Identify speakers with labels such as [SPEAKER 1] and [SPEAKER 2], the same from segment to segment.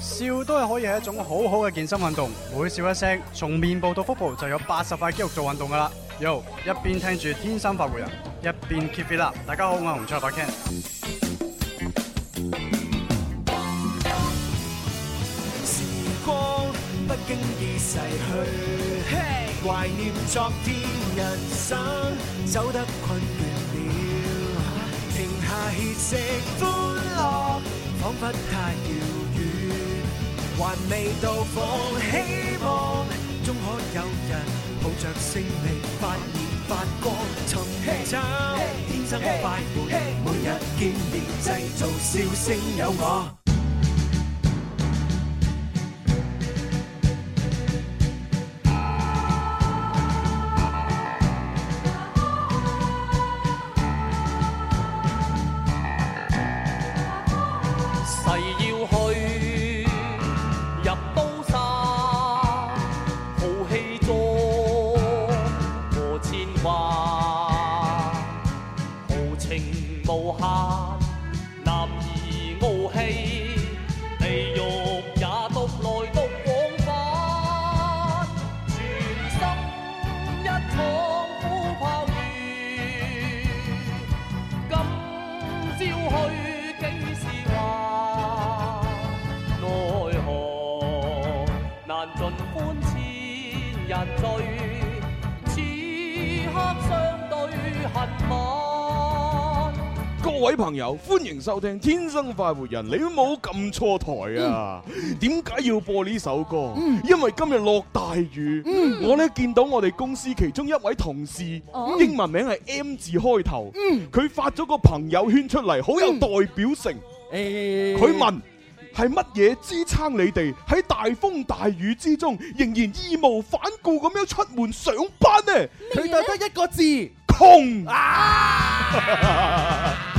[SPEAKER 1] 笑都係可以係一種好好嘅健身運動，每笑一聲，從面部到腹部就有八十塊肌肉做運動㗎啦。Yo，一邊聽住天生快活人，一邊 keep it up。大家好，我係洪卓發 Ken。
[SPEAKER 2] 時光不經意逝去，懷念昨天，人生走得困倦了，停下歇息，歡樂彷彿太遙遠，還未到訪，希望終可有人抱着勝利發現發光，尋找天生快活，每日見面製造笑聲有我。
[SPEAKER 3] 誓要去入刀山，豪氣壯和千掛，豪情無限，男兒傲氣，地獄也獨來獨往返，全心一闖虎豹遇。今朝去幾時還？奈何難盡歡千人醉，此刻相對恨晚。
[SPEAKER 4] 各位朋友，歡迎收聽《天生快活人》，你都冇撳錯台啊！點解要播呢首歌？因為今日落大雨，我呢見到我哋公司其中一位同事，
[SPEAKER 5] 哦
[SPEAKER 4] 英文名係 M 字開頭，佢發咗個朋友圈出嚟，好有代表性。佢問係乜嘢支撐你哋喺大風大雨之中，仍然義無反顧咁樣出門上班呢？
[SPEAKER 6] 佢就得一個字，
[SPEAKER 4] 窮
[SPEAKER 6] 啊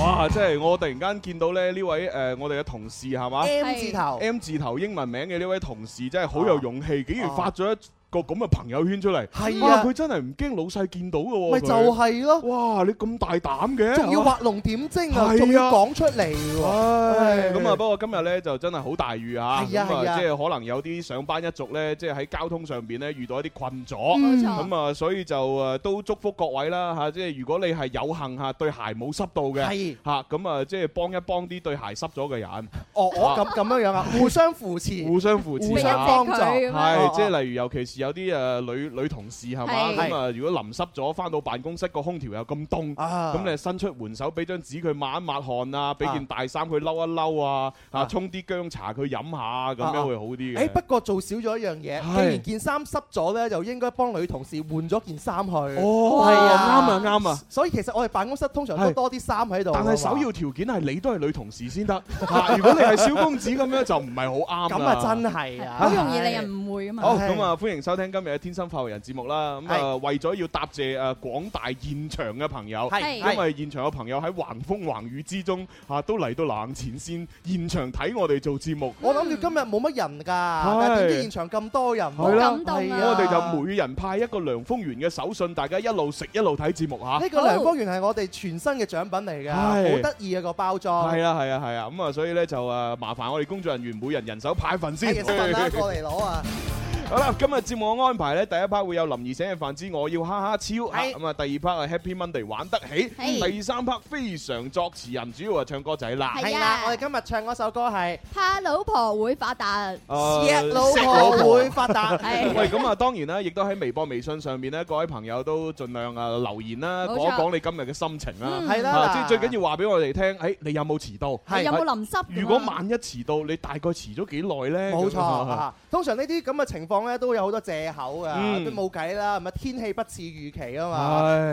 [SPEAKER 4] 哇！即係我突然間見到咧呢位誒、呃我哋嘅同事係嘛
[SPEAKER 6] M 字頭，
[SPEAKER 4] M 字頭英文名嘅呢位同事真係好
[SPEAKER 6] 啊
[SPEAKER 4] 有勇氣，竟然發咗一個咁嘅朋友圈出嚟。
[SPEAKER 6] 係
[SPEAKER 4] 哇！
[SPEAKER 6] 啊
[SPEAKER 4] 佢，真係唔驚老細見到嘅喎。
[SPEAKER 6] 咪就
[SPEAKER 4] 佢
[SPEAKER 6] 係咯，
[SPEAKER 4] 哇！你咁大膽嘅，
[SPEAKER 6] 仲要畫龍點睛啊，
[SPEAKER 4] 係啊哦
[SPEAKER 6] 仲要講出嚟喎，
[SPEAKER 4] 唉
[SPEAKER 6] 唉
[SPEAKER 4] 咁啊，不過今日咧就真係好大雨啊，
[SPEAKER 6] 係
[SPEAKER 4] 咁
[SPEAKER 6] 啊係
[SPEAKER 4] 啊，
[SPEAKER 6] 啊
[SPEAKER 4] 即係可能有啲上班一族咧，即係喺交通上邊咧遇到一啲困阻，
[SPEAKER 5] 冇
[SPEAKER 6] 嗯
[SPEAKER 5] 錯
[SPEAKER 4] 咁啊，所以就誒都祝福各位啦嚇，即係如果你係有幸嚇對鞋冇濕到嘅。
[SPEAKER 6] 係，
[SPEAKER 4] 嚇咁啊！即係幫一幫啲對鞋濕咗嘅人，
[SPEAKER 6] 哦，我咁咁樣樣 啊，互相扶持，
[SPEAKER 4] 互相扶持
[SPEAKER 6] 互相
[SPEAKER 4] 啊！
[SPEAKER 6] 幫助。
[SPEAKER 4] 係
[SPEAKER 6] 哦
[SPEAKER 4] 即係例如，尤其是有啲誒女女同事係嘛，
[SPEAKER 5] 係
[SPEAKER 4] 咁啊，如果淋濕咗，翻到辦公室個空調又咁凍。
[SPEAKER 6] 啊，
[SPEAKER 4] 咁你伸出援手，俾張紙佢抹一抹汗啊，俾
[SPEAKER 6] 啊
[SPEAKER 4] 件大衫佢摟一摟啊，啊
[SPEAKER 6] 啊
[SPEAKER 4] 沖啲薑茶佢飲下，咁
[SPEAKER 6] 啊
[SPEAKER 4] 樣會好啲
[SPEAKER 6] 誒不
[SPEAKER 4] 嘅。
[SPEAKER 6] 過做少咗一樣嘢，
[SPEAKER 4] 係
[SPEAKER 6] 既然件衫濕咗咧，就應該幫女同事換咗件衫去。
[SPEAKER 4] 哦
[SPEAKER 6] 係
[SPEAKER 4] 啱啊啱啊！
[SPEAKER 6] 所以其實我哋辦公室通常都
[SPEAKER 4] 係
[SPEAKER 6] 多啲衫喺度。
[SPEAKER 4] 但係首要條件係你都係女同事先得。啊 啊如果你係小公子咁樣，就唔係好啱
[SPEAKER 6] 咁
[SPEAKER 4] 啦。
[SPEAKER 6] 啊，真係啊，
[SPEAKER 5] 好容易令人誤會啊嘛。
[SPEAKER 4] 好
[SPEAKER 6] 係
[SPEAKER 4] 咁啊！歡迎收聽今日嘅《天生發育人》節目啦。咁啊，
[SPEAKER 6] 係
[SPEAKER 4] 為咗要答謝誒廣大現場嘅朋友，
[SPEAKER 6] 係
[SPEAKER 4] 因為現場嘅朋友喺橫風橫雨之中啊，都嚟到冷前線現場睇我哋做節目。
[SPEAKER 6] 我諗住今日冇乜人㗎，但係點知現場啊咁多人喎，
[SPEAKER 4] 係啦好
[SPEAKER 5] 感動啊
[SPEAKER 6] 係
[SPEAKER 4] 我哋就每人派一個梁風源嘅手信，大家一路食一路睇節目啊嚇。
[SPEAKER 6] 呢個梁光源係我哋全新嘅獎品嚟㗎，哎好
[SPEAKER 4] 係
[SPEAKER 6] 得意啊個包裝。
[SPEAKER 4] 係啊係啊係啊，咁啊所以咧就誒麻煩我哋工作人員每人人手派份
[SPEAKER 6] 哎
[SPEAKER 4] 先
[SPEAKER 6] 呀，。食份啦，過嚟攞啊！
[SPEAKER 4] 好啦，今日節目嘅安排咧，第一 part 會有林怡醒嘅飯之我要哈哈超，啊
[SPEAKER 6] 係
[SPEAKER 4] 咁啊第二 part 係 Happy Monday 玩得起，
[SPEAKER 5] 係
[SPEAKER 4] 第三 part 非常作詞人，主要係唱歌仔啦。
[SPEAKER 5] 係啊
[SPEAKER 6] 係啦，我哋今日唱嗰首歌係
[SPEAKER 5] 怕老婆會發達，
[SPEAKER 4] 誒
[SPEAKER 6] 《哦老婆會 發達》。
[SPEAKER 4] 喂，咁啊，當然啦，亦都喺微博、微信上面咧，各位朋友都盡量啊留言啦，
[SPEAKER 5] 冇
[SPEAKER 4] 講一
[SPEAKER 5] 錯
[SPEAKER 4] 講你今日嘅心情
[SPEAKER 7] 嗯
[SPEAKER 4] 啦，
[SPEAKER 6] 嗯係啦，
[SPEAKER 4] 啊即係最緊要話俾我哋聽，誒，你有冇遲到？
[SPEAKER 6] 係
[SPEAKER 5] 有冇淋濕啊㗎嘛？
[SPEAKER 4] 如果萬一遲到，你大概遲咗幾耐呢？
[SPEAKER 6] 冇錯
[SPEAKER 4] 咁啊
[SPEAKER 6] 啊！通常呢啲咁嘅情況咧，都有好多藉口噶，
[SPEAKER 4] 嗯
[SPEAKER 6] 都冇計啦。咁啊，天氣不似預期啊嘛，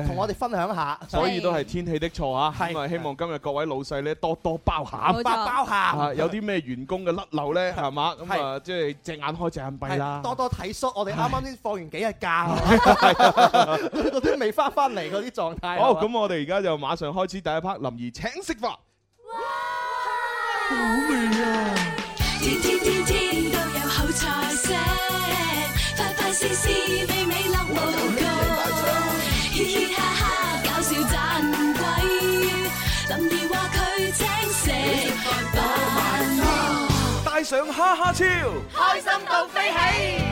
[SPEAKER 6] 同
[SPEAKER 4] 唉，
[SPEAKER 6] 我哋分享下，
[SPEAKER 4] 所以都係天氣的錯啊！
[SPEAKER 6] 係
[SPEAKER 4] 咁啊，希望今日各位老細咧多多包涵
[SPEAKER 5] 冇錯
[SPEAKER 6] 包包下，
[SPEAKER 4] 啊！有啲咩員工嘅甩漏咧，係嘛？咁啊，即係隻眼開隻眼閉啦
[SPEAKER 6] 係。多多體恤。我哋啱啱先放完幾日 假， 嗰啲未翻翻嚟嗰啲狀態。
[SPEAKER 4] 好，咁我哋而家就馬上開始第一 part，林兒請食飯。
[SPEAKER 8] 天天天天都有好菜色，快快試試美美樂無窮，嘻嘻哈哈搞笑盞鬼，林兒話佢請食飯。
[SPEAKER 4] 快上哈哈超。
[SPEAKER 3] 开心到飞起。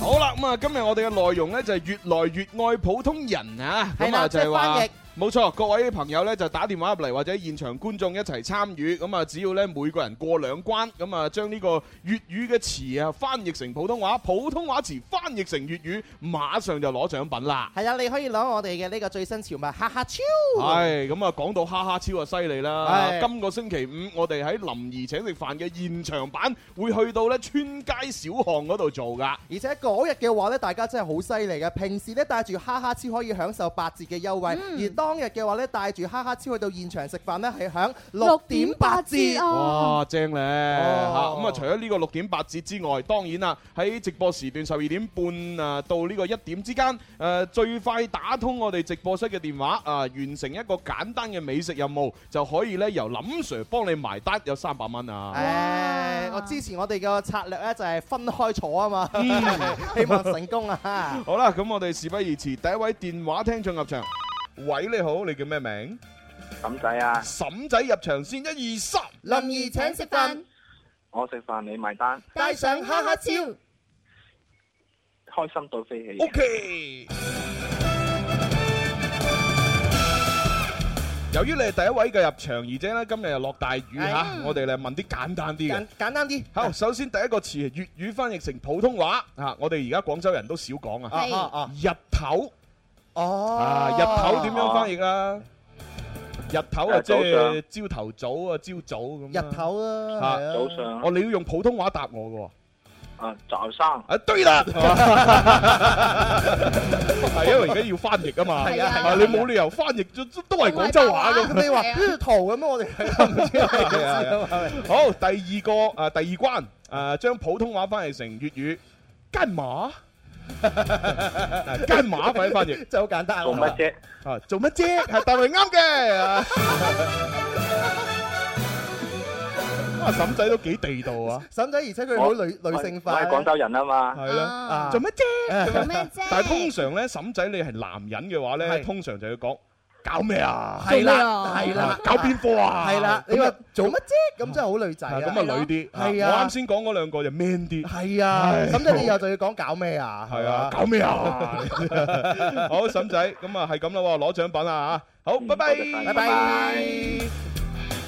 [SPEAKER 4] 好啦，咁啊，今日我哋嘅內容呢，就係越來越愛普通人啊，
[SPEAKER 6] 係
[SPEAKER 4] 咁
[SPEAKER 6] 啦
[SPEAKER 4] 啊就係
[SPEAKER 6] 即
[SPEAKER 4] 話
[SPEAKER 6] 係翻譯。
[SPEAKER 4] 冇錯，各位朋友呢，就打電話入嚟或者現場觀眾一齊參與，咁啊只要呢每個人過兩關，咁啊將呢個粵語嘅詞啊翻譯成普通話，普通話詞翻譯成粵語，馬上就攞獎品啦！
[SPEAKER 6] 係啊，你可以攞我哋嘅呢個最新潮物，哈哈超。
[SPEAKER 4] 唉，咁啊，講到哈哈超啊，犀利啦！
[SPEAKER 6] 係
[SPEAKER 4] 今個星期五，我哋喺林兒請食飯嘅現場版，會去到咧村街小巷嗰度做噶。
[SPEAKER 6] 而且嗰日嘅話咧，大家真係好犀利嘅。平時咧帶住哈哈超可以享受八折嘅優惠，而當日嘅話咧帶住哈哈超去到現場食飯咧係享六點八折。
[SPEAKER 9] 啊！
[SPEAKER 4] 哇，正咧嚇！
[SPEAKER 6] 哦
[SPEAKER 4] 咁啊，除咗呢個六點八折之外，當然啦，喺直播時段十二點半啊到呢個一點之間，誒最快打通我哋直播室嘅電話啊，完成一個簡單嘅美食任務，就可以咧由林 Sir 幫你埋單，有三百蚊啊！
[SPEAKER 6] 誒，我之前我哋嘅策略咧就係分開坐啊嘛， 希望成功啊！
[SPEAKER 4] 好啦，咁我哋事不宜遲，第一位電話聽眾入場。喂，你好，你叫咩名？
[SPEAKER 10] 咁仔啊，
[SPEAKER 4] 嬸仔入場先，一二三。
[SPEAKER 6] 林兒請食飯，
[SPEAKER 10] 我食飯你埋單，
[SPEAKER 6] 帶上哈哈超。
[SPEAKER 10] 開心到飛起。
[SPEAKER 4] O K。由於你係第一位嘅入場，而且咧今日又落大雨
[SPEAKER 6] 係
[SPEAKER 4] 嚇，我哋嚟問啲簡單啲嘅
[SPEAKER 6] 簡。簡單啲，啊
[SPEAKER 4] 好，首先第一個詞係粵語翻譯成普通話啊，我哋而家廣州人都少講啊。
[SPEAKER 9] 係
[SPEAKER 6] 啊啊
[SPEAKER 4] 日頭
[SPEAKER 6] 哦，
[SPEAKER 4] 啊，日頭點樣翻譯啊？日頭啊，
[SPEAKER 10] 誒
[SPEAKER 4] 即
[SPEAKER 10] 早
[SPEAKER 4] 係
[SPEAKER 10] 上
[SPEAKER 4] 朝頭早啊，朝早咁啊。
[SPEAKER 6] 日頭啦，
[SPEAKER 4] 啊
[SPEAKER 6] 係啊
[SPEAKER 10] 早上
[SPEAKER 4] 哦，你要用普通話答我嘅喎。
[SPEAKER 10] 啊，早上
[SPEAKER 4] 啊，對 啦，係因為而家要翻譯啊嘛，
[SPEAKER 9] 係啊係啊
[SPEAKER 4] 你冇理由翻譯咗都都係廣州話
[SPEAKER 9] 都係白話。
[SPEAKER 4] 咁
[SPEAKER 6] 咁你話
[SPEAKER 9] 係啊
[SPEAKER 6] 嗯圖咁，我哋唔知係
[SPEAKER 4] 係啊係
[SPEAKER 6] 咪
[SPEAKER 4] 好，第二個啊，第二關啊，將普通話翻譯成粵語，幹 嘛？啊幹嘛快啲翻譯
[SPEAKER 6] 真係好簡單啊。
[SPEAKER 10] 做乜啫？
[SPEAKER 4] 啊？做乜啫？係但係啱嘅 啊！啊，嬸仔都幾地道啊，
[SPEAKER 6] 嬸仔，而且佢好女女性化
[SPEAKER 10] 我係
[SPEAKER 6] 咧。
[SPEAKER 10] 廣州人啊嘛，
[SPEAKER 4] 係啦。
[SPEAKER 6] 啊
[SPEAKER 4] 做乜啫？
[SPEAKER 9] 做 咩啫？
[SPEAKER 4] 但係通常咧，嬸仔你係男人嘅話咧，
[SPEAKER 6] 係
[SPEAKER 4] 通常就要講搞咩啊？
[SPEAKER 6] 係
[SPEAKER 9] 做咩
[SPEAKER 6] 啦，
[SPEAKER 9] 啊
[SPEAKER 6] 係
[SPEAKER 4] 啊
[SPEAKER 6] 啦，
[SPEAKER 4] 搞邊科啊？
[SPEAKER 6] 係啦。你
[SPEAKER 4] 咁
[SPEAKER 6] 話
[SPEAKER 4] 啊
[SPEAKER 6] 做乜啫？咁真係好女仔
[SPEAKER 4] 啊
[SPEAKER 6] 啊。
[SPEAKER 4] 咁啊女啲，
[SPEAKER 6] 係
[SPEAKER 4] 我
[SPEAKER 6] 啊
[SPEAKER 4] 啱先講嗰兩個就 man 啲，
[SPEAKER 6] 係啊，
[SPEAKER 4] 係
[SPEAKER 6] 咁即你以後就要講搞咩啊？
[SPEAKER 4] 係啊， 搞咩啊？好，嬸仔，咁啊係咁啦喎，攞獎品啦嚇，好，
[SPEAKER 10] 嗯
[SPEAKER 4] 拜拜，
[SPEAKER 10] 多謝晒拜
[SPEAKER 6] 拜拜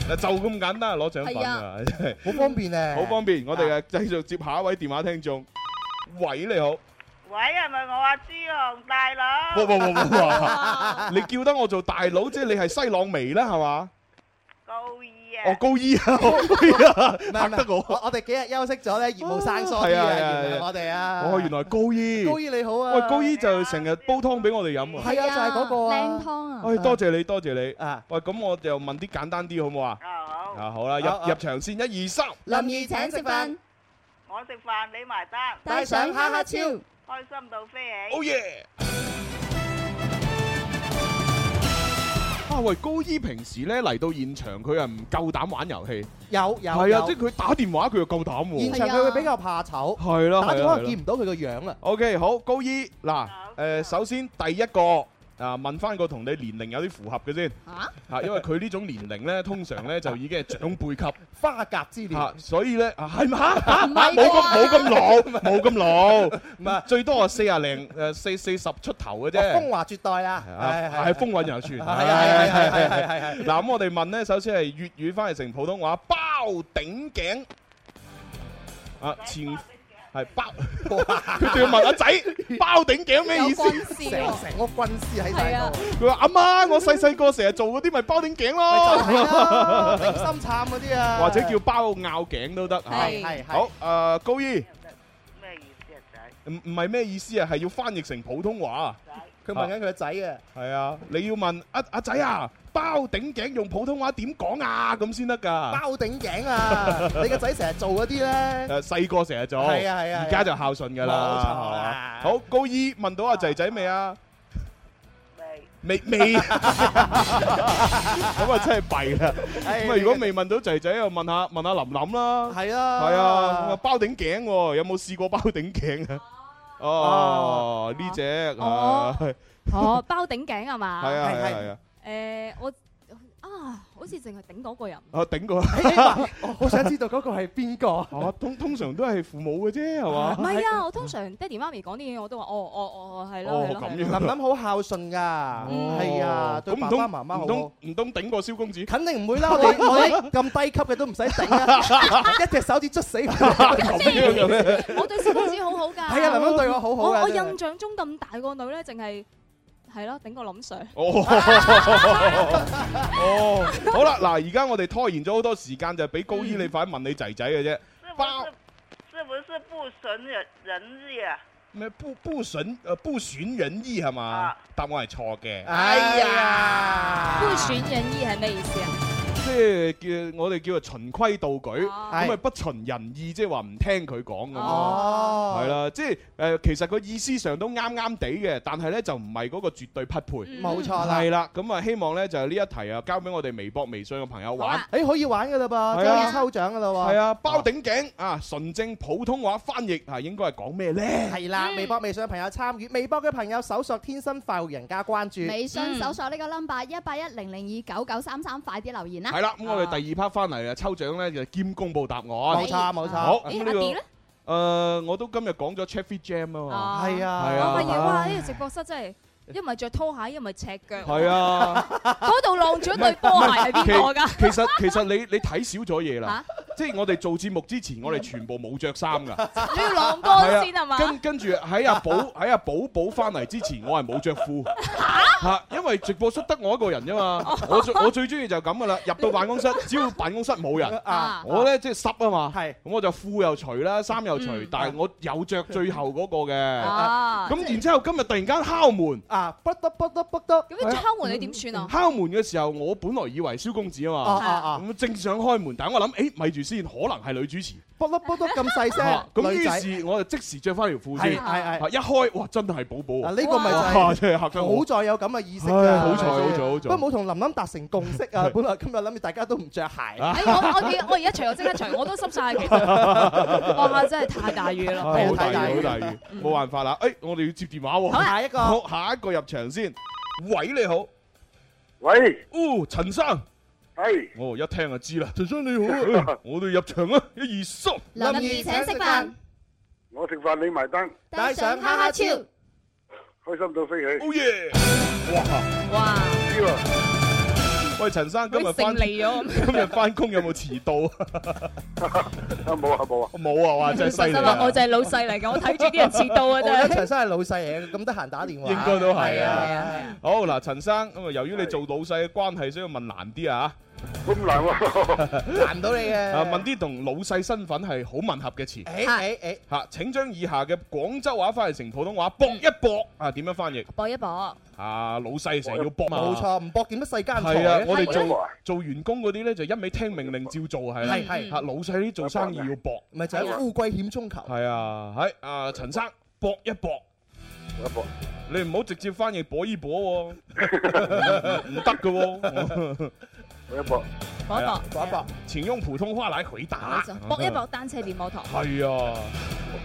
[SPEAKER 10] 拜，
[SPEAKER 4] 就咁簡單攞獎品啊， 真係
[SPEAKER 6] 好方便咧，
[SPEAKER 4] 好方便，我哋啊繼續接下一位電話聽眾，喂你好，
[SPEAKER 11] 喂，係咪我啊朱紅大佬？
[SPEAKER 4] 哇哇哇哇哇，
[SPEAKER 9] 啊
[SPEAKER 4] 你叫得我做大佬，即係你係西朗眉啦係嘛？
[SPEAKER 11] 高二
[SPEAKER 4] 哦
[SPEAKER 11] 啊，
[SPEAKER 4] 高醫啊，高醫啊，
[SPEAKER 6] 唔係
[SPEAKER 4] 嚇得
[SPEAKER 6] 唔係
[SPEAKER 4] 我，
[SPEAKER 6] 我哋幾日休息咗咧，業務生疏
[SPEAKER 4] 係
[SPEAKER 6] 啲
[SPEAKER 4] 啊
[SPEAKER 6] 啊，
[SPEAKER 4] 係啊
[SPEAKER 6] 原諒我哋啊。
[SPEAKER 4] 哦原來高醫，
[SPEAKER 6] 高姨你好啊，
[SPEAKER 4] 喂高醫就成日煲湯俾我哋飲啊，哦
[SPEAKER 6] 係啊，就係嗰個啊
[SPEAKER 9] 靚湯啊！
[SPEAKER 4] 喂多謝你多謝你。
[SPEAKER 6] 啊，
[SPEAKER 4] 喂，咁我就問啲簡單啲好唔好啊？
[SPEAKER 11] 啊好，
[SPEAKER 4] 啊，好啦，
[SPEAKER 6] 好
[SPEAKER 4] 入
[SPEAKER 6] 好
[SPEAKER 4] 入場先，一二三，
[SPEAKER 9] 林兒請食飯，，
[SPEAKER 11] 我食飯你埋單，
[SPEAKER 9] 帶上哈哈超。
[SPEAKER 11] 開心到飛
[SPEAKER 4] 哦
[SPEAKER 11] 起。
[SPEAKER 4] 耶！啊喂，高醫平時咧嚟到現場，佢係唔夠膽玩遊戲，
[SPEAKER 6] 有有
[SPEAKER 4] 係啊，
[SPEAKER 6] 有
[SPEAKER 4] 即係佢打電話佢就夠膽
[SPEAKER 6] 現
[SPEAKER 4] 喎，
[SPEAKER 6] 場佢會比較怕醜，
[SPEAKER 4] 係啦，
[SPEAKER 6] 打電
[SPEAKER 4] 係啦
[SPEAKER 6] 話
[SPEAKER 4] 係啦
[SPEAKER 6] 見唔到佢個樣啦。
[SPEAKER 4] O K，好，高醫嗱，
[SPEAKER 11] 好
[SPEAKER 4] 誒，首先第一個啊，問翻個同你年齡有啲符合嘅先
[SPEAKER 9] 嚇
[SPEAKER 4] 嚇，啊因為佢呢種年齡咧，通常咧就已經係長輩級。
[SPEAKER 6] 花甲之年，
[SPEAKER 4] 啊，所以咧啊係嘛啊
[SPEAKER 9] 唔
[SPEAKER 4] 冇
[SPEAKER 9] 係
[SPEAKER 4] 咁
[SPEAKER 9] 啩
[SPEAKER 4] 冇咁老，冇咁老，唔
[SPEAKER 6] 係
[SPEAKER 4] 最多啊四廿零誒四四十出頭
[SPEAKER 6] 嗯哦
[SPEAKER 4] 嘅
[SPEAKER 6] 風
[SPEAKER 4] 啫。
[SPEAKER 6] 華絕代啦，
[SPEAKER 4] 啊係風韻猶存，係
[SPEAKER 6] 係係係係係係係
[SPEAKER 4] 嗱咁我哋問咧，首先係粵語翻譯成普通話，包頂頸啊前係包， 佢仲要問 阿仔包頂頸咩意思
[SPEAKER 9] 有？軍師
[SPEAKER 6] 成
[SPEAKER 9] 喎，
[SPEAKER 6] 成個軍師喺晒度，
[SPEAKER 4] 佢話阿媽，我細細個成日做嗰啲咪包頂頸
[SPEAKER 6] 咪就係
[SPEAKER 4] 咯，
[SPEAKER 6] 啦，頂心慘嗰啲啊，
[SPEAKER 4] 或者叫包拗頸都得嚇。
[SPEAKER 9] 係
[SPEAKER 6] 係係
[SPEAKER 4] 好誒，高醫。
[SPEAKER 11] 咩意思啊仔？
[SPEAKER 4] 唔唔係咩意思啊？係要翻譯成普通話啊？
[SPEAKER 6] 佢問緊佢個仔啊，
[SPEAKER 4] 係啊，你要問阿阿仔啊，包頂頸用普通話點講啊？咁先得㗎。
[SPEAKER 6] 包頂頸啊！你個仔成日做嗰啲咧，
[SPEAKER 4] 誒細個成日做，
[SPEAKER 6] 係啊係啊
[SPEAKER 4] 而家就孝順㗎啦，
[SPEAKER 6] 冇錯啦
[SPEAKER 4] 係嘛好高醫問到阿仔仔未啊？
[SPEAKER 11] 喂，
[SPEAKER 4] 未未， 咁啊真係弊啦。咁啊如果未問到仔仔，又問下問下琳琳啦。
[SPEAKER 6] 係啊，
[SPEAKER 4] 係啊，咁啊包頂頸喎，有冇試過包頂頸啊？哦，呢只啊
[SPEAKER 7] 哦，包頂頸係嘛？
[SPEAKER 4] 係啊係啊
[SPEAKER 6] 係係
[SPEAKER 4] 係啊。
[SPEAKER 7] 誒，我啊似淨係頂嗰個人。
[SPEAKER 4] 啊頂過，
[SPEAKER 6] 我想知道嗰個係邊個？
[SPEAKER 4] 哦，通通常都係父母嘅啫，係嘛？
[SPEAKER 7] 唔係啊，我通常爹哋媽咪講啲嘢，我都話哦哦哦係咯
[SPEAKER 4] 哦
[SPEAKER 7] 係咯
[SPEAKER 4] 咁
[SPEAKER 7] 係
[SPEAKER 4] 樣
[SPEAKER 7] 咯。
[SPEAKER 6] 林林好孝順噶，
[SPEAKER 4] Ừ.
[SPEAKER 6] 係啊，對
[SPEAKER 4] 哦咁唔
[SPEAKER 6] 爸
[SPEAKER 4] 通
[SPEAKER 6] 爸媽媽
[SPEAKER 4] 唔
[SPEAKER 6] 好好
[SPEAKER 4] 通。唔通頂過蕭 公子？
[SPEAKER 6] 肯定唔會啦，我哋我哋咁低級嘅都唔使頂啊，一隻手指捽死佢。
[SPEAKER 4] 咁樣嘅咩？
[SPEAKER 7] 我對小公子好好㗎。
[SPEAKER 6] 係啊林林對我好好㗎
[SPEAKER 7] 我我
[SPEAKER 6] 真係
[SPEAKER 7] 印象中咁大個女咧，淨係係咯頂個林 Sir。
[SPEAKER 4] 哦，好啦，嗱，而家我哋拖延咗好多時間，就係俾高姨你快問你仔仔嘅啫。
[SPEAKER 11] 是不是是不是不损人人意啊？
[SPEAKER 4] 咩不不損誒不損人意係嘛？答案係錯嘅。
[SPEAKER 6] 哎呀，
[SPEAKER 7] 不選人意係咩意思啊？
[SPEAKER 4] 即係叫我哋叫做循規蹈矩，
[SPEAKER 7] 啊
[SPEAKER 4] 咁啊不循人意，即係話唔聽佢講咁樣。
[SPEAKER 6] 哦，
[SPEAKER 4] 係啦，即係誒，其實個意思上都啱啱地嘅，但係咧就唔係嗰個絕對匹配。
[SPEAKER 7] 嗯
[SPEAKER 6] 冇錯啦
[SPEAKER 4] 係。啦，咁啊希望咧就係呢一題啊，交俾我哋微博、微信嘅朋友玩。
[SPEAKER 6] 誒哎可以玩噶啦噃，
[SPEAKER 4] 係
[SPEAKER 6] 即
[SPEAKER 4] 啊
[SPEAKER 6] 可以抽獎噶啦喎。
[SPEAKER 4] 係啊，包頂頸啊，純正普通話翻譯啊，應該係講咩咧？
[SPEAKER 6] 係啦，微博、微信嘅朋友參與，微博嘅朋友搜索「天生快活人家」關注。
[SPEAKER 5] 微信搜索呢個 number 一八一零零二九九三三，快啲留言啦。
[SPEAKER 4] 係啦，咁我哋第二 part 翻嚟啊，抽獎咧就兼公佈答案。
[SPEAKER 6] 冇
[SPEAKER 4] 冇
[SPEAKER 6] 錯冇錯。
[SPEAKER 4] 好，
[SPEAKER 7] 咦
[SPEAKER 4] 咁呢
[SPEAKER 7] 阿 D 咧？
[SPEAKER 4] 個誒，我都今日講咗 Chaffy Jam 啊
[SPEAKER 7] 啊
[SPEAKER 6] 係啊，
[SPEAKER 4] 係啊
[SPEAKER 7] 我發現哇！呢個直播 室真係一唔係着拖鞋，一唔係赤
[SPEAKER 4] 嘛，
[SPEAKER 7] 腳。
[SPEAKER 4] 係啊。
[SPEAKER 7] 嗰度晾住一對波鞋係邊個㗎？啊
[SPEAKER 4] 其其實其實你你睇少咗嘢啦
[SPEAKER 7] 嚇，
[SPEAKER 4] 即係我哋做節目之前，我哋全部冇着衫噶。
[SPEAKER 7] 你要晾乾先係嘛？
[SPEAKER 4] 跟跟住喺阿寶喺阿寶寶翻嚟之前，我係冇着褲嚇，因為直播室得我一個人啫嘛。我最我最中意就係咁噶啦，入到辦公 室，只要辦公室冇人，
[SPEAKER 7] 啊
[SPEAKER 4] 我咧即係濕啊嘛，
[SPEAKER 6] 係
[SPEAKER 4] 咁我就褲又除啦，衫又除
[SPEAKER 7] 嗯，
[SPEAKER 4] 但係我有着最後嗰個嘅。
[SPEAKER 7] 啊！
[SPEAKER 4] 咁然之後今日突然間敲門。
[SPEAKER 6] 啊，卜得卜得卜得。
[SPEAKER 7] 咁敲門你點算啊？
[SPEAKER 4] 敲門嘅時候，我本來以為蕭公子啊嘛，
[SPEAKER 7] 哦
[SPEAKER 6] 啊啊啊！
[SPEAKER 4] 咁正想開門，但係我諗，誒咪住先，可能係女主持。
[SPEAKER 6] 卜得卜得咁細
[SPEAKER 4] 啊
[SPEAKER 6] 聲，
[SPEAKER 4] 咁
[SPEAKER 6] 女仔
[SPEAKER 4] 於是我就即時着翻條褲
[SPEAKER 6] 係
[SPEAKER 4] 先，
[SPEAKER 6] 係係。
[SPEAKER 4] 啊一開哇真係寶寶
[SPEAKER 6] 嗱
[SPEAKER 4] 啊！
[SPEAKER 6] 呢個咪就
[SPEAKER 4] 哇
[SPEAKER 6] 係
[SPEAKER 4] 真係嚇得
[SPEAKER 6] 好
[SPEAKER 4] 我，
[SPEAKER 6] 在有咁嘅意識
[SPEAKER 4] 唉
[SPEAKER 6] 㗎。
[SPEAKER 4] 好彩
[SPEAKER 6] 係咪
[SPEAKER 4] 好
[SPEAKER 6] 先
[SPEAKER 4] 彩好
[SPEAKER 6] 不過
[SPEAKER 4] 彩！
[SPEAKER 6] 冇同林琳達成共識啊！本來今日諗住大家都唔着
[SPEAKER 4] 啊
[SPEAKER 6] 鞋。
[SPEAKER 7] 哎，我我而我而家除我即刻除，我都濕晒其 實。哇！真係太大雨啦，
[SPEAKER 4] 唉好大
[SPEAKER 6] 好大
[SPEAKER 4] 雨
[SPEAKER 6] 雨
[SPEAKER 4] 好大雨，冇辦法啦！誒我哋要接電話
[SPEAKER 7] 好
[SPEAKER 4] 喎，
[SPEAKER 7] 啊
[SPEAKER 6] 下一個
[SPEAKER 4] 好下一個入場先。喂你好，
[SPEAKER 12] 喂，哎
[SPEAKER 4] 哦陳生，
[SPEAKER 12] 系
[SPEAKER 4] 我一聽就知啦，陳生你好啊，哎我哋入場啊，一二三，
[SPEAKER 5] 林兒請食飯，
[SPEAKER 12] 我食饭你埋单，
[SPEAKER 5] 帶上哈哈超。
[SPEAKER 12] 开心到飞起。
[SPEAKER 4] 哦耶！哇，
[SPEAKER 7] 哇！
[SPEAKER 12] 知喎
[SPEAKER 4] 喂陳生今日
[SPEAKER 7] 佢勝
[SPEAKER 4] 翻
[SPEAKER 7] 利咗咁。
[SPEAKER 4] 今日翻工有冇遲到啊？
[SPEAKER 12] 啊冇啊冇啊，
[SPEAKER 4] 冇啊，哇真係犀利啊！
[SPEAKER 7] 我就係老細嚟嘅，我睇住啲人遲到啊，
[SPEAKER 6] 我
[SPEAKER 7] 真
[SPEAKER 6] 覺得
[SPEAKER 7] 係。
[SPEAKER 6] 陳生係老細嚟嘅，咁得閒打電話。
[SPEAKER 4] 應該都係
[SPEAKER 6] 係
[SPEAKER 4] 啊
[SPEAKER 6] 啊。
[SPEAKER 4] 好嗱，陳生咁啊，由於你做老細嘅關係，所以問難啲啊
[SPEAKER 12] 咁难喎，
[SPEAKER 6] 難唔到你嘅。
[SPEAKER 4] 啊問啲同老細身份係好吻合嘅詞
[SPEAKER 6] 誒誒誒，
[SPEAKER 4] 嚇。請將以下嘅廣州話翻譯成普通話，搏一搏啊，點樣翻譯
[SPEAKER 7] 搏一搏，
[SPEAKER 4] 啊？老細成日要搏嘛，
[SPEAKER 6] 冇。錯，唔搏點乜世間財
[SPEAKER 4] 係啊，我哋
[SPEAKER 12] 係
[SPEAKER 4] 做
[SPEAKER 12] 啊
[SPEAKER 4] 做員工嗰啲咧就一味聽命令照做係啦，
[SPEAKER 6] 係係
[SPEAKER 4] 嚇老細啲做生意要搏啊
[SPEAKER 6] 咪就係富貴險中求。
[SPEAKER 4] 係啊，係啊陳生搏一搏，
[SPEAKER 12] 一搏啊
[SPEAKER 4] 你唔好直接翻譯搏 一搏喎，唔得㗎喎。
[SPEAKER 12] 一搏，
[SPEAKER 4] 啊
[SPEAKER 7] 搏一搏，
[SPEAKER 6] 搏一搏，
[SPEAKER 4] 請用普通話來回
[SPEAKER 7] 冇
[SPEAKER 4] 答啊嗯
[SPEAKER 7] 錯，。搏一搏單車變摩托。
[SPEAKER 4] 係啊，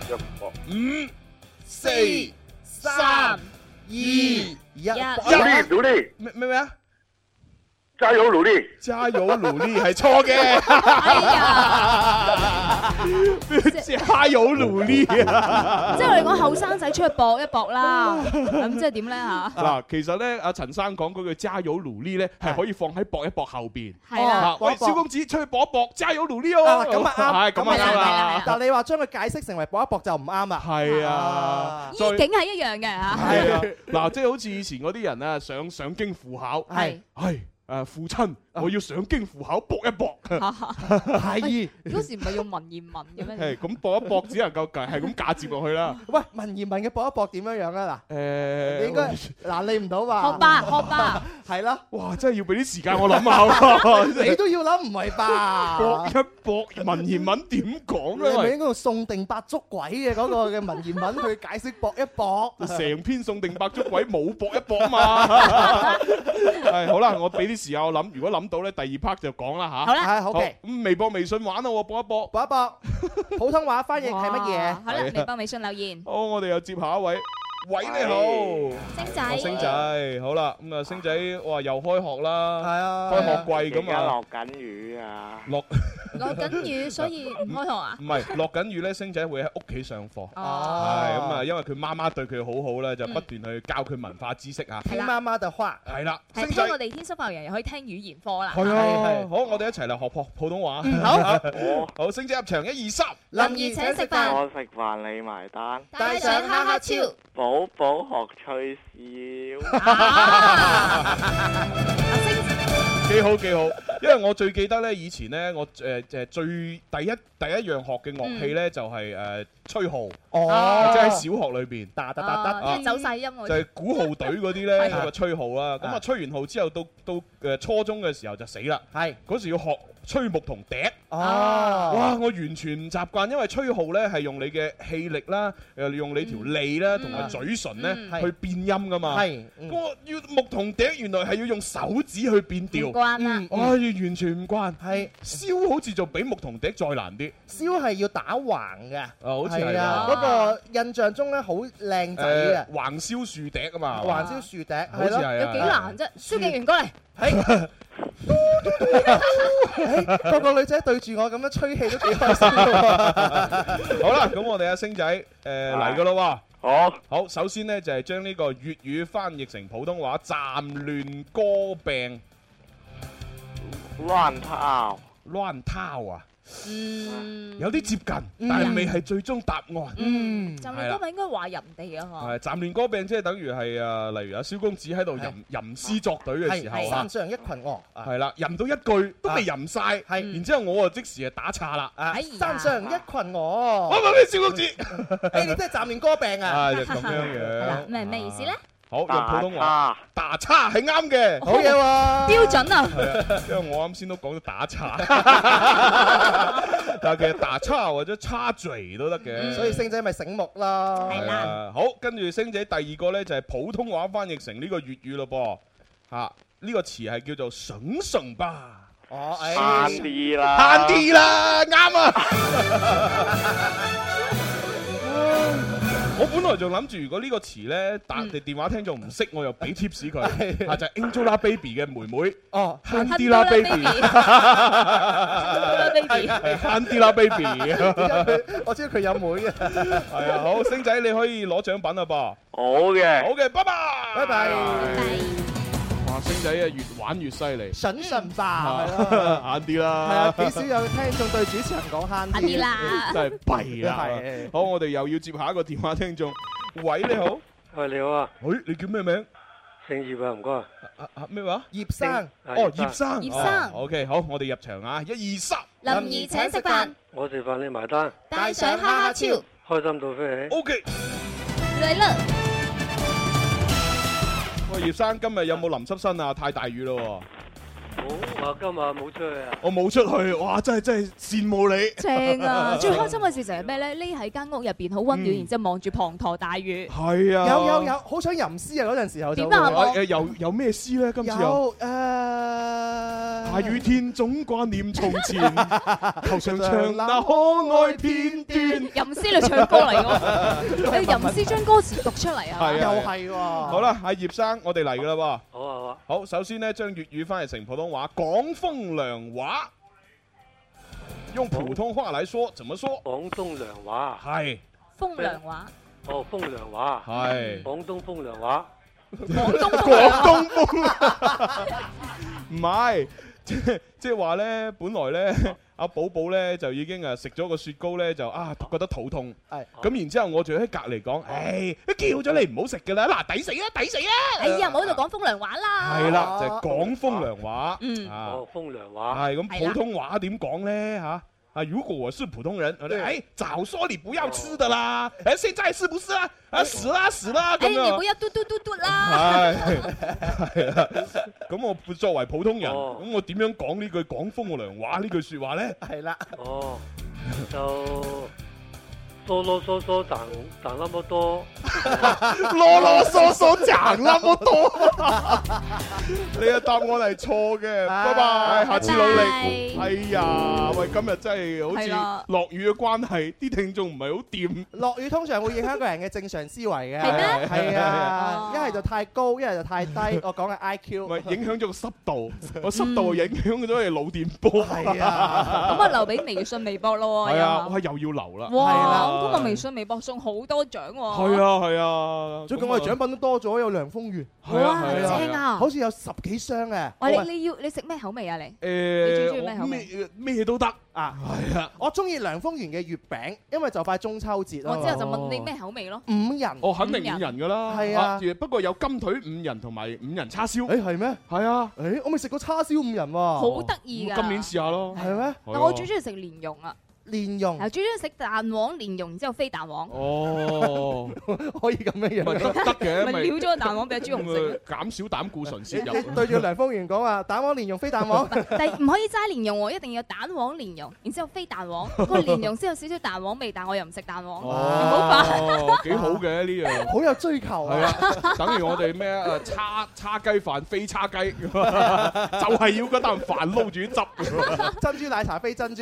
[SPEAKER 12] 一搏，
[SPEAKER 4] 五、四、
[SPEAKER 7] 三
[SPEAKER 4] 三、
[SPEAKER 6] 二一，
[SPEAKER 7] 一
[SPEAKER 12] 努力努力，
[SPEAKER 4] 咩咩咩啊？
[SPEAKER 12] 加油努力，
[SPEAKER 4] 加油努力係錯嘅，
[SPEAKER 7] 哎呀！
[SPEAKER 4] 加油努力啊！
[SPEAKER 7] 即係我哋講後生仔出去搏一搏 啦，咁即係點咧嚇？
[SPEAKER 4] 嗱，其實咧，阿陳生講嗰句加油努力咧，係可以放喺搏一搏後邊。
[SPEAKER 7] 係啦，
[SPEAKER 4] 啊
[SPEAKER 6] 搏
[SPEAKER 4] 喂，
[SPEAKER 6] 一搏
[SPEAKER 4] 蕭公子出去搏一搏，加油努力哦！
[SPEAKER 6] 啊咁啊啱，
[SPEAKER 4] 係咁啊啱
[SPEAKER 7] 係啦係啦係
[SPEAKER 4] 啦
[SPEAKER 7] 啦，
[SPEAKER 6] 但你話將佢解釋成為搏一搏就唔啱啦。
[SPEAKER 4] 係啊
[SPEAKER 6] 啊，
[SPEAKER 7] 意
[SPEAKER 4] 再
[SPEAKER 7] 境係一樣嘅嚇。
[SPEAKER 4] 係啊，嗱，即係好似以前嗰啲人啊，上上京赴考，
[SPEAKER 6] 係
[SPEAKER 4] 係誒父親，我要上京赴考搏一 搏。
[SPEAKER 6] 係。
[SPEAKER 7] 嗰時唔係用文言文嘅咩？
[SPEAKER 4] 係咁搏一搏，只能夠計係咁嫁接落去 啦。
[SPEAKER 6] 喂，文言文嘅搏一搏點樣樣啊？嗱，
[SPEAKER 4] 誒，
[SPEAKER 6] 你應該嗱你唔到話。
[SPEAKER 7] 學霸，學霸，
[SPEAKER 6] 係啦，
[SPEAKER 4] 哇，真係要俾啲時間我 諗下喎。真
[SPEAKER 6] 你
[SPEAKER 4] 係
[SPEAKER 6] 都要諗唔係吧？
[SPEAKER 4] 搏一搏，文言文點講
[SPEAKER 6] 你係咪
[SPEAKER 4] 咧
[SPEAKER 6] 應？該用送定八捉鬼嘅嗰個嘅文言文去解釋搏一搏？
[SPEAKER 4] 喂成篇送定白粥鬼冇搏一搏嘛。 係好啦，我俾啲時間我諗，如果諗到咧，第二 part 就講啦吓。
[SPEAKER 7] 好啦，
[SPEAKER 6] 係好嘅，
[SPEAKER 4] 咁微博、微信玩啦喎，搏一搏。
[SPEAKER 6] 搏一搏。普通話翻譯係乜嘢？
[SPEAKER 7] 哇好啦，微博、微信留言。
[SPEAKER 4] 好，我哋又接下一位。喂你好，
[SPEAKER 13] 星仔
[SPEAKER 4] 我星仔，好啦，咁啊星仔，哇又開學啦，係
[SPEAKER 6] 啊
[SPEAKER 4] 開學季咁
[SPEAKER 3] 而家
[SPEAKER 4] 啊
[SPEAKER 3] 落，緊雨啊！
[SPEAKER 4] 落
[SPEAKER 7] 落緊雨，所以唔開學 啊？
[SPEAKER 4] 唔係落緊雨咧，星仔會喺屋企上課，係咁
[SPEAKER 6] 哦
[SPEAKER 4] 啊，因為佢媽媽對佢好好咧，就
[SPEAKER 7] 嗯
[SPEAKER 4] 不斷去教佢文化知識啊，
[SPEAKER 6] 聽媽媽的話，
[SPEAKER 4] 係啦，
[SPEAKER 7] 係聽我哋天生發人，又可以聽語言課啦。
[SPEAKER 4] 係啊，好，我哋一齊嚟學普普通話，好， 好，星仔入場，一二三，
[SPEAKER 7] 林怡請食飯
[SPEAKER 3] 我食飯你埋單。
[SPEAKER 7] 帶上哈哈超
[SPEAKER 3] 寶寶學吹簫。
[SPEAKER 4] 幾好幾好，因為我最記得咧，以前咧我誒誒最第一第一樣學嘅樂器
[SPEAKER 7] 嗯
[SPEAKER 4] 咧就係誒吹號，
[SPEAKER 6] 哦
[SPEAKER 4] 即係喺小學裏邊，嗒
[SPEAKER 7] 啊，即係走晒音嗰
[SPEAKER 4] 就係
[SPEAKER 7] 啲。
[SPEAKER 4] 鼓號隊嗰啲咧，咁啊吹號啦，咁啊吹完號之後，到到誒初中嘅時候就死啦，係嗰時要學吹牧童笛，
[SPEAKER 6] 哦
[SPEAKER 4] 哇！我完全唔習慣，因為吹號咧係用你嘅氣力啦，誒用你條脷啦同埋嘴唇咧
[SPEAKER 6] 嗯
[SPEAKER 4] 去變音噶嘛，
[SPEAKER 6] 係嗯
[SPEAKER 4] 咁我要牧童笛原來係要用手指去變調，
[SPEAKER 7] 唔慣啦
[SPEAKER 4] 嗯唉完全唔慣，係簫好似就比牧童笛再難啲，
[SPEAKER 6] 燒係要打橫嘅，
[SPEAKER 4] 好似係
[SPEAKER 6] 係啊，
[SPEAKER 4] 喎
[SPEAKER 6] 嗰個印象中咧好靚仔
[SPEAKER 4] 誒
[SPEAKER 6] 嘅，
[SPEAKER 4] 橫簫豎笛啊嘛，
[SPEAKER 6] 橫燒樹笛，
[SPEAKER 4] 好似係啊
[SPEAKER 7] 有幾難啫？蕭敬元過嚟，
[SPEAKER 6] 個個女仔對 住我咁樣吹氣都幾開心喎。
[SPEAKER 4] 好啦，咁我哋阿星仔誒
[SPEAKER 6] 啊
[SPEAKER 4] 嚟噶咯喎。好，好，首先呢，就係將呢個粵語翻譯成普通話，暫亂歌病
[SPEAKER 3] 亂套
[SPEAKER 4] 亂套啊，
[SPEAKER 7] 嗯，
[SPEAKER 4] 有啲接近，但係未係最終答案。
[SPEAKER 6] 嗯，
[SPEAKER 7] 就你歌名應該話人哋啊嘛。
[SPEAKER 4] 係暫亂歌病，即係等於係啊，例如阿蕭公子喺度吟吟詩作對嘅時候啊
[SPEAKER 6] 山。上一群鵝，
[SPEAKER 4] 係啦，吟到一句都未吟晒，然之後我啊即時啊打岔啦，
[SPEAKER 6] 啊山上一群鵝。
[SPEAKER 4] 我問你蕭公子，
[SPEAKER 6] 誒你真係暫亂歌病 啊！
[SPEAKER 4] 啊就咁樣 樣，
[SPEAKER 7] 咩咩意思咧？
[SPEAKER 4] 好
[SPEAKER 14] 啊
[SPEAKER 4] 用普通話，打岔係啱嘅，
[SPEAKER 6] 好嘢喎，
[SPEAKER 7] 標準啊！
[SPEAKER 4] 係啊，因為我啱先都講咗打 岔，但係其實打岔或者叉嘴都得嘅。
[SPEAKER 6] 所以星仔咪醒目啦。
[SPEAKER 4] 嗯係啦，好，跟住星仔第二個咧就係普通話翻譯成呢個粵語咯噃，嚇呢個詞係叫做省省吧，
[SPEAKER 6] 哦，
[SPEAKER 3] 慳
[SPEAKER 6] 誒，
[SPEAKER 3] 啲啦，
[SPEAKER 4] 慳嗯啲啦，啱啊！ 我本來仲諗住，如果呢個詞咧，打你電話聽眾唔識，我又俾 tips 佢，啊就係 Angelababy 嘅妹妹，
[SPEAKER 6] 哦，
[SPEAKER 4] 慳啲啦 baby，哦
[SPEAKER 7] baby
[SPEAKER 4] 係慳啲啦 baby。
[SPEAKER 6] 我知道佢有妹嘅，
[SPEAKER 4] 系啊，好，星仔你可以攞獎品啦噃。
[SPEAKER 3] 好嘅
[SPEAKER 4] 好。嘅，拜
[SPEAKER 6] 拜
[SPEAKER 4] 哎拜。
[SPEAKER 6] 拜，
[SPEAKER 4] 哇，星仔啊，越玩越犀利。
[SPEAKER 6] 筍神吧，係咯，
[SPEAKER 4] 慳啲
[SPEAKER 6] 係
[SPEAKER 4] 啊啦
[SPEAKER 6] 啊，，幾少有聽眾對主持人講慳
[SPEAKER 13] 慳啲啦
[SPEAKER 4] 真係弊啦
[SPEAKER 6] 係。
[SPEAKER 4] 好，我哋又要接下一個電話聽眾。喂，你好。
[SPEAKER 15] 喂，你好啊，
[SPEAKER 4] 喂，你叫咩名？
[SPEAKER 15] 姓葉啊，唔該。
[SPEAKER 4] 啊啊咩話？
[SPEAKER 6] 葉生，
[SPEAKER 4] 哦，葉生。
[SPEAKER 7] 葉
[SPEAKER 4] 哦
[SPEAKER 7] 生
[SPEAKER 4] OK，好，我哋入場啊，一二三。
[SPEAKER 7] 林怡請食飯，
[SPEAKER 15] 我食飯你埋單，
[SPEAKER 7] 帶上哈哈超嚟
[SPEAKER 15] 開心到飛起。
[SPEAKER 4] OK。
[SPEAKER 7] 啦！
[SPEAKER 4] 喂，葉生，今日有冇淋濕身啊？太大雨咯喎。
[SPEAKER 15] 好，哦我今日冇出去啊。
[SPEAKER 4] 我冇出去，哇！真係真係羨慕你。
[SPEAKER 7] 正啊！最開心嘅事就係咩咧？匿喺間屋入邊好温暖，然之後望住滂沱大雨。
[SPEAKER 4] 係啊。
[SPEAKER 6] 有有有，好想吟詩啊！嗰陣時候就
[SPEAKER 7] 點啊
[SPEAKER 6] 會
[SPEAKER 7] 我
[SPEAKER 4] 誒誒有有咩詩咧？今次又。
[SPEAKER 6] 有誒，
[SPEAKER 4] 大雨天總掛念從 前，頭上唱那可愛片段。
[SPEAKER 7] 吟詩你唱歌嚟㗎，你吟詩將歌詞讀出嚟啊！
[SPEAKER 4] 係
[SPEAKER 6] 又
[SPEAKER 4] 啊
[SPEAKER 6] 係喎，好
[SPEAKER 4] 好，啦，阿葉生，我哋嚟噶啦
[SPEAKER 15] 好啊，好啊。
[SPEAKER 4] 噃。好，首先呢，將粵語翻譯成普通話，講風涼話，用普通話來說，怎麼
[SPEAKER 14] 哦
[SPEAKER 4] 說？
[SPEAKER 15] 廣東涼話，
[SPEAKER 4] 係
[SPEAKER 7] 風涼話，
[SPEAKER 15] 哦，風涼話，
[SPEAKER 4] 係
[SPEAKER 15] 廣東風涼話。
[SPEAKER 7] 廣東
[SPEAKER 4] 廣
[SPEAKER 7] 風涼
[SPEAKER 4] 東
[SPEAKER 7] 話，
[SPEAKER 4] 風，唔係即即係話呢，本來呢，阿寶寶呢就已經啊食咗個雪糕呢，就啊覺得肚痛。
[SPEAKER 6] 係
[SPEAKER 7] 哦
[SPEAKER 4] 咁然之後，我仲喺隔離講，唉，都叫咗你唔好食噶啦，嗱，抵死啊，抵死啊！
[SPEAKER 7] 哎呀，唔好喺度講風涼話啦！
[SPEAKER 4] 係啦，就係廣風涼話。
[SPEAKER 7] 嗯
[SPEAKER 4] 啊，
[SPEAKER 15] 哦，風涼話。
[SPEAKER 4] 係
[SPEAKER 7] 係
[SPEAKER 4] 咁
[SPEAKER 7] 啦
[SPEAKER 4] 普通話點講咧吓？啊，如果我是普通人，我
[SPEAKER 7] 嗯
[SPEAKER 4] 哋哎，早說你不要吃的啦，哎，現在是不是啊？啊，死啦死啦咁
[SPEAKER 7] 哎，你唔好
[SPEAKER 4] 樣。
[SPEAKER 7] 一嘟嘟嘟嘟啦！
[SPEAKER 4] 係係啦，咁我作為普通人，
[SPEAKER 15] 哦
[SPEAKER 4] 咁我點樣講呢
[SPEAKER 15] 哦
[SPEAKER 4] 句廣風涼話呢句説話咧？
[SPEAKER 6] 係啦，
[SPEAKER 15] 哦，就
[SPEAKER 16] 啰啰嗦嗦賺賺那麼多，
[SPEAKER 4] 啰啰嗦嗦賺那麼多，你嘅答案係錯嘅，拜拜，下次努力。哎呀，喂，今日真係好
[SPEAKER 6] 係
[SPEAKER 4] 似
[SPEAKER 6] 啦
[SPEAKER 4] 落雨嘅關係，啲聽眾唔係好掂。
[SPEAKER 6] 落雨通常會影響一個人嘅正常思維嘅，
[SPEAKER 4] 係咩
[SPEAKER 6] 係
[SPEAKER 4] 哦
[SPEAKER 6] 啊，一係就太高，一係就太低。 我講嘅 I Q，
[SPEAKER 4] 咪影響咗個濕度，個濕度影響咗你腦電波。
[SPEAKER 6] 係
[SPEAKER 7] 咁啊，留俾微信、微博咯喎。
[SPEAKER 4] 係
[SPEAKER 7] 又
[SPEAKER 4] 啊，
[SPEAKER 7] 話
[SPEAKER 4] 我又要留啦。
[SPEAKER 7] 哇！今日微信、微博送好多獎喎。
[SPEAKER 4] 係啊係啊，
[SPEAKER 6] 最近我哋獎品都多咗，有涼風園，
[SPEAKER 4] 係啊哇係啊
[SPEAKER 7] 正啊
[SPEAKER 6] 好似有十幾箱啊！
[SPEAKER 7] 喂，你你要你食咩口味啊？你你最中意咩口
[SPEAKER 4] 誒，
[SPEAKER 7] 味？
[SPEAKER 4] 呃咩咩都得
[SPEAKER 6] 啊，
[SPEAKER 4] 係啊。
[SPEAKER 6] 我中意涼風園嘅月餅，因為就快中秋節啦
[SPEAKER 7] 我
[SPEAKER 6] 嘛。
[SPEAKER 7] 之後就問你咩口味咯。
[SPEAKER 6] 五人，
[SPEAKER 4] 哦，肯定五人噶啦，
[SPEAKER 6] 係啊，
[SPEAKER 4] 不過有金腿五人同埋五人叉燒。
[SPEAKER 6] 誒係咩？
[SPEAKER 4] 係啊，
[SPEAKER 6] 誒我未食過叉燒五人喎，
[SPEAKER 7] 好得意㗎
[SPEAKER 4] 咁今年試下咯，啊
[SPEAKER 6] 係咩？
[SPEAKER 7] 嗱，我最中意食蓮蓉啊，
[SPEAKER 6] 蓮蓉
[SPEAKER 7] 係最中意食蛋黃蓮蓉，然之後飛蛋黃，
[SPEAKER 4] 哦，
[SPEAKER 6] 可以咁樣樣，
[SPEAKER 4] 咪得得嘅，
[SPEAKER 7] 咪撩咗個蛋黃俾阿朱紅食。
[SPEAKER 4] 咁咪減少膽固醇
[SPEAKER 6] 你
[SPEAKER 4] 攝
[SPEAKER 6] 你
[SPEAKER 4] 入。
[SPEAKER 6] 對住涼風園講話，蛋黃蓮蓉非蛋 黃。
[SPEAKER 7] 但係唔可以齋蓮蓉喎，一定要有蛋黃蓮蓉，然之後非 蛋黃。個蓮蓉先有少少蛋黃味，但我又唔食蛋黃。
[SPEAKER 4] 哦，幾好嘅呢 樣。
[SPEAKER 6] 好有追求
[SPEAKER 4] 係啊，等於我哋咩啊叉叉雞飯非叉雞， 就係要嗰啖飯撈住汁。
[SPEAKER 6] 珍珠奶茶非珍珠，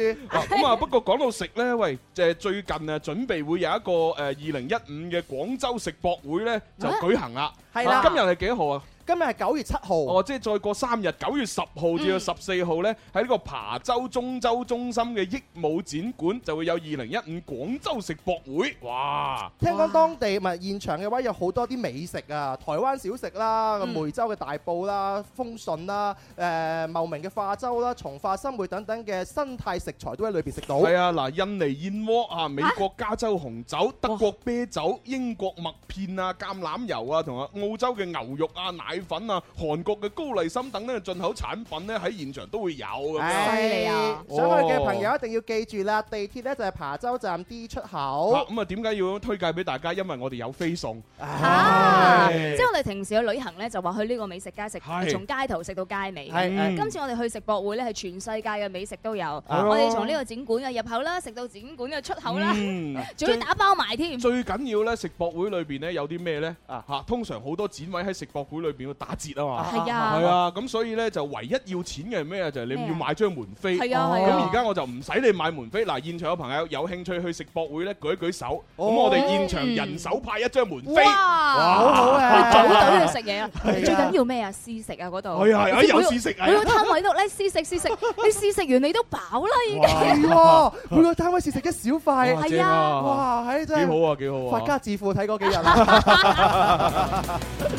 [SPEAKER 4] 咁啊，不過講到食呢，喂，誒最近啊，準備會有一個誒二零一五嘅廣州食博會呢，就舉行啦。
[SPEAKER 6] 係啦
[SPEAKER 4] 今日係幾號啊？
[SPEAKER 6] 今日係九月七號。
[SPEAKER 4] 哦，即係再過三日，九月十號至到十四號呢，喺呢個琶洲中洲中心嘅益武展館就會有二零一五廣州食博會，哇！
[SPEAKER 6] 聽講當地咪現場嘅話有好多啲美食啊，台灣小食啦，梅州嘅大埔啦、豐順啦、誒茂名嘅化州啦、從化新會等等嘅生態食材都喺裏邊食到。
[SPEAKER 4] 係啊，嗱，印尼燕窩啊，美國加州紅酒、德國啤酒、英國麥片啊、橄欖油啊，同埋澳洲嘅牛肉啊、奶粉啊、韓國嘅高麗參等呢進口產品呢，喺現場都會有咁樣。
[SPEAKER 6] 唉
[SPEAKER 7] 犀利啊
[SPEAKER 6] 想去嘅朋友一定要記住啦，地鐵呢就係琶洲站 D 出
[SPEAKER 4] 嗱
[SPEAKER 6] 口。
[SPEAKER 4] 咁啊，點解要推介俾大家？因為我哋有飛送。
[SPEAKER 7] 啊！
[SPEAKER 4] 唉
[SPEAKER 7] 即係我哋平時去旅行咧，就話去呢個美食街食，
[SPEAKER 4] 係
[SPEAKER 7] 從街頭食到街尾。嗯
[SPEAKER 4] 係係
[SPEAKER 7] 今次我哋去食博會咧，係全世界嘅美食都有。
[SPEAKER 4] 係咯
[SPEAKER 7] 我哋從呢個展館嘅入口啦，食到展館嘅出口啦，
[SPEAKER 4] 哦嗯
[SPEAKER 7] 仲要打包埋添。
[SPEAKER 4] 最緊要咧，食博會裏邊咧有啲咩咧？啊嚇，通常好多展位喺食博會裏邊要打折啊嘛。
[SPEAKER 7] 係啊
[SPEAKER 4] 係啊，咁所以咧就唯一要錢嘅係咩啊？就係你
[SPEAKER 7] 咩啊
[SPEAKER 4] 要買張門飛。
[SPEAKER 7] 係啊係啊
[SPEAKER 4] 咁而家我就唔使你買門飛。嗱，現場有朋友有興趣去食博會咧，舉一舉手。咁
[SPEAKER 6] 哦
[SPEAKER 4] 我哋現場人手派一張門飛。
[SPEAKER 7] 哇！
[SPEAKER 4] 哇好好啊
[SPEAKER 7] 組隊去食嘢啊！
[SPEAKER 4] 係啊
[SPEAKER 7] 最緊要咩啊？試食啊嗰度。
[SPEAKER 4] 係啊係啊
[SPEAKER 7] 你知唔
[SPEAKER 4] 有
[SPEAKER 7] 知每個
[SPEAKER 4] 試食啊
[SPEAKER 7] 每個攤位度咧試食試食，你試食完你都飽啦已
[SPEAKER 6] 係
[SPEAKER 7] 經。
[SPEAKER 6] 喎，每個單位試食一小塊。
[SPEAKER 4] 哇正啊
[SPEAKER 6] 哇，係真係
[SPEAKER 4] 幾好啊幾好啊
[SPEAKER 6] 發家致富睇嗰幾日啊。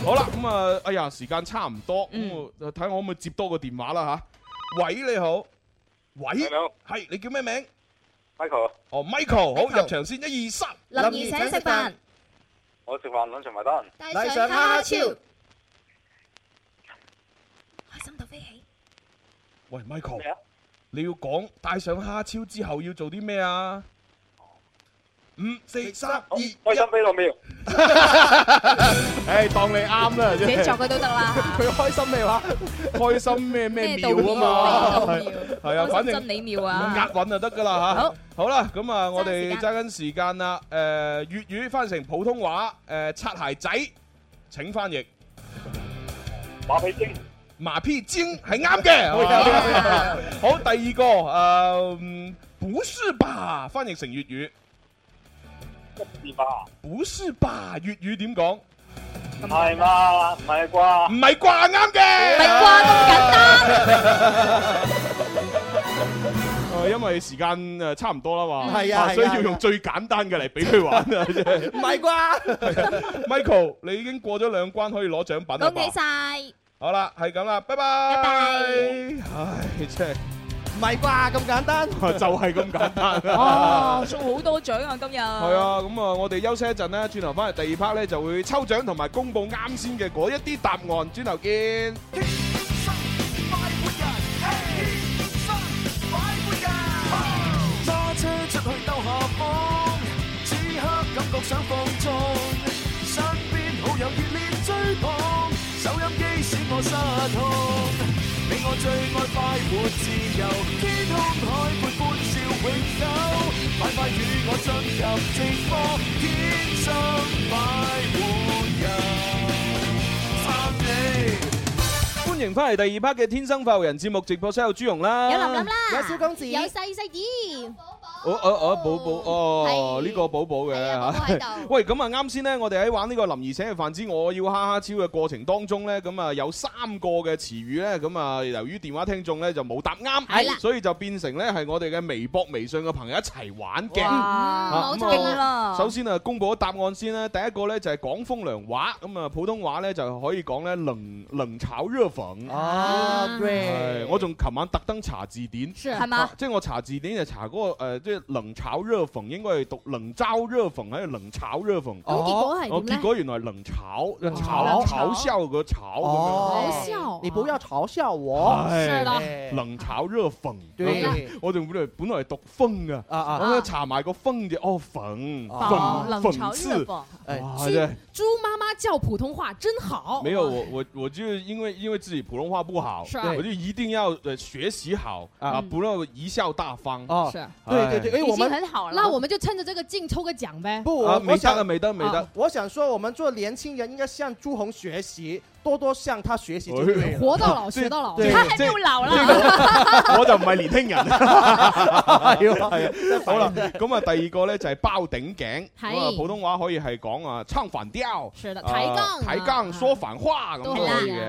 [SPEAKER 4] 好啦，咁啊，哎呀，時間差唔多，咁我睇下我可唔可以接多個電話啦吓。喂，你好。喂。你好。係，你叫咩名？Michael。哦，Michael，好，入場先，一二三。
[SPEAKER 17] 林怡請食飯，
[SPEAKER 16] 我食飯兩場埋單。
[SPEAKER 17] 帶上哈哈超，開心到飛起。
[SPEAKER 4] 喂，Michael，你要講帶上蝦超之後要做啲咩啊？五、四、三、二、一，開心俾老苗。 唉，當你啱啦，
[SPEAKER 7] 自己作嘅都得啦。
[SPEAKER 4] 佢開心咩話？開心咩咩
[SPEAKER 7] 咩道
[SPEAKER 4] 妙
[SPEAKER 7] 妙
[SPEAKER 4] 啊嘛，
[SPEAKER 7] 咩道
[SPEAKER 4] 係啊，
[SPEAKER 7] 開心
[SPEAKER 4] 反正
[SPEAKER 7] 真理妙 啊
[SPEAKER 4] 押韻就得噶啦吓。
[SPEAKER 7] 好，
[SPEAKER 4] 好啦，咁啊，我哋揸
[SPEAKER 7] 揸緊時間
[SPEAKER 4] 緊時間啦。誒，粵語翻成普通話，誒，擦鞋仔，請翻譯。馬屁精，馬屁精係啱 嘅。好，第二個誒，嗯不是吧？翻譯成粵語。不是吧？不是吧？粵語點講？唔係嘛？唔係啩？唔係啩？啱嘅。唔係啩？咁簡單。呃因為時間誒呃差唔多啦嘛，
[SPEAKER 6] 係啊係啊
[SPEAKER 4] 所以要用最簡單嘅嚟俾佢玩 啊，真係啊
[SPEAKER 6] 唔係啩？
[SPEAKER 4] Michael，你已經過咗兩關，可以攞獎品啦。
[SPEAKER 7] 恭喜！晒！
[SPEAKER 4] 好啦，係咁啦，拜拜。拜拜。唉，真係。
[SPEAKER 6] 唔係啩？咁簡單？
[SPEAKER 4] 就係 咁簡單。
[SPEAKER 7] 哦，送好多獎啊今日。
[SPEAKER 4] 係啊，咁啊，我哋休息一陣啦，轉頭翻嚟第二 part 咧就會抽獎同埋公佈啱先嘅嗰一啲答案，轉頭見。
[SPEAKER 3] 揸車出去兜下風，此刻感覺想放縱，身邊好友熱烈追捧，收音機使我失控。你我最愛快活自由，天空海闊歡笑永
[SPEAKER 2] 永久，快快與我進入直播，天生快活人，翻你。
[SPEAKER 4] 欢迎翻嚟第二 part 嘅《天生快活人》節目直播室有朱容啦，
[SPEAKER 5] 有林林啦，
[SPEAKER 6] 有小公子，
[SPEAKER 5] 有細細子，
[SPEAKER 4] 哦哦哦，寶寶哦，呢個寶寶嘅
[SPEAKER 5] 喺
[SPEAKER 4] 嚇。 喂，咁啊啱先呢，我哋喺玩呢個林兒請嘅飯之我要哈哈超嘅過程當中呢，咁啊有三個嘅詞語呢，咁啊由於電話聽眾呢就冇答
[SPEAKER 18] 係啦
[SPEAKER 4] 啱，所以就變成呢係我哋嘅微博、微信嘅朋友一齊玩嘅。
[SPEAKER 18] 哇
[SPEAKER 4] 嗯
[SPEAKER 18] 冇錯
[SPEAKER 4] 咁啊
[SPEAKER 18] 勁啦
[SPEAKER 4] 首先啊，公佈咗答案先啦。第一個呢就係廣風涼話，咁啊普通話呢就可以講呢冷冷炒熱粉。
[SPEAKER 6] 啊
[SPEAKER 4] 嗯
[SPEAKER 6] ，great
[SPEAKER 4] 係我仲琴晚特登查字典，
[SPEAKER 6] 是係嘛
[SPEAKER 4] 啊即係我查字典就查嗰個誒，即係冷炒熱粉應該係讀冷炒熱粉，喺度冷炒熱
[SPEAKER 6] 咁
[SPEAKER 4] 粉。
[SPEAKER 6] 結果係點
[SPEAKER 4] 哦
[SPEAKER 6] 咧
[SPEAKER 4] 結果原來冷炒，
[SPEAKER 6] 炒
[SPEAKER 4] 炒嘲笑個炒咁樣。
[SPEAKER 6] 哦，
[SPEAKER 5] 啊
[SPEAKER 6] 你不要嘲笑我，
[SPEAKER 4] 係
[SPEAKER 6] 哎
[SPEAKER 4] 冷炒熱粉。
[SPEAKER 6] 對
[SPEAKER 4] 我仲本來本來係讀風啊，我咧查埋個風字，哦粉
[SPEAKER 7] 哦
[SPEAKER 18] 啊
[SPEAKER 4] 粉
[SPEAKER 18] 冷炒
[SPEAKER 4] 粉
[SPEAKER 18] 熱
[SPEAKER 4] 刺
[SPEAKER 18] 粉，
[SPEAKER 4] 哇真係。
[SPEAKER 18] 猪妈妈教普通话真好。
[SPEAKER 4] 没有，我我我就因为因为自己普通话不好，
[SPEAKER 18] 是啊对
[SPEAKER 4] 我就一定要呃学习好啊，不要贻笑大方
[SPEAKER 6] 哦
[SPEAKER 18] 是
[SPEAKER 6] 对对对，哎，我们
[SPEAKER 18] 那我们就趁着这个劲抽个奖呗。
[SPEAKER 6] 不，
[SPEAKER 4] 啊
[SPEAKER 6] 我
[SPEAKER 4] 没
[SPEAKER 6] 我想
[SPEAKER 4] 得没得没得
[SPEAKER 6] 啊我想说，我们做年轻人应该向朱红学习，多多向他学习就
[SPEAKER 4] 哎
[SPEAKER 6] 对了。
[SPEAKER 18] 活到老学到老，
[SPEAKER 6] 对
[SPEAKER 18] 他还没有老啦。
[SPEAKER 4] 我就唔係年輕人，
[SPEAKER 6] 係
[SPEAKER 4] 啊係啊，好啦，咁啊第二個咧就係包頂頸，
[SPEAKER 18] 係
[SPEAKER 4] 咁啊普通話可以係講啊唱反調，
[SPEAKER 18] 是的
[SPEAKER 4] 啊
[SPEAKER 18] 抬槓
[SPEAKER 4] 抬槓說反話咁
[SPEAKER 18] 都
[SPEAKER 4] 都
[SPEAKER 18] 係啦
[SPEAKER 4] 可以嘅，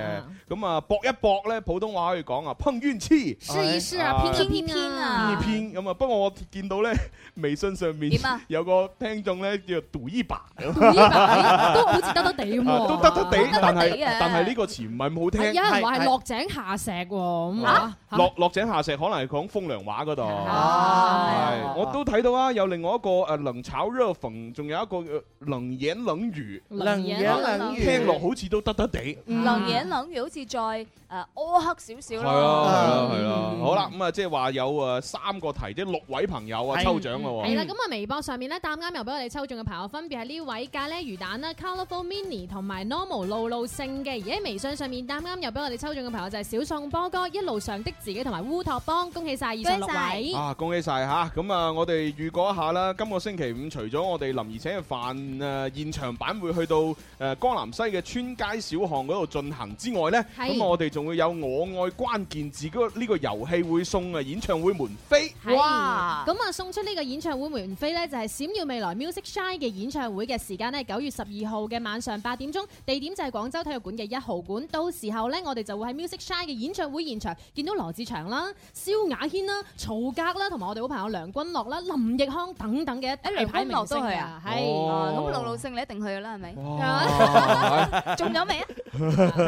[SPEAKER 4] 咁啊搏一搏咧普通話可以講啊碰運氣，
[SPEAKER 18] 試一試啊拼一拼啊
[SPEAKER 4] 拼一拼咁啊！不過我見到咧 微信上面
[SPEAKER 18] 點啊
[SPEAKER 4] 有個聽眾咧叫賭一把，
[SPEAKER 18] 賭一把 都好似得得地喎
[SPEAKER 4] 啊都得得地
[SPEAKER 18] 哦得得地，
[SPEAKER 4] 但係
[SPEAKER 18] 嘅
[SPEAKER 4] 但係呢個詞唔係咁好聽，
[SPEAKER 18] 有人話係
[SPEAKER 4] 係
[SPEAKER 18] 落井下石喎，咁啊
[SPEAKER 4] 啊，落落井下石可能係講風涼話嗰度，
[SPEAKER 18] 啊
[SPEAKER 4] 係哎我都睇到啊，有另外一個誒冷炒熱逢，仲有一個呃冷言冷語，
[SPEAKER 18] 冷言冷語
[SPEAKER 4] 聽落好似都得得地。
[SPEAKER 6] 嗯
[SPEAKER 7] 冷言冷語好似再誒苛刻少少
[SPEAKER 4] 係啊，係啊，
[SPEAKER 7] 咯。
[SPEAKER 4] 係啊，好啦，咁啊，即係話有誒三個題，即係六位朋友啊抽獎咯喎。
[SPEAKER 18] 係啦，咁啊微博上面咧答啱又俾我哋抽中嘅朋友分別係呢位咖喱魚蛋啦、Colorful Mini 同埋 Normal 露露性嘅，而喺微信上面答啱又俾我哋抽中嘅朋友就係小宋波哥一路上的自己同埋烏托邦，恭喜晒以上六位。
[SPEAKER 4] 啊，恭喜晒吓！咁啊，我哋預告一下啦，今個星期五除咗我哋林兒請嘅飯誒現場版會去到誒江南西嘅村街小巷嗰度進行之外呢，
[SPEAKER 18] 係
[SPEAKER 4] 咁我哋仲會有我愛關鍵字嗰個呢個遊戲會送啊演唱會門飛。
[SPEAKER 18] 係咁啊，送出呢個演唱會門飛呢，就係《閃耀未來 Music Shine》嘅演唱會嘅時間呢，九月十二號嘅晚上八點鐘，地點就係廣州體育館嘅一號館。到時候呢，我哋就會喺 Music Shine 嘅演唱會現場見到羅志祥啦、蕭亞軒啦、曹格啦，同埋我哋好朋友梁君樂啦、林奕匡等等嘅一大牌明星
[SPEAKER 7] 梁君樂都去
[SPEAKER 18] 㗎
[SPEAKER 7] 啊
[SPEAKER 18] 係
[SPEAKER 7] 哦咁
[SPEAKER 18] 老
[SPEAKER 7] 露
[SPEAKER 18] 老
[SPEAKER 7] 露星你一定去㗎啦，係咪？
[SPEAKER 4] 哇
[SPEAKER 7] 仲有未 啊？星期五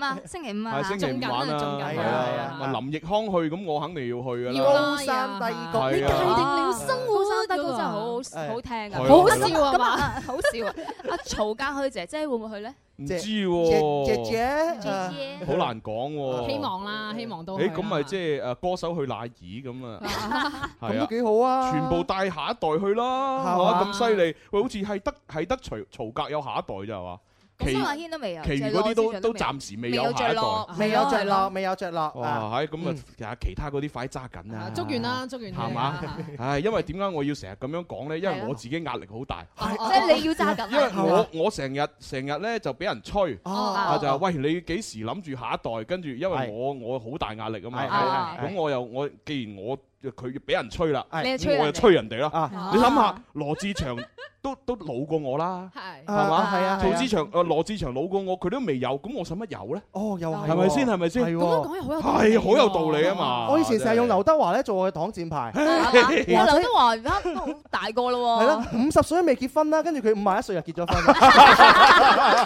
[SPEAKER 7] 啊，星期五啊，
[SPEAKER 4] 係星期五晚
[SPEAKER 7] 仲緊
[SPEAKER 4] 啦，係啊，咁啊林奕匡去，咁我肯定要去噶
[SPEAKER 7] 要
[SPEAKER 4] 啦
[SPEAKER 7] 啦。三低
[SPEAKER 4] 谷
[SPEAKER 7] 你界定了生活，高三低
[SPEAKER 18] 嗰
[SPEAKER 7] 谷
[SPEAKER 18] 個
[SPEAKER 7] 真係好
[SPEAKER 4] 係
[SPEAKER 7] 好好聽㗎，
[SPEAKER 4] 係啊好好
[SPEAKER 6] 笑啊
[SPEAKER 7] 咁啊，好笑啊！阿曹家輝姐姐會唔會去咧？
[SPEAKER 4] 唔知喎，
[SPEAKER 6] 姐姐
[SPEAKER 7] 嗯
[SPEAKER 6] 呃姐
[SPEAKER 7] 姐
[SPEAKER 4] 好難講喎。
[SPEAKER 18] 希望啦，希望都
[SPEAKER 4] 誒
[SPEAKER 18] 去啦。
[SPEAKER 4] 咁咪即係誒歌手去哪兒咁啊？
[SPEAKER 6] 咁
[SPEAKER 4] 係
[SPEAKER 6] 都
[SPEAKER 4] 啊。
[SPEAKER 6] 幾好啊！
[SPEAKER 4] 全部帶下一代去啦，
[SPEAKER 6] 係
[SPEAKER 4] 係
[SPEAKER 6] 嘛
[SPEAKER 4] 嘛咁犀利？喂，好似係得係得曹曹格有下一代咋係嘛？
[SPEAKER 7] 咁
[SPEAKER 4] 其
[SPEAKER 7] 蕭亞軒都未有，
[SPEAKER 4] 其餘嗰啲都都暫時未有下一代，
[SPEAKER 6] 未有着落，
[SPEAKER 7] 係
[SPEAKER 6] 未有着落啊！
[SPEAKER 4] 哇，係咁啊，其實其他嗰啲快揸緊啊！
[SPEAKER 18] 祝願啦，祝願
[SPEAKER 4] 係嘛？
[SPEAKER 18] 啊
[SPEAKER 4] 唉，因為點解我要成日咁樣講咧？因
[SPEAKER 6] 啊
[SPEAKER 4] 為我自己壓力好大。
[SPEAKER 7] 即
[SPEAKER 18] 哦
[SPEAKER 7] 係你要揸緊啊。
[SPEAKER 4] 因為我我成日成日咧就俾人催，
[SPEAKER 7] 哦
[SPEAKER 4] 啊就
[SPEAKER 7] 哦
[SPEAKER 4] 係喂你幾時諗住下一代？跟住因為我我好大壓力啊
[SPEAKER 6] 係
[SPEAKER 4] 嘛，
[SPEAKER 6] 係係
[SPEAKER 4] 咁我又我既然我佢俾人催啦，
[SPEAKER 6] 係你又
[SPEAKER 4] 咁
[SPEAKER 6] 催
[SPEAKER 4] 我
[SPEAKER 6] 人哋
[SPEAKER 4] 又催人哋
[SPEAKER 6] 啊
[SPEAKER 4] 啦。你諗
[SPEAKER 7] 哦
[SPEAKER 4] 下羅志祥 都都老過我啦，
[SPEAKER 18] 係
[SPEAKER 4] 係
[SPEAKER 6] 啊
[SPEAKER 4] 嘛？
[SPEAKER 6] 係啊係啊
[SPEAKER 4] 曹志祥誒羅志祥老過我，佢都未有，咁我使乜有咧？
[SPEAKER 6] 哦，又係
[SPEAKER 4] 係咪
[SPEAKER 6] 喎
[SPEAKER 4] 先？係咪先？
[SPEAKER 6] 係喎咁樣講
[SPEAKER 18] 又
[SPEAKER 6] 道理
[SPEAKER 4] 係好
[SPEAKER 18] 好有
[SPEAKER 4] 有道理啊嘛！
[SPEAKER 6] 我以前成日用
[SPEAKER 4] 真係
[SPEAKER 6] 劉德華咧做我嘅擋箭牌，
[SPEAKER 7] 哦 係嘛
[SPEAKER 6] 哇
[SPEAKER 7] 哇，劉德華而家都好大個咯喎。
[SPEAKER 6] 係啦，五十歲都未結婚啦，跟住佢五十一歲就結咗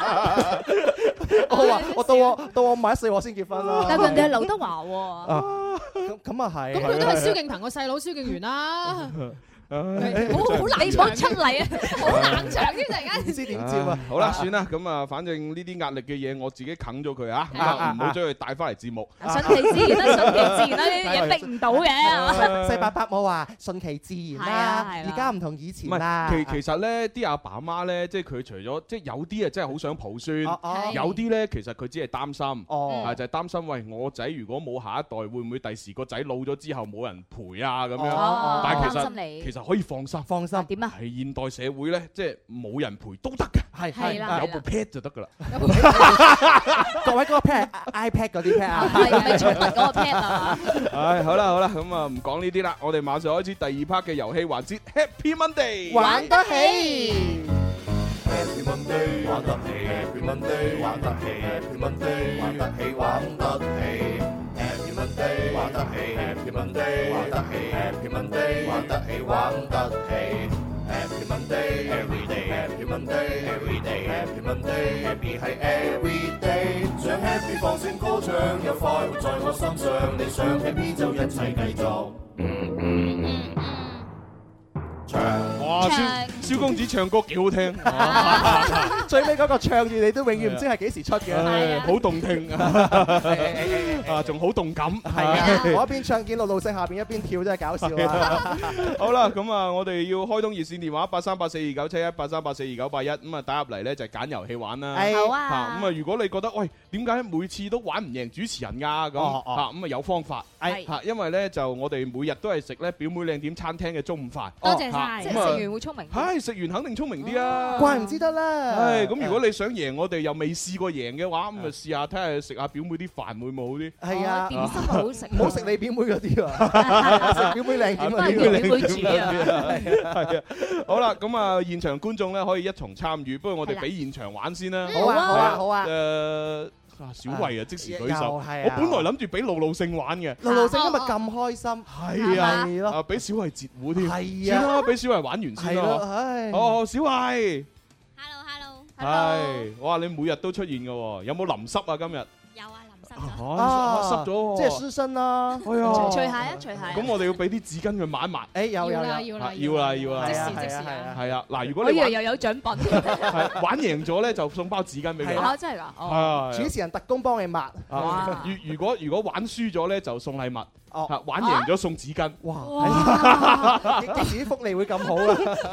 [SPEAKER 6] 婚。 我 話我到我到我五十一歲我先結婚啦。
[SPEAKER 7] 但係人哋係劉德華喎。
[SPEAKER 6] 啊，咁咁啊係。
[SPEAKER 18] 咁佢都係蕭敬騰個細佬蕭敬元啦。
[SPEAKER 4] 唉
[SPEAKER 7] 好
[SPEAKER 4] 真係
[SPEAKER 7] 好冷
[SPEAKER 4] 唔
[SPEAKER 7] 場出嚟啊！好冷場添，突然間唔知
[SPEAKER 6] 點啊
[SPEAKER 4] 唉 好啦，算啦，咁啊，反正呢啲壓力嘅嘢，我自己啃咗佢啊，咁
[SPEAKER 6] 啊啊
[SPEAKER 4] 啊唔好將佢帶翻嚟節目。
[SPEAKER 7] 順其自然啦，順其自然啦，呢啲嘢
[SPEAKER 6] 係
[SPEAKER 7] 逼唔到嘅係 嘛。
[SPEAKER 6] 細細伯伯冇話順其自然
[SPEAKER 7] 啊
[SPEAKER 6] 啦，而家唔同以前
[SPEAKER 4] 唔
[SPEAKER 6] 啦。
[SPEAKER 4] 係，其其實咧，啲阿爸阿媽咧，即係佢除咗即係有啲啊，真係好想抱孫
[SPEAKER 6] 哦哦，
[SPEAKER 4] 有啲咧其實佢只係擔心，
[SPEAKER 7] 嗯
[SPEAKER 6] 哦
[SPEAKER 4] 啊就係擔心喂我仔如果冇下一代，會唔會第時個仔老咗之後冇人陪啊咁
[SPEAKER 6] 哦
[SPEAKER 4] 樣？但係其
[SPEAKER 6] 擔心你
[SPEAKER 4] 實其實可以放心，
[SPEAKER 6] 放心
[SPEAKER 4] 點啊？係現代社會咧，即係冇人陪都得㗎，
[SPEAKER 6] 係係啦
[SPEAKER 4] 有部 pad 就得㗎啦。
[SPEAKER 6] 各位嗰個 pad 係 iPad 嗰啲 pad 啊，
[SPEAKER 7] 係咪寵物嗰個 pad
[SPEAKER 6] 啊？
[SPEAKER 4] 唉，好啦好啦，咁啊唔講呢啲啦，我哋馬上開始第二 part 嘅遊戲環節 Happy Monday，
[SPEAKER 6] 玩得起。
[SPEAKER 19] Happy Monday 玩得起，Happy Monday 玩得起，Happy Monday 玩得起玩得起，Happy Monday 玩得起，Happy Monday 玩得起，Happy Monday 玩得起玩得起，Happy Monday every day，Happy Monday every day，Happy Monday happy 係 every day，想 Happy 放聲歌唱，有快活在我心上，你想 Happy 就一切繼續。
[SPEAKER 4] 哇，蕭蕭啊公子唱歌幾好 聽，
[SPEAKER 6] 最尾嗰個唱住你都永遠唔知啊係幾時出嘅
[SPEAKER 4] 唉，啊好動 聽啊，仲好動感，係
[SPEAKER 6] 我一邊唱見露露聲，下邊一邊跳真係搞笑啊！
[SPEAKER 4] 好啦，咁啊，我哋要開通熱線電話八三八四二九七一八三八四二九八一，咁啊打入嚟咧就係揀遊戲玩啦。
[SPEAKER 6] 係好啊
[SPEAKER 4] 嚇咁啊，如果你覺得喂點解每次都玩唔贏主持人㗎咁
[SPEAKER 6] 哦
[SPEAKER 4] 嚇，咁啊有方法
[SPEAKER 6] 係
[SPEAKER 4] 嚇，因為咧就我哋每日都係食咧表妹靚點餐廳嘅中午飯。
[SPEAKER 7] 多謝
[SPEAKER 4] 嚇
[SPEAKER 7] 晒，即係
[SPEAKER 4] 咁啊
[SPEAKER 7] 食完會聰明。
[SPEAKER 4] 唉，食完肯定聰明啲啊！
[SPEAKER 6] 怪唔之得啦。
[SPEAKER 4] 唉，咁如果你想贏我哋又未試過贏嘅話，咁
[SPEAKER 6] 嗯
[SPEAKER 4] 咪試下睇下食下表妹啲飯會唔會好啲？
[SPEAKER 6] 係啊，
[SPEAKER 7] 好食，
[SPEAKER 6] 唔好食你表妹嗰啲啊，食表妹靚點嗰啲啊，嗯
[SPEAKER 4] 係啊，好啦，咁啊，現場觀眾咧可以一同參與，不過我哋俾現場玩先啦。
[SPEAKER 6] 好啊好啊好啊
[SPEAKER 4] 誒，啊小慧啊，即時舉手。
[SPEAKER 6] 又
[SPEAKER 4] 我
[SPEAKER 6] 係啊
[SPEAKER 4] 本來諗住俾露露勝玩嘅。
[SPEAKER 6] 露露聲今日咁開心，
[SPEAKER 4] 係啊，
[SPEAKER 6] 係
[SPEAKER 4] 啊，俾小慧截胡添。
[SPEAKER 6] 係啊
[SPEAKER 4] 算啦，俾小慧玩完先
[SPEAKER 6] 係咯嗯
[SPEAKER 4] 啦
[SPEAKER 6] 唉。
[SPEAKER 4] 哦，小慧。Hello，hello。係，哇！你每日都出現嘅喎，有冇淋濕啊？今日？有啊，淋濕咗。啊，濕咗喎。
[SPEAKER 6] 即係書生啦。
[SPEAKER 4] 哎呀
[SPEAKER 7] 除鞋啊，除鞋啊。
[SPEAKER 4] 咁我哋要俾啲紙巾佢抹一抹。
[SPEAKER 6] 誒有有
[SPEAKER 7] 要啦
[SPEAKER 6] 有
[SPEAKER 7] 要
[SPEAKER 4] 啊
[SPEAKER 7] 啦
[SPEAKER 4] 要啦要啦，
[SPEAKER 7] 即時即時啊！
[SPEAKER 4] 係啊，嗱，如果
[SPEAKER 7] 我
[SPEAKER 4] 你
[SPEAKER 7] 以
[SPEAKER 4] 玩
[SPEAKER 7] 為又有獎品，
[SPEAKER 4] 係玩贏咗咧，就送包紙巾俾佢。
[SPEAKER 7] 嚇真係㗎，哦
[SPEAKER 4] 啊
[SPEAKER 6] 主持人特工幫你抹，
[SPEAKER 4] 啊如如果如果玩輸咗咧，就送禮物。
[SPEAKER 6] 哦
[SPEAKER 4] 嚇玩贏咗送紙巾。
[SPEAKER 6] 哇！ 幾時啲福利會咁好 啊？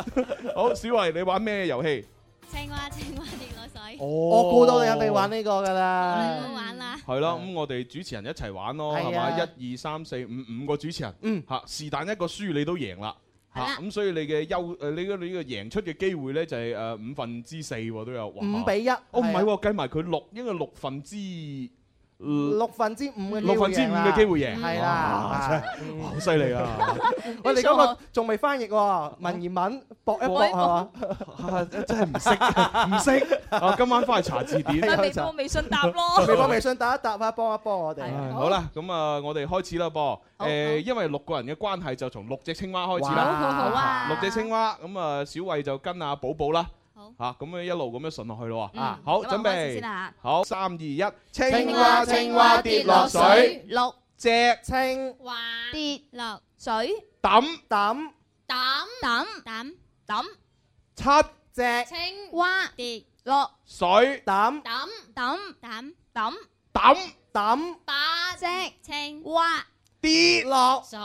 [SPEAKER 4] 好，小慧，你玩咩遊戲？
[SPEAKER 20] 青蛙青蛙跌落水，
[SPEAKER 6] 我估到你肯定玩呢個㗎啦。
[SPEAKER 20] 好玩啦。
[SPEAKER 4] 係啦，咁我哋主持人一齊玩咯，
[SPEAKER 6] 係啊
[SPEAKER 4] 係嘛？一二三四五五個主持人，
[SPEAKER 6] 嗯，
[SPEAKER 4] 嚇是但一個輸你都贏啦。
[SPEAKER 20] 係
[SPEAKER 4] 嚇
[SPEAKER 20] 啦
[SPEAKER 4] 咁，所以你嘅優呃誒，你嘅你嘅贏出嘅機會咧就係誒五分之四喎，都有哇
[SPEAKER 6] 五比一
[SPEAKER 4] 哦，唔係
[SPEAKER 6] 係
[SPEAKER 4] 喎，計埋佢六，應該六分之六
[SPEAKER 6] 六分之五嘅機會
[SPEAKER 4] 六分之五嘅機會贏，
[SPEAKER 6] 係啦。啊
[SPEAKER 4] 哇，真係哇好犀利啊！
[SPEAKER 6] 喂，你嗰個仲未翻譯喎，文言文搏一搏係嘛？
[SPEAKER 4] 啊真係唔識， 唔識啊！今晚翻去查字典。
[SPEAKER 6] 係
[SPEAKER 7] 微博微信答咯。
[SPEAKER 6] 微博、微信打一答啊，幫一幫我哋。
[SPEAKER 4] 唉好啦，咁啊，我哋開始啦噃。誒，因為六個人嘅關係，就從六隻青蛙開始啦。
[SPEAKER 6] 哇好好好啊
[SPEAKER 4] 六隻青蛙，咁啊，小慧就跟阿寶寶啦。嚇，咁樣一路咁樣順落去咯喎。啊，好，
[SPEAKER 7] 咁啊
[SPEAKER 4] 準
[SPEAKER 7] 開始
[SPEAKER 4] 備
[SPEAKER 7] 先啦，
[SPEAKER 4] 好，三二一，
[SPEAKER 7] 青蛙青蛙跌落水六
[SPEAKER 4] 隻
[SPEAKER 6] 青
[SPEAKER 7] 蛙跌落水，
[SPEAKER 4] 抌
[SPEAKER 6] 抌
[SPEAKER 7] 抌抌抌抌
[SPEAKER 4] 七
[SPEAKER 6] 隻
[SPEAKER 7] 青蛙跌落
[SPEAKER 4] 水
[SPEAKER 6] 抌
[SPEAKER 7] 抌抌抌抌
[SPEAKER 4] 抌
[SPEAKER 6] 抌
[SPEAKER 7] 八隻青蛙
[SPEAKER 4] 跌
[SPEAKER 6] 落
[SPEAKER 7] 水，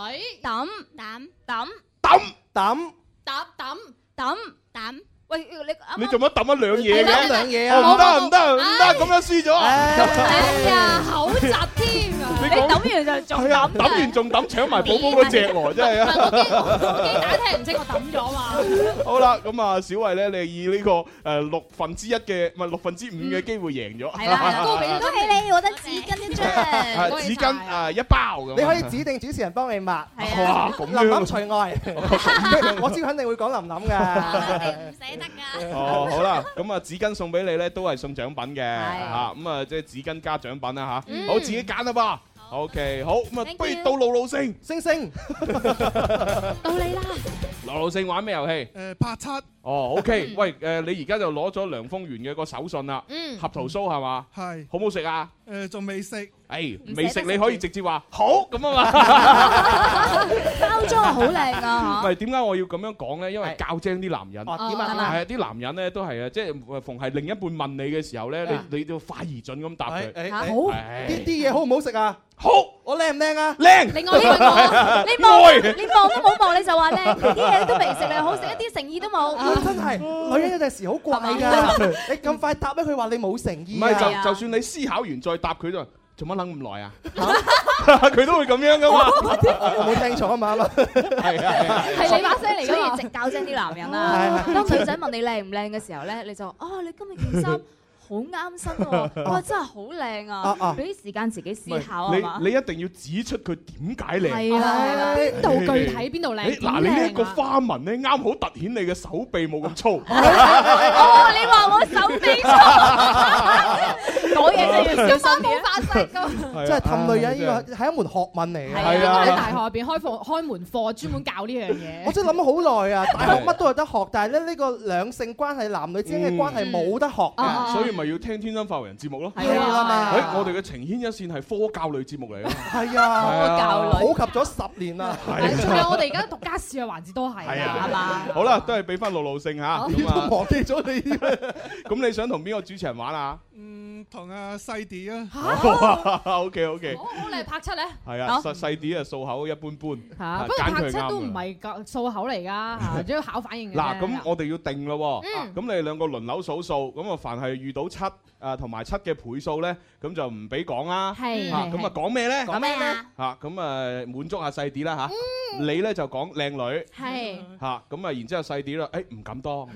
[SPEAKER 7] 抌抌抌
[SPEAKER 6] 抌
[SPEAKER 7] 抌抌抌抌。喂，你啱啱
[SPEAKER 4] 你做乜抌一兩嘢
[SPEAKER 7] 係
[SPEAKER 4] 嘅？
[SPEAKER 7] 啦兩嘢
[SPEAKER 6] 啊
[SPEAKER 4] 哦唔得唔得唔得，咁樣輸咗
[SPEAKER 7] 哎呀，口窒添 啊！你抌完就仲
[SPEAKER 4] 係啊，抌完仲抌，搶埋寶寶嗰只喎，真係啊！
[SPEAKER 18] 大家聽唔清我抌咗嘛？
[SPEAKER 4] 好啦，咁啊，小慧咧，你以呢個誒六分之一嘅，唔係六分之五嘅機會贏咗，
[SPEAKER 7] 係 啦，高比你
[SPEAKER 5] 恭喜你，我得紙巾一張。
[SPEAKER 4] 啊紙巾啊一包咁，
[SPEAKER 6] 你 可以指定主持人幫你抹，
[SPEAKER 4] 哇咁樣
[SPEAKER 6] 林林除外。我知佢肯定會講林林 嘅。
[SPEAKER 4] 哦，好啦，咁啊，紙巾送俾你咧，都係送獎品嘅，嚇咁啊，即係紙巾加獎品啦
[SPEAKER 6] 嗯
[SPEAKER 4] 嚇，好自己揀啦噃。OK，好咁啊，不如到露露星，
[SPEAKER 6] 星星，
[SPEAKER 4] 到你啦。流流性玩咩遊戲？
[SPEAKER 21] 誒拍七
[SPEAKER 4] 哦，OK，喂，誒你而家就攞咗梁風園嘅個手信啦，
[SPEAKER 21] 嗯
[SPEAKER 4] 合桃酥係嘛？
[SPEAKER 21] 係
[SPEAKER 4] 好唔好食啊？
[SPEAKER 21] 誒仲未食，
[SPEAKER 4] 誒
[SPEAKER 21] 唔捨得
[SPEAKER 4] 未食
[SPEAKER 21] 食
[SPEAKER 4] 你
[SPEAKER 21] 住
[SPEAKER 4] 可以直接話好咁 啊嘛。
[SPEAKER 7] 包裝好靚啊
[SPEAKER 4] 唔！係點解我要咁樣講咧？因為教精啲男人，
[SPEAKER 7] 哦點啊點啊
[SPEAKER 4] 係啊，啲男人咧都係啊，即係逢係另一半問你嘅時候咧
[SPEAKER 6] 啊，
[SPEAKER 4] 你你都要快而準咁答佢。
[SPEAKER 6] 誒
[SPEAKER 4] 係
[SPEAKER 6] 好呢哦啲嘢好唔好食啊？
[SPEAKER 4] 好，
[SPEAKER 6] 我靚唔靚啊？
[SPEAKER 4] 靚
[SPEAKER 7] 另外呢個我，你望
[SPEAKER 4] 愛
[SPEAKER 7] 你望都冇望，你就話靚，啲嘢都未食，你好食一啲誠意都冇。
[SPEAKER 6] 真係女人有陣時好怪
[SPEAKER 4] 係
[SPEAKER 6] 㗎，你咁快答咧，佢話你冇誠
[SPEAKER 4] 唔
[SPEAKER 6] 意啊。
[SPEAKER 4] 係就就算你思考完再答佢就話做乜諗咁耐啊？ 佢都會咁樣噶 嘛。
[SPEAKER 6] 我冇聽錯啊嘛，
[SPEAKER 4] 係啊係啊。
[SPEAKER 7] 係你把聲
[SPEAKER 5] 嚟㗎
[SPEAKER 7] 嚟，所以直教精啲男人啦。當女仔問你靚唔靚嘅時候咧，你就啊，你今日件衫好啱身喎，哇，真係好靚
[SPEAKER 4] 啊
[SPEAKER 7] 啊！
[SPEAKER 4] 啊
[SPEAKER 7] 俾啲時間自己思考啊嘛
[SPEAKER 4] 你。你一定要指出佢點解靚。
[SPEAKER 7] 係啦係啦邊度具體
[SPEAKER 4] 誒
[SPEAKER 7] 邊度靚
[SPEAKER 4] 誒
[SPEAKER 7] 點
[SPEAKER 4] 哎嗱，你呢一個
[SPEAKER 7] 靚啊
[SPEAKER 4] 花紋咧，啱好突顯你嘅手臂冇咁粗。
[SPEAKER 6] 啊
[SPEAKER 7] 哦，你話我手臂粗，講嘢真係要小心啲啊。
[SPEAKER 6] 真係氹女人呢個係一門學問嚟嘅。
[SPEAKER 18] 係
[SPEAKER 7] 哦
[SPEAKER 18] 啊，喺大學入邊開課開門課，專門教呢樣嘢。
[SPEAKER 6] 我真係諗咗好耐啊！大學乜都有得學，但係咧呢個兩性關係、男女之間嘅關係冇得學
[SPEAKER 7] 哦
[SPEAKER 6] 㗎。
[SPEAKER 4] 所以咪要聽《天生發為人》節目咯。
[SPEAKER 6] 係啊
[SPEAKER 4] 誒我哋嘅情牽一線係科教類節目嚟嘅。
[SPEAKER 6] 係啊，
[SPEAKER 4] 教女
[SPEAKER 6] 普及咗十年啦。
[SPEAKER 4] 係
[SPEAKER 18] 仲有我哋而家讀家試嘅環節都係
[SPEAKER 4] 係
[SPEAKER 18] 啊，係嘛
[SPEAKER 4] 啊？，好啦，都係俾翻露露性嚇。
[SPEAKER 18] 好
[SPEAKER 4] 咁啊
[SPEAKER 6] 忘記咗你。
[SPEAKER 4] 咁你想同邊個主持人玩啊？
[SPEAKER 21] 嗯，同阿細啲啊，
[SPEAKER 4] O K O K，
[SPEAKER 18] 好你拍七咧，
[SPEAKER 4] 係啊，細細啲啊，數口一般般，
[SPEAKER 18] 嚇，
[SPEAKER 4] 啊
[SPEAKER 18] 不過
[SPEAKER 4] 揀
[SPEAKER 18] 拍
[SPEAKER 4] 佢
[SPEAKER 18] 七
[SPEAKER 4] 啱
[SPEAKER 18] 都
[SPEAKER 4] 㗎
[SPEAKER 18] 唔
[SPEAKER 4] 啦
[SPEAKER 18] 係個數口嚟㗎， 嚇主要考反應嘅啫。
[SPEAKER 4] 嗱，咁我哋要定咯
[SPEAKER 18] 啊嗯
[SPEAKER 4] 喎，啊咁你兩個輪流數數，咁啊凡係遇到七啊同埋七嘅倍數咧，咁就唔俾講啦，
[SPEAKER 18] 係
[SPEAKER 4] 啊
[SPEAKER 18] 係
[SPEAKER 4] 咁啊講咩咧？
[SPEAKER 18] 講咩啊？
[SPEAKER 4] 嚇咁啊滿足下細啲啦嚇，你咧就講靚女。
[SPEAKER 18] 係。
[SPEAKER 4] 嚇咁啊，然之後細啲啦，誒唔敢當，
[SPEAKER 18] 我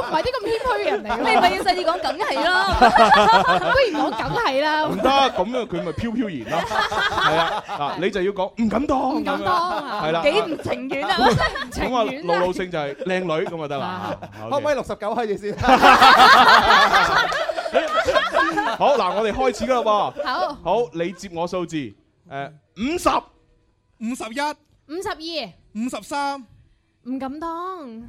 [SPEAKER 18] 唔係啲咁謙虛嘅人嚟㗎。
[SPEAKER 7] 你咪要細啲講梗係啦
[SPEAKER 18] 不如我梗係啦。
[SPEAKER 4] 唔得，咁樣佢咪飄飄然咯，係啊，啊你就要講唔敢當，
[SPEAKER 18] 唔敢當啊
[SPEAKER 4] 係啦，
[SPEAKER 18] 幾唔情願啊真係唔情
[SPEAKER 4] 咁啊，
[SPEAKER 18] 願
[SPEAKER 4] 露
[SPEAKER 18] 啊
[SPEAKER 4] 露性就係靚女咁就得啦，
[SPEAKER 6] 可唔可以六十九開始先？
[SPEAKER 4] 好嗱，我哋開始噶啦噃。
[SPEAKER 18] 好
[SPEAKER 4] 好，你接我數字，誒五十，
[SPEAKER 21] 五十一，
[SPEAKER 18] 五十二，
[SPEAKER 21] 五十三，
[SPEAKER 18] 唔敢當。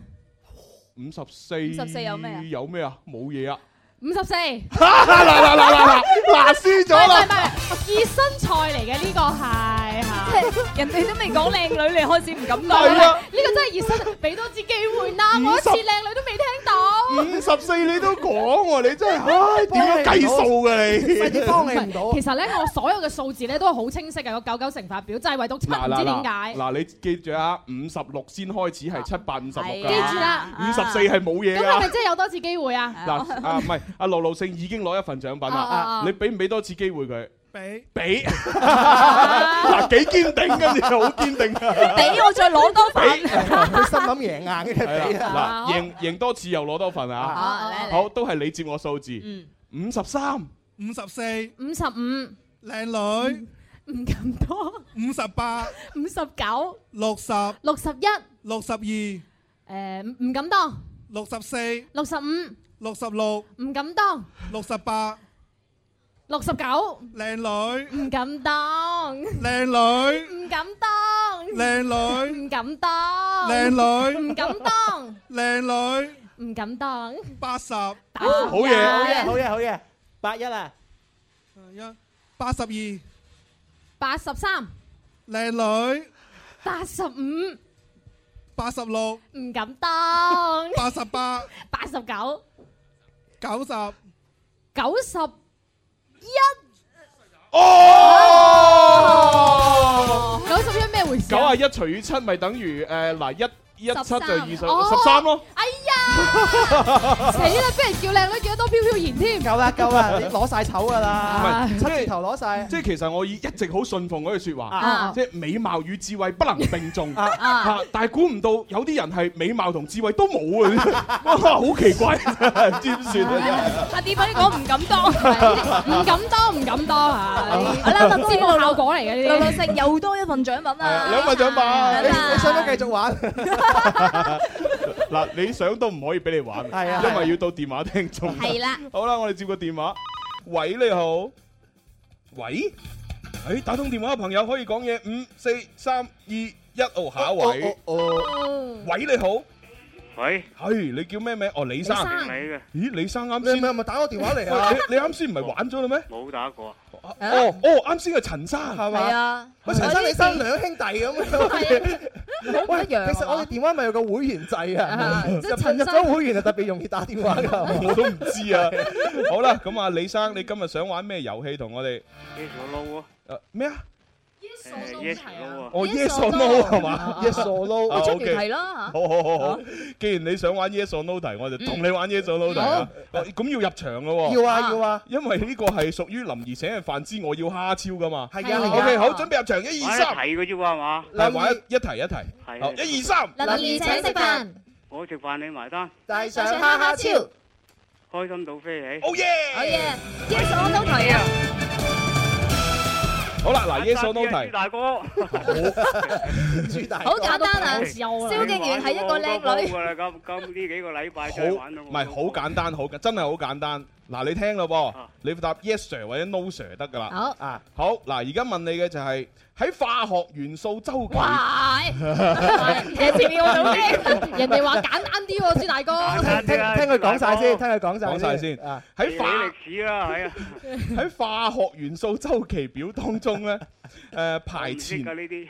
[SPEAKER 4] 五十四，
[SPEAKER 18] 54有咩啊
[SPEAKER 4] 有咩啊？冇嘢 啊！
[SPEAKER 18] 五十四。嗱
[SPEAKER 4] 嗱嗱嗱嗱嗱輸咗啦
[SPEAKER 18] 唔係唔係，熱身賽嚟嘅呢個係嚇。
[SPEAKER 7] 人哋都未講靚女，你開始唔敢
[SPEAKER 18] 係
[SPEAKER 7] 當
[SPEAKER 18] 啦
[SPEAKER 7] 啦。
[SPEAKER 18] 呢個真係熱身，俾多次機會啦！
[SPEAKER 7] 50
[SPEAKER 18] 我一次靚女都未聽到。
[SPEAKER 4] 五十四你都講喎，你真係唉點樣計數嘅你？
[SPEAKER 6] 啊
[SPEAKER 18] 其實咧，我所有嘅數字咧都係好清晰嘅，個九九乘法表就係唯獨七，唔
[SPEAKER 4] 嗱
[SPEAKER 18] 知
[SPEAKER 4] 嗱
[SPEAKER 18] 點
[SPEAKER 4] 嗱，
[SPEAKER 18] 解。
[SPEAKER 4] 嗱你記住啊，五十六先開始係七百五十六㗎，
[SPEAKER 18] 記住啦
[SPEAKER 4] 五十四係冇嘢
[SPEAKER 18] 咁係咪
[SPEAKER 4] 㗎。
[SPEAKER 18] 真係有多次機會啊？
[SPEAKER 4] 嗱啊，唔係阿露露勝已經攞一份獎品
[SPEAKER 18] 啊啊
[SPEAKER 4] 啦
[SPEAKER 18] 啊，
[SPEAKER 4] 你俾唔俾多次機會佢？
[SPEAKER 21] 俾
[SPEAKER 4] 俾 嗱幾堅定，跟住好堅定啊！
[SPEAKER 7] 俾我再攞多份。
[SPEAKER 6] 佢心諗贏硬嘅
[SPEAKER 4] 係
[SPEAKER 6] 俾
[SPEAKER 4] 啦，
[SPEAKER 6] 啊！
[SPEAKER 4] 嗱贏贏多次又攞多份
[SPEAKER 7] ờ,
[SPEAKER 6] 啊
[SPEAKER 4] 啊！
[SPEAKER 6] 嚟
[SPEAKER 4] 好，都係你接我數字，
[SPEAKER 18] 嗯
[SPEAKER 4] 五十三，
[SPEAKER 21] 五十四，
[SPEAKER 18] 五十五，
[SPEAKER 21] 靚女，
[SPEAKER 18] 唔敢多，
[SPEAKER 21] 五十八，
[SPEAKER 18] 五十九，
[SPEAKER 21] 六十，
[SPEAKER 18] 六十一，
[SPEAKER 21] 六十二，
[SPEAKER 18] 誒唔唔敢當，
[SPEAKER 21] 六十四，
[SPEAKER 18] 六十五，
[SPEAKER 21] 六十六，
[SPEAKER 18] 唔敢當，
[SPEAKER 21] 六十八，
[SPEAKER 18] 六十九，
[SPEAKER 21] 靚女，
[SPEAKER 18] 唔敢當，
[SPEAKER 21] 靚女，
[SPEAKER 18] 唔敢當，
[SPEAKER 21] 靚女
[SPEAKER 18] 唔敢當，
[SPEAKER 21] 靚女
[SPEAKER 18] 唔敢當，
[SPEAKER 21] 靚女，
[SPEAKER 18] 唔敢當，
[SPEAKER 21] 八十，
[SPEAKER 18] 好嘢好嘢好嘢好
[SPEAKER 6] 嘢，八一啊，
[SPEAKER 21] 一，八十二，靚
[SPEAKER 18] 八十三，
[SPEAKER 21] 女，
[SPEAKER 18] 八十五，
[SPEAKER 21] 八十六，
[SPEAKER 18] 唔敢當，
[SPEAKER 21] 八十八，
[SPEAKER 18] 八十九，
[SPEAKER 21] 九十，
[SPEAKER 22] 啊
[SPEAKER 18] 九十一，
[SPEAKER 4] 哦，
[SPEAKER 18] 九十一咩回事
[SPEAKER 4] 九
[SPEAKER 18] 啊？
[SPEAKER 4] 啊一除以七咪等於誒嗱一一七就二十
[SPEAKER 18] 哦
[SPEAKER 4] 十三咯。
[SPEAKER 18] 哎呀，死啦！俾人叫靚女叫得多飄飄然添。
[SPEAKER 6] 夠啦夠啦，你攞晒籌㗎
[SPEAKER 18] 哦
[SPEAKER 6] 啦，
[SPEAKER 4] 唔係
[SPEAKER 6] 七字頭攞晒。
[SPEAKER 4] 即係其實我已一直好信奉嗰句説話
[SPEAKER 6] 啊，
[SPEAKER 4] 即係美貌與智慧不能並重
[SPEAKER 6] 啊
[SPEAKER 4] 啊！但係估唔到有啲人係美貌同智慧都冇啊！ 哇，好奇怪，唔知點算啊！
[SPEAKER 7] 阿啲快啲講唔敢當，唔
[SPEAKER 18] 敢當，唔 敢當啊！
[SPEAKER 7] 好啦，咁知我
[SPEAKER 18] 效果嚟嘅呢啲
[SPEAKER 7] 老老食又多一份獎品啦，
[SPEAKER 4] 啊兩份獎
[SPEAKER 7] 係
[SPEAKER 4] 品，
[SPEAKER 7] 啦你想唔
[SPEAKER 6] 想繼續玩？
[SPEAKER 4] 嗱，你想都唔可以俾你玩，
[SPEAKER 6] 係啊
[SPEAKER 4] 因為要到電話聽眾。
[SPEAKER 6] 係啦
[SPEAKER 4] 好啦，我哋接個電話。喂，你好。喂，誒，打通電話嘅朋友可以講嘢，五、四、三、二、一。一號下一
[SPEAKER 6] 哦
[SPEAKER 4] 位，喂你好，
[SPEAKER 14] 喂，
[SPEAKER 4] 係你叫咩名？哦，李生，
[SPEAKER 14] 李生嘅
[SPEAKER 4] 咦，李生啱先，你咪咪打個電
[SPEAKER 6] 話嚟啊
[SPEAKER 4] 你你啱先唔係玩咗啦咩？
[SPEAKER 14] 冇打過啊。
[SPEAKER 4] 哦哦，啱先係陳生係
[SPEAKER 6] 嘛係啊喂陳生你生兩兄弟咁 樣喂，其實我哋電話咪有個會員制啊，入入
[SPEAKER 4] 即係陳生
[SPEAKER 6] 咗會員就特別容易打電話㗎。
[SPEAKER 4] 我都唔知啊。好啦，咁啊，李生，你今日想玩咩遊戲同我哋？
[SPEAKER 14] Yes or no 啊？
[SPEAKER 4] 誒咩啊？
[SPEAKER 14] 誒 yes or no 啊？
[SPEAKER 4] 哦，yes or no 係嘛
[SPEAKER 6] ？Yes or no？
[SPEAKER 4] 啊
[SPEAKER 7] 我出條
[SPEAKER 4] OK
[SPEAKER 7] 題啦
[SPEAKER 4] 好好好好，既然你想玩 yes or no 題，我就同你玩 yes or no 題啦。哦咁要入場咯喎。
[SPEAKER 6] 要啊要啊，
[SPEAKER 4] 因為呢個係屬於林怡請嘅飯之我要蝦超噶嘛。
[SPEAKER 6] 係啊係啊
[SPEAKER 4] OK，好，準備入場，一二三。
[SPEAKER 14] 玩一題嘅啫喎，係嘛？
[SPEAKER 4] 係玩一一題一題。好，一二三。
[SPEAKER 14] 林怡請食飯，我食飯你埋單，
[SPEAKER 6] 帶
[SPEAKER 14] 上
[SPEAKER 6] 哈哈超，
[SPEAKER 14] 開心到飛起。
[SPEAKER 4] 好嘢！
[SPEAKER 14] 好嘢！
[SPEAKER 7] Yes or no 題啊！
[SPEAKER 4] 好啦，嗱 yes or no
[SPEAKER 14] 朱
[SPEAKER 4] 題。
[SPEAKER 14] 大哥，
[SPEAKER 6] 朱大
[SPEAKER 7] 好簡單啊！蕭敬元係一個靚女
[SPEAKER 14] 好。啦，今今呢幾個禮拜真係
[SPEAKER 4] 好，
[SPEAKER 14] 玩到
[SPEAKER 4] 唔係好簡單，好真係好簡單。嗱，你聽咯噃，你答 yes sir 或者 no sir 得㗎啦。
[SPEAKER 7] 好
[SPEAKER 4] 啊，好嗱，而家問你嘅就係喺化學元素周期。
[SPEAKER 7] 哇！其實前面我好驚，人哋話簡單啲喎，朱大
[SPEAKER 18] Ờ.
[SPEAKER 6] 聽 聽
[SPEAKER 7] 哥。
[SPEAKER 6] 聽佢講晒先，聽佢講晒
[SPEAKER 4] 講晒先
[SPEAKER 6] 啊
[SPEAKER 4] 喺化
[SPEAKER 14] 歷史啦，係啊，
[SPEAKER 4] 喺化學元素周期表當中咧，誒排前
[SPEAKER 14] 㗎呢啲。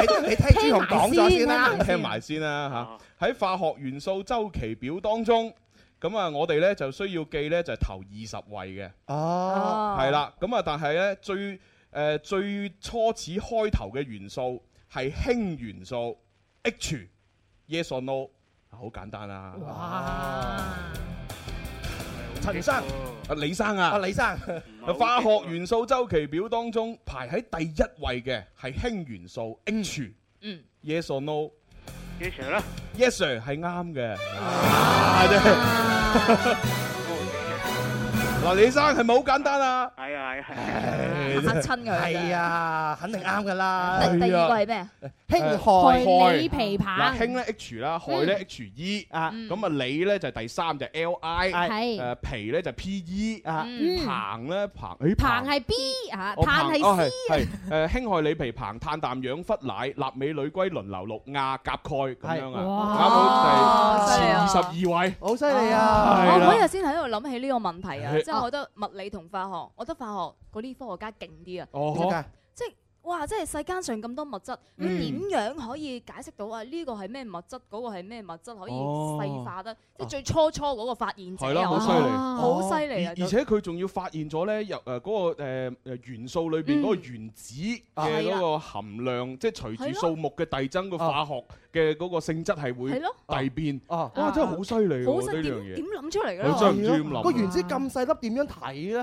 [SPEAKER 6] 你你聽朱紅講咗先啦。
[SPEAKER 4] 聽埋先
[SPEAKER 14] 啊
[SPEAKER 4] 啦嚇。喺化學元素周期表當中，咁啊，我哋咧就需要記咧就係頭二十位嘅，
[SPEAKER 6] 哦，
[SPEAKER 4] 係啦。咁啊，但係咧最誒最初始開頭嘅元素係氫元素 H，yes or no？啊好簡單啦。
[SPEAKER 6] 陳生，
[SPEAKER 4] 啊李生啊，
[SPEAKER 6] 啊李生，
[SPEAKER 14] Ờ,
[SPEAKER 4] 化學元素周期表當中排喺第一位嘅係氫元素 H。
[SPEAKER 7] 嗯
[SPEAKER 4] Yes or no？Yes
[SPEAKER 14] Yes sir 啦，
[SPEAKER 4] sir 係啱嘅。啊真 係嗱，李生係咪好簡單 啊？
[SPEAKER 14] 係啊係啊。
[SPEAKER 7] 嚇親佢。
[SPEAKER 6] 係啊，肯定啱㗎啦。
[SPEAKER 7] 第第二個係咩啊？
[SPEAKER 6] 氫
[SPEAKER 7] 害
[SPEAKER 6] 害
[SPEAKER 7] 你琵琶
[SPEAKER 4] 嗱，氫咧 H 啦，
[SPEAKER 7] 嗯
[SPEAKER 4] 氦咧 HE 啊，咁啊鋰咧就係第三就 LI，
[SPEAKER 7] 係
[SPEAKER 4] 誒鈹咧就 PE 啊
[SPEAKER 7] 嗯
[SPEAKER 4] 硼咧硼，誒
[SPEAKER 7] 彭係 B 啊，
[SPEAKER 4] 哦
[SPEAKER 7] 碳
[SPEAKER 4] 哦
[SPEAKER 7] 係啊 C。
[SPEAKER 4] 係誒氫氦鋰鈹硼碳氮氧氟奶鈉鎂鋁硅輪流氯氩鉀鈣咁樣啊，啱好就係前二十二位，
[SPEAKER 6] 好犀利
[SPEAKER 4] 係
[SPEAKER 6] 啊！
[SPEAKER 7] 我
[SPEAKER 4] 啦
[SPEAKER 7] 嗰日先喺度諗起呢個問題啊，
[SPEAKER 4] 係
[SPEAKER 7] 即係我覺得物理同化學，我覺得化學嗰啲科學家勁啲啊。
[SPEAKER 4] 哦
[SPEAKER 6] 點解
[SPEAKER 7] 即係哇！即係世間上咁多物質，
[SPEAKER 4] 嗯
[SPEAKER 7] 你點樣可以解釋到啊？呢個係咩物質，嗰個係咩物質，可以
[SPEAKER 4] 哦
[SPEAKER 7] 細化得即係最初初嗰個發現者
[SPEAKER 4] 係咯，
[SPEAKER 7] 啊
[SPEAKER 4] 好犀利，
[SPEAKER 7] 好犀利啊！
[SPEAKER 4] 而而且佢仲要發現咗咧，由誒嗰個誒誒元素裏邊嗰個原子嘅嗰個含量，即係隨
[SPEAKER 7] 嗯啊係
[SPEAKER 4] 住
[SPEAKER 7] 咯
[SPEAKER 4] 數目嘅遞增，個化學嘅嗰個性質係會
[SPEAKER 7] 係咯
[SPEAKER 4] 遞變。
[SPEAKER 6] 啊
[SPEAKER 4] 哇！真係好犀利
[SPEAKER 7] 好
[SPEAKER 4] 喎
[SPEAKER 7] 識
[SPEAKER 4] 呢樣
[SPEAKER 7] 點點
[SPEAKER 4] 嘢。
[SPEAKER 7] 諗出嚟㗎
[SPEAKER 4] 我
[SPEAKER 7] 啦？
[SPEAKER 4] 真係唔知點諗
[SPEAKER 6] 個原子咁細粒，點樣睇咧？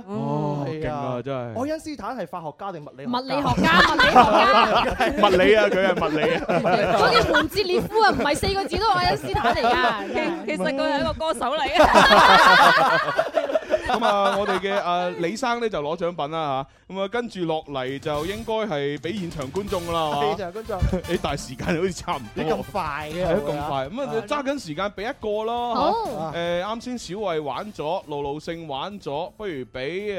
[SPEAKER 6] 嗯
[SPEAKER 4] 哦，
[SPEAKER 6] 係
[SPEAKER 4] 勁啊！真係。
[SPEAKER 6] 愛因斯坦係化學家定物理學？
[SPEAKER 18] 物理學 家，物理學家，
[SPEAKER 4] 物理啊， 佢係物理啊。
[SPEAKER 18] 嗰叫門捷列夫啊，唔係四個字都係愛因斯坦 嚟㗎。
[SPEAKER 7] 其實佢係一個歌手嚟嘅。
[SPEAKER 4] 咁啊，我哋嘅啊李生咧就攞獎品啦嚇。咁啊，跟住落嚟就應該係俾現場觀眾 㗎啦，係
[SPEAKER 6] 非
[SPEAKER 4] 嘛？
[SPEAKER 6] 常觀眾，
[SPEAKER 4] 你但係時間好似差唔
[SPEAKER 6] 你
[SPEAKER 4] 多。
[SPEAKER 6] 咁快嘅，
[SPEAKER 4] 係啊咁快，咁啊揸緊時間俾一個咯。
[SPEAKER 6] 好啊
[SPEAKER 4] 嚇誒啱先小慧玩咗，露露勝玩咗，不如俾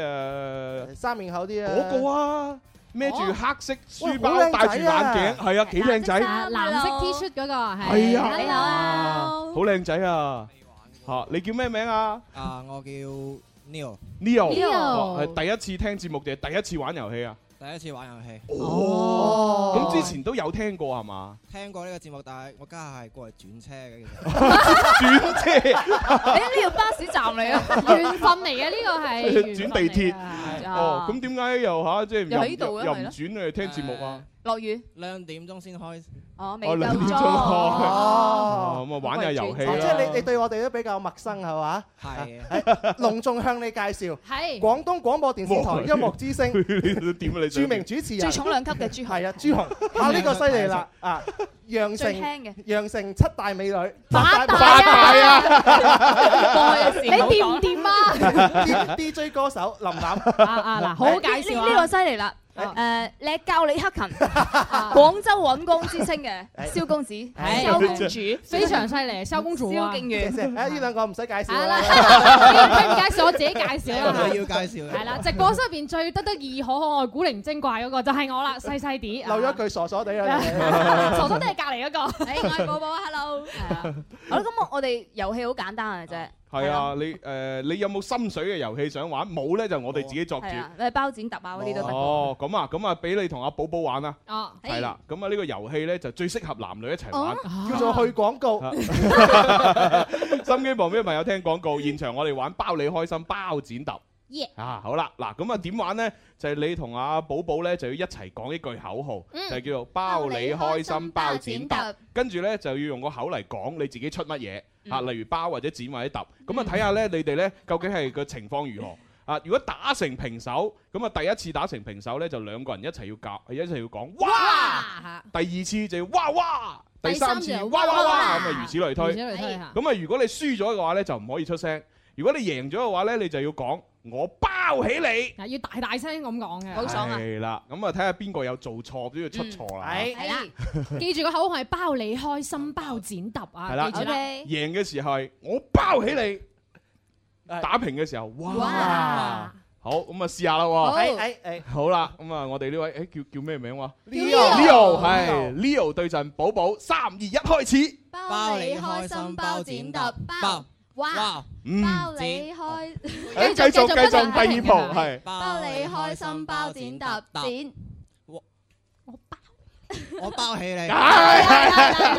[SPEAKER 4] 誒
[SPEAKER 6] 三面口啲啊！
[SPEAKER 4] 嗰個啊，孭住黑色書包
[SPEAKER 6] 哇好靚仔啊
[SPEAKER 4] 戴住眼鏡，係啊幾靚仔，
[SPEAKER 18] 啊藍色 T 恤嗰個係。
[SPEAKER 4] 係啊
[SPEAKER 18] 你好啊，
[SPEAKER 4] 好靚仔啊！嚇你叫咩名啊？
[SPEAKER 22] 啊，我叫 Neil，
[SPEAKER 4] Neo，
[SPEAKER 22] Neo
[SPEAKER 4] 哇係第一次聽節目定係第一次玩遊戲啊？
[SPEAKER 22] 第一次玩遊戲。
[SPEAKER 4] 咁之前都有聽過係 嘛？
[SPEAKER 22] 聽過呢個節目，但係我家下係過嚟轉車嘅，其
[SPEAKER 4] 轉車，
[SPEAKER 7] 誒呢條巴士站嚟啊！
[SPEAKER 18] 緣分嚟嘅呢個係緣 分
[SPEAKER 4] 轉地鐵
[SPEAKER 18] 嚟㗎
[SPEAKER 7] 啊
[SPEAKER 4] 哦，咁點解又嚇即係
[SPEAKER 7] 又喺度
[SPEAKER 4] 又
[SPEAKER 7] 嘅
[SPEAKER 4] 又
[SPEAKER 7] 係
[SPEAKER 4] 唔
[SPEAKER 7] 咯
[SPEAKER 4] 轉去聽節目啊？
[SPEAKER 7] 落雨，
[SPEAKER 22] 兩點鐘先 開。
[SPEAKER 7] 哦，未
[SPEAKER 4] 哦，兩
[SPEAKER 7] 夠
[SPEAKER 4] 點鐘
[SPEAKER 7] 鐘。
[SPEAKER 4] 哦，咁啊玩下遊戲
[SPEAKER 6] 哦即係
[SPEAKER 4] 啦
[SPEAKER 6] 你。你對我哋都比較陌生係嘛？
[SPEAKER 22] 係
[SPEAKER 6] 係隆重向你介紹，
[SPEAKER 18] 係
[SPEAKER 6] 廣東廣播電視台音樂之 聲
[SPEAKER 4] 你點啊？你
[SPEAKER 6] 著名主持人，
[SPEAKER 7] 最重量級嘅朱
[SPEAKER 6] 係啊，朱紅啊呢個犀利啦啊！羊城
[SPEAKER 7] 最輕嘅
[SPEAKER 6] 羊城七大美女，
[SPEAKER 7] 八大
[SPEAKER 6] 八大
[SPEAKER 7] 啊
[SPEAKER 18] 你掂唔掂啊？
[SPEAKER 6] D- DJ 歌手林林
[SPEAKER 18] 啊啊嗱，好好介紹啊
[SPEAKER 7] 呢呢個犀利啦！
[SPEAKER 18] Ờ。
[SPEAKER 7] 誒，你教李克勤， 廣州揾工之稱嘅蕭公子、
[SPEAKER 18] 係
[SPEAKER 7] 蕭公主，
[SPEAKER 18] 非常犀利，蕭公主啊
[SPEAKER 7] 蕭敬遠，
[SPEAKER 6] 誒哎呢兩個唔使介 紹啊
[SPEAKER 18] 係
[SPEAKER 6] 啦
[SPEAKER 18] 啦，。唔介紹我自己介 紹啦。
[SPEAKER 6] 我要介 紹嘅
[SPEAKER 18] 係啦，直播室入邊最得得意可可愛、古靈精怪嗰個就係我啦，細細啲。
[SPEAKER 6] 漏咗一句傻傻地 啊！
[SPEAKER 18] 傻傻地係隔離嗰個。
[SPEAKER 7] 誒，我係寶寶，hello。係啊，好啦，咁我我哋遊戲好簡單嘅啫，
[SPEAKER 4] 係啊，你誒你有冇心水嘅遊戲想玩？冇咧就我哋自己作主。
[SPEAKER 7] 係啊，誒包剪揼啊嗰啲都得。
[SPEAKER 4] 哦，咁啊，咁啊，俾你同阿寶寶玩啊。
[SPEAKER 5] Ờ,
[SPEAKER 18] 哦
[SPEAKER 4] 係啦，咁啊呢個遊戲咧就最適合男女一齊玩。
[SPEAKER 6] 叫做去廣告，
[SPEAKER 4] 心機旁邊嘅朋友聽廣告，現場我哋玩包你開心，包剪揼。
[SPEAKER 18] Yeah
[SPEAKER 4] 啊，好啦，嗱，咁啊點玩呢？就係你同阿寶寶呢，就要一齊講一句口號，
[SPEAKER 18] 嗯
[SPEAKER 5] Ừ.
[SPEAKER 4] 就係叫做包你開心，包剪揼。跟住呢，就要用個口嚟講你自己出乜嘢啊，例如包或者剪或者揼。咁啊睇下呢，你哋呢，究竟係個情況如何？啊！如果打成平手，咁啊第一次打成平手呢，就兩個人一齊要教，一齊要講哇！第二次就要哇哇，第三次
[SPEAKER 18] 第三就
[SPEAKER 4] 哇哇
[SPEAKER 18] 哇
[SPEAKER 4] 哇，
[SPEAKER 18] 哇
[SPEAKER 4] 咁啊如此類推。
[SPEAKER 18] 如此類推嚇
[SPEAKER 4] 咁啊，如果你輸咗嘅話呢，就唔可以出聲；如果你贏咗嘅話呢，你就要講我包起你。
[SPEAKER 18] 啊要大大聲咁講嘅。
[SPEAKER 4] 係啦，咁啊睇下邊個有做錯，邊個出錯啦。
[SPEAKER 18] 係啦，記住個口號係包你開心，包剪揼
[SPEAKER 4] 係
[SPEAKER 18] 啊！
[SPEAKER 4] 啦
[SPEAKER 18] 記住啦，，
[SPEAKER 4] 贏嘅時候係我包起你，打平嘅時候哇
[SPEAKER 18] 哇！
[SPEAKER 4] 好，咁啊試下啦
[SPEAKER 6] 好係
[SPEAKER 4] 喎
[SPEAKER 6] 係。係
[SPEAKER 4] 好啦，咁啊我哋呢位誒叫叫咩名話
[SPEAKER 6] Leo
[SPEAKER 4] Leo 係 Leo 對陣寶寶，三二一開始。
[SPEAKER 22] 包你開心，包剪揼，包哇，
[SPEAKER 4] 嗯
[SPEAKER 22] 包
[SPEAKER 5] 你開，
[SPEAKER 4] 誒繼續繼續第二步係。
[SPEAKER 5] 包你開心，包剪揼剪，
[SPEAKER 22] 我包起你，
[SPEAKER 7] 唔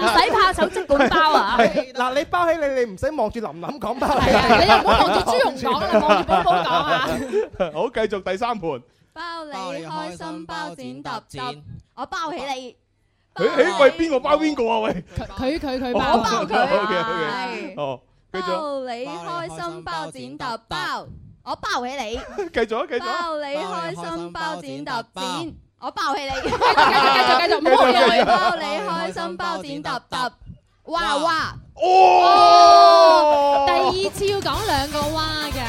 [SPEAKER 7] 使怕手足咁包啊！
[SPEAKER 6] 哎嗱，你包起你，你唔使望住琳琳講包起，
[SPEAKER 18] 你又唔好望住朱容講啦，望住寶寶講 啊！
[SPEAKER 4] 好，繼續第三盤。
[SPEAKER 5] 包你開心，包剪揼揼，我包起你，
[SPEAKER 4] 誒誒，喂，邊個包邊個啊？喂，
[SPEAKER 18] 佢佢佢
[SPEAKER 5] 包我包 佢
[SPEAKER 4] OK OK，
[SPEAKER 5] 係
[SPEAKER 4] 哦，繼續，
[SPEAKER 5] 包你開心，包剪揼包，我包起你，
[SPEAKER 4] 繼續啊，繼續啊。
[SPEAKER 5] 包你開心，包剪揼剪，我包起你，繼續繼
[SPEAKER 18] 續繼續繼續唔好
[SPEAKER 5] 包
[SPEAKER 18] 望住佢
[SPEAKER 5] 你開心，包剪揼揼，哇哇，
[SPEAKER 18] 第
[SPEAKER 4] 哦
[SPEAKER 5] 哦
[SPEAKER 18] 二次要講兩個蛙㗎，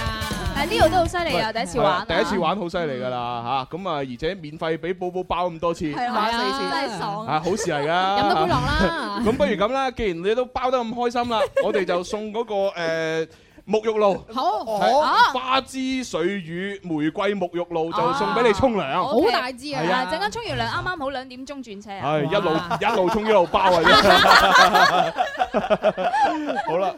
[SPEAKER 7] 但呢度都好犀利啊！第一次玩啊，
[SPEAKER 4] 第一次玩好犀利㗎啦嚇，咁啊而且免費俾寶寶包咁多次，
[SPEAKER 7] 係啊，
[SPEAKER 4] 啊
[SPEAKER 7] 真係爽啊！
[SPEAKER 4] 好事嚟㗎，飲
[SPEAKER 18] 多杯 落啦。
[SPEAKER 4] 咁不如咁啦，既然你都包得咁開心 啦，我哋就送嗰個誒沐浴露。
[SPEAKER 18] 好，
[SPEAKER 5] 哦
[SPEAKER 4] 係 花枝水乳玫瑰沐浴露
[SPEAKER 5] 啊
[SPEAKER 4] 就送俾你沖涼，
[SPEAKER 7] 好大支
[SPEAKER 4] 係
[SPEAKER 7] 啊！陣間沖完涼，啱啱好兩點鐘轉車啊！
[SPEAKER 4] 係一路一路衝一路包啊！真係 好啦，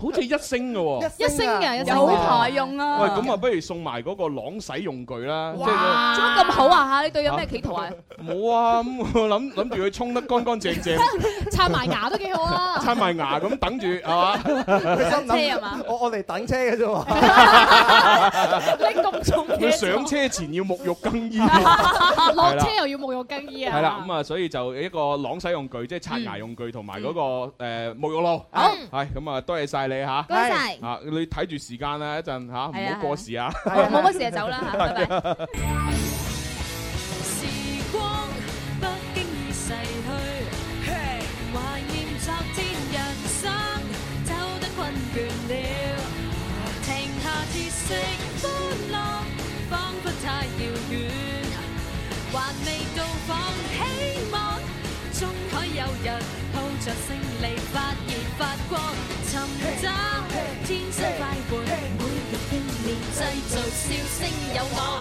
[SPEAKER 4] 好似一升嘅喎。
[SPEAKER 7] 一升
[SPEAKER 6] 啊
[SPEAKER 7] 嘅，
[SPEAKER 4] 有
[SPEAKER 7] 有台用啊！
[SPEAKER 4] 喂，咁啊，不如送埋嗰個朗洗用具啦，即係
[SPEAKER 7] 哇！做乜咁好啊？嚇，你對有咩企圖 啊？
[SPEAKER 4] 個冇啊，咁我諗諗住佢沖得乾乾淨淨，
[SPEAKER 18] 刷埋牙都幾好 啊！
[SPEAKER 4] 刷埋牙咁等住係 嘛？
[SPEAKER 6] 心
[SPEAKER 18] 車係嘛
[SPEAKER 6] 諗我我嚟等車啊嘅啫 喎。
[SPEAKER 18] 你咁重
[SPEAKER 4] 佢
[SPEAKER 18] 嘅，
[SPEAKER 4] 上車前要沐浴更衣，
[SPEAKER 18] 落
[SPEAKER 4] 係啦
[SPEAKER 18] 車又要沐浴更衣啊！
[SPEAKER 4] 係啦，咁啊，所以就一個朗洗用具，即係刷牙用具同埋嗰個誒沐浴露。
[SPEAKER 18] 好
[SPEAKER 4] 係咁啊，多謝晒你嚇，
[SPEAKER 7] 多謝晒
[SPEAKER 4] 啊！你睇住時間啦，一陣嚇，唔
[SPEAKER 7] 係啊
[SPEAKER 4] 好過時啊！
[SPEAKER 7] 冇乜事就走啦嚇，拜拜。
[SPEAKER 8] 時光不經意逝去，懷念昨天人生， 走得困倦了，停下歇息，歡樂仿佛太遙遠，還未到訪希望，終可有日抱着勝利發熱發光，尋找天生快活，每日拼命製造笑聲有我。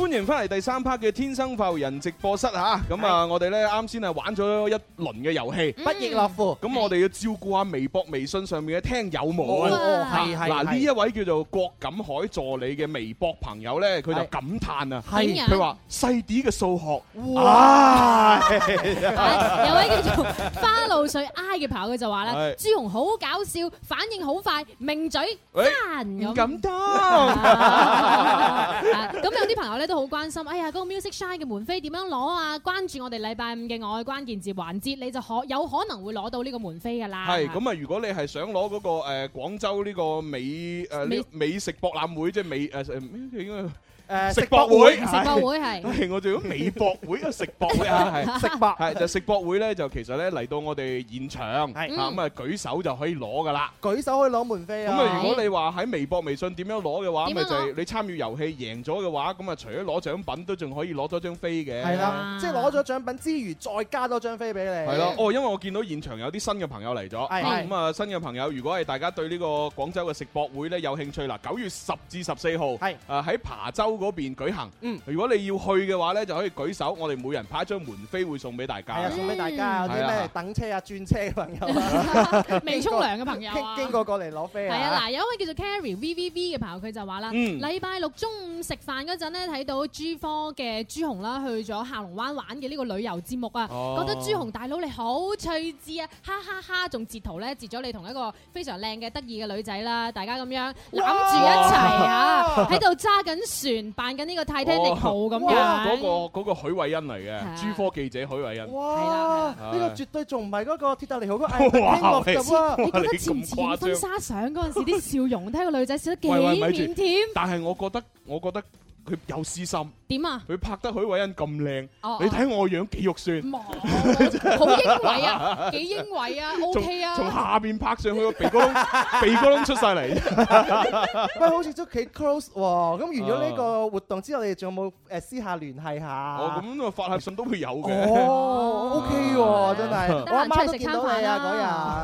[SPEAKER 4] 歡迎翻嚟第三 part 嘅天生快活人直播室嚇，咁啊，我哋咧啱先係玩咗一輪嘅遊戲，
[SPEAKER 6] 不亦樂乎。
[SPEAKER 4] 咁我哋要照顧下微博、微信上面嘅聽友們。
[SPEAKER 6] 哦哦係係係
[SPEAKER 4] 啊嗱呢一位叫做郭錦海助理嘅微博朋友咧，佢就
[SPEAKER 6] 係
[SPEAKER 4] 感嘆啊，
[SPEAKER 6] 係點樣
[SPEAKER 4] 佢話細啲嘅數學，
[SPEAKER 6] 哇
[SPEAKER 4] 啊
[SPEAKER 18] 有位叫做花露水 I 嘅朋友佢就話啦：
[SPEAKER 4] 係
[SPEAKER 18] 朱紅好搞笑，反應好快，命嘴
[SPEAKER 4] 喂
[SPEAKER 18] 讚 咁。
[SPEAKER 4] 咁多。
[SPEAKER 18] À. 啊咁有啲朋友咧都好關心，哎呀，嗰個 Music À, Shine 嘅門飛點樣攞啊？關注我哋禮拜五嘅我嘅關鍵字環節，你就可有可能會攞到呢個門飛㗎啦。
[SPEAKER 4] 係咁啊！如果你係想攞嗰個誒廣州呢個美誒呢美食博覽會，即係美誒誒咩應該
[SPEAKER 6] 誒
[SPEAKER 4] 食博會，
[SPEAKER 18] 食博 會 係
[SPEAKER 4] 係我做咗美博會啊！食博會啊，係
[SPEAKER 6] 食博
[SPEAKER 4] 係就食博會咧，就其實咧嚟到我哋現場啊
[SPEAKER 6] 係
[SPEAKER 4] 咁啊舉手就可以攞噶啦。
[SPEAKER 6] 舉手可以攞門飛
[SPEAKER 4] 咁
[SPEAKER 6] 啊！
[SPEAKER 4] 啊，如果你話喺微博、微信點樣攞嘅話，
[SPEAKER 6] 點樣
[SPEAKER 4] 咪就係
[SPEAKER 6] 攞
[SPEAKER 4] 你參與遊戲贏咗嘅話，嗰咁啊除咗攞獎品都仲可以攞多張飛嘅。
[SPEAKER 6] 係啦，即係攞咗獎品之餘，再加多張飛俾你。
[SPEAKER 4] 啊係咯，哦，因為我見到現場有啲新嘅朋友嚟咗，
[SPEAKER 6] 係係
[SPEAKER 4] 咁啊新嘅朋友，如果係大家對呢個廣州嘅食博會咧有興趣啦，九月十至十四號，係誒喺琶洲嗰邊舉行，
[SPEAKER 6] 嗯，
[SPEAKER 4] 如果你要去嘅話咧，就可以舉手，我哋每人派一張門飛會送俾大家，
[SPEAKER 6] 係啊，送俾大家有
[SPEAKER 4] 係
[SPEAKER 6] 啲
[SPEAKER 4] 啊
[SPEAKER 6] 咩等車啊、轉車嘅朋友啊，
[SPEAKER 18] 未沖涼嘅朋友啊
[SPEAKER 6] 經經過過嚟攞飛
[SPEAKER 18] 係
[SPEAKER 6] 啊。
[SPEAKER 18] 啊，嗱，有一位叫做 Carrie VVV 嘅朋友，佢就話啦，
[SPEAKER 6] 嗯
[SPEAKER 18] 禮拜六中午食飯嗰陣咧，睇到 G 科嘅朱紅啦，去咗下龍灣玩嘅呢個旅遊節目啊，
[SPEAKER 7] 哦
[SPEAKER 18] 覺得朱紅大佬你好趣致啊，哈哈哈！仲截圖咧截咗你同一個非常靚嘅得意嘅女仔啦，大家咁樣攬住一齊啊
[SPEAKER 4] 哇，
[SPEAKER 18] 喺度揸緊船，扮緊呢個 Titanic 號咁
[SPEAKER 4] 哇嗰
[SPEAKER 18] 樣。
[SPEAKER 4] 個嗰個許偉恩嚟嘅，珠科記者許
[SPEAKER 6] 哦
[SPEAKER 4] 偉恩，
[SPEAKER 6] 哇！
[SPEAKER 4] 係啦
[SPEAKER 6] 呢個絕對仲唔係嗰個鐵達尼號嗰 個艾文傾落咁啊！
[SPEAKER 18] 你覺得似唔
[SPEAKER 4] 咁
[SPEAKER 18] 似
[SPEAKER 4] 誇
[SPEAKER 18] 婚
[SPEAKER 4] 張？
[SPEAKER 18] 紗相嗰陣時啲笑容，睇個女仔笑得幾
[SPEAKER 4] 喂喂，咪
[SPEAKER 18] 腼
[SPEAKER 4] 住
[SPEAKER 18] 腆？
[SPEAKER 4] 但係我覺得，我覺得佢有私心。
[SPEAKER 18] 點啊？
[SPEAKER 4] 佢拍得許偉恩咁靚，
[SPEAKER 18] 哦嗯
[SPEAKER 4] 你睇我樣幾肉酸。
[SPEAKER 18] 好英 偉啊，幾英偉啊
[SPEAKER 4] 從
[SPEAKER 18] ，OK 啊，
[SPEAKER 4] 從下邊拍上去個鼻哥窿，鼻哥窿出晒嚟。
[SPEAKER 6] 喂，好似都幾 close 喎。咁完
[SPEAKER 4] 啊
[SPEAKER 6] 咗呢個活動之後，你哋仲有冇誒私下聯繫下？
[SPEAKER 4] 哦，咁啊發下信都會有嘅。
[SPEAKER 6] 哦，OK 喎，真係
[SPEAKER 4] 得閒
[SPEAKER 6] 我阿媽
[SPEAKER 18] 出
[SPEAKER 6] 都
[SPEAKER 18] 去食
[SPEAKER 6] 見
[SPEAKER 18] 餐
[SPEAKER 6] 到你啊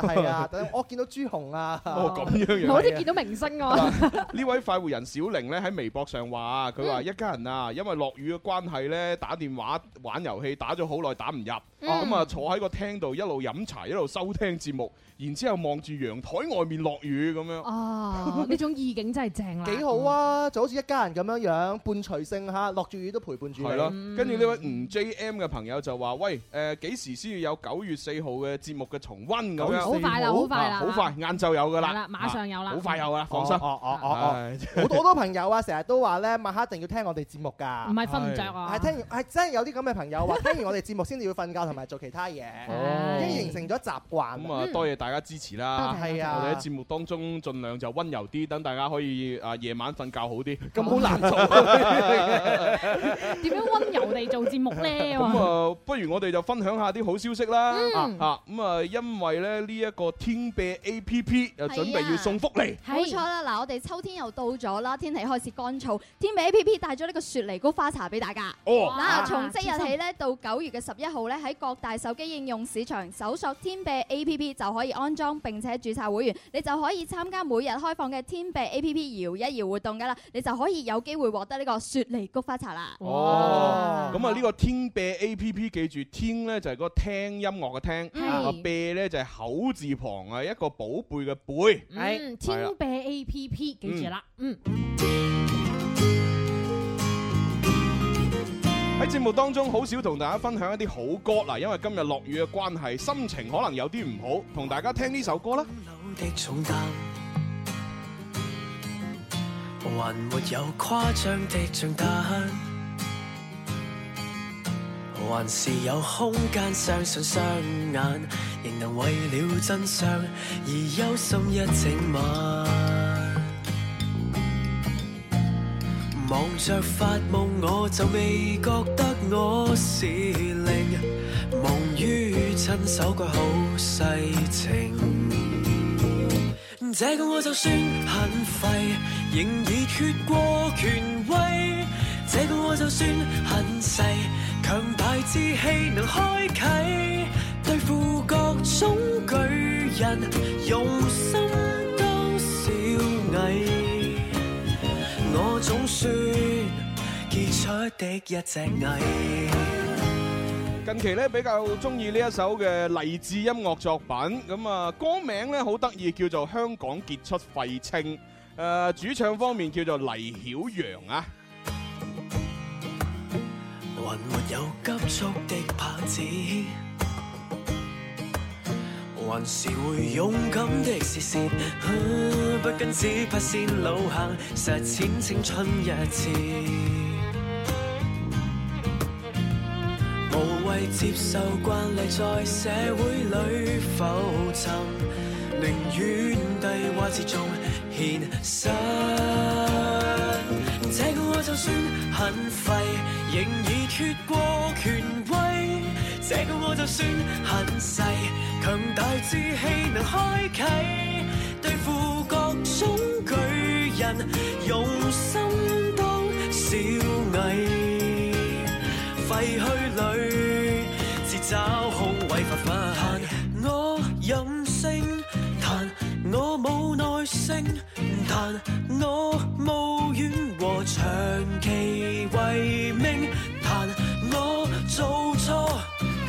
[SPEAKER 6] 嗰
[SPEAKER 18] 飯
[SPEAKER 6] 日，係 啊，等我見到朱紅啊，
[SPEAKER 4] 哦咁樣樣
[SPEAKER 18] 我啲見到明星啊，
[SPEAKER 4] 呢位快活人小玲咧喺微博上話，佢話一家人啊，因為落雨嘅關係咧，打電話玩遊戲打咗好耐，打唔入，
[SPEAKER 18] 嗯
[SPEAKER 4] 咁啊坐喺個廳度一路飲茶一路收聽節目，然之後望住陽台外面落雨咁樣。
[SPEAKER 18] 啊，呢種意境真係
[SPEAKER 4] 嗯
[SPEAKER 18] 正啦，
[SPEAKER 6] 幾好啊，就好似一家人咁樣樣，伴隨性嚇，落住雨都陪伴住你。
[SPEAKER 4] 係咯，跟住呢位吳 J M 嘅朋友就話：，喂，誒幾時先要有九月四號嘅節目嘅重温咁樣？
[SPEAKER 18] 嗯好快啦好快啦
[SPEAKER 4] 啊好快，晏晝有噶
[SPEAKER 18] 係啦
[SPEAKER 4] 啦，
[SPEAKER 18] 馬上有啦
[SPEAKER 4] 啊好快有噶啦，放心。
[SPEAKER 6] 哦哦哦
[SPEAKER 4] 哦
[SPEAKER 6] 好多好多朋友啊，成日都話咧，晚黑一定要聽我哋節目㗎。
[SPEAKER 18] 唔係瞓唔着啊
[SPEAKER 6] 係聽完係真係有啲咁嘅朋友 話，聽完我哋節目先至要瞓覺同埋做其他嘢，
[SPEAKER 4] 哦
[SPEAKER 6] 已經形成咗習慣。
[SPEAKER 4] 咁啊，多謝大家支持啦！
[SPEAKER 6] 多謝係啊
[SPEAKER 4] 我哋喺節目當中盡量就温柔啲，等大家可以啊夜晚瞓覺好啲。
[SPEAKER 6] 咁好難做。
[SPEAKER 18] 點樣温柔地做節目咧？
[SPEAKER 4] 咁啊，不如我哋就分享下啲好消息啦
[SPEAKER 18] 嗯！
[SPEAKER 4] 啊，咁啊，因為咧呢一個天貝 A P P 又準備要送福利。
[SPEAKER 5] 冇錯啦，嗱，我哋秋天又到咗啦，天氣開始乾燥，天美 A P P 帶咗呢個雪梨菊花茶俾大家。
[SPEAKER 4] 哦
[SPEAKER 5] 嗱，
[SPEAKER 18] 啊
[SPEAKER 4] 哇
[SPEAKER 5] 從即日起咧到九月嘅十一號咧，喺各大手機應用市場搜索天貝 A P P 就可以安裝並且註冊會員，你就可以參加每日開放嘅天貝 A P P 搖一搖活動噶啦，你就可以有機會獲得呢個雪梨菊花茶啦。
[SPEAKER 4] 哦，咁啊呢個天貝 A P P 記住，天咧就係嗰個聽音樂嘅聽，
[SPEAKER 18] 係
[SPEAKER 4] 啊貝咧就係口字旁啊一個寶貝嘅貝，
[SPEAKER 18] 嗯，天
[SPEAKER 4] 係啦啊
[SPEAKER 18] 貝 A P P 記住啦，嗯，
[SPEAKER 4] 喺節目當中好少同大家分享一啲好歌嗱，因為今日落雨嘅關係，心情可能有啲唔好，同大家聽呢首歌啦。
[SPEAKER 2] 的重擔，還沒有誇張的像他，還是有空間相信雙眼，仍能為了真相而憂心一整晚。望着發夢，我就未覺得我是零，忙於親手改好世情。這個我就算很廢，仍已缺過權威。這個我就算很細，強大志氣能開啟，對付各種巨人，用心當小蟻。我總算結出的一隻蟻。
[SPEAKER 4] 近期咧比較中意呢一首嘅勵志音樂作品，咁啊歌名咧好得意，叫做《香港傑出廢青》。誒、主唱方面叫做黎曉陽啊，
[SPEAKER 2] 還沒有急速的拍子，還是會勇敢的試試，啊不跟只怕線路行，實踐青春一次。無謂接受慣例，在社會裏浮沉，寧願低話之中獻身。這個我就算很廢，仍已缺過權威。這個我就算很細，強大志氣能開啟，對付各種巨人，用心當小廢墟裏自找好位發奮。彈我任性，彈我冇耐性，彈我無怨和長期為命，彈我做錯，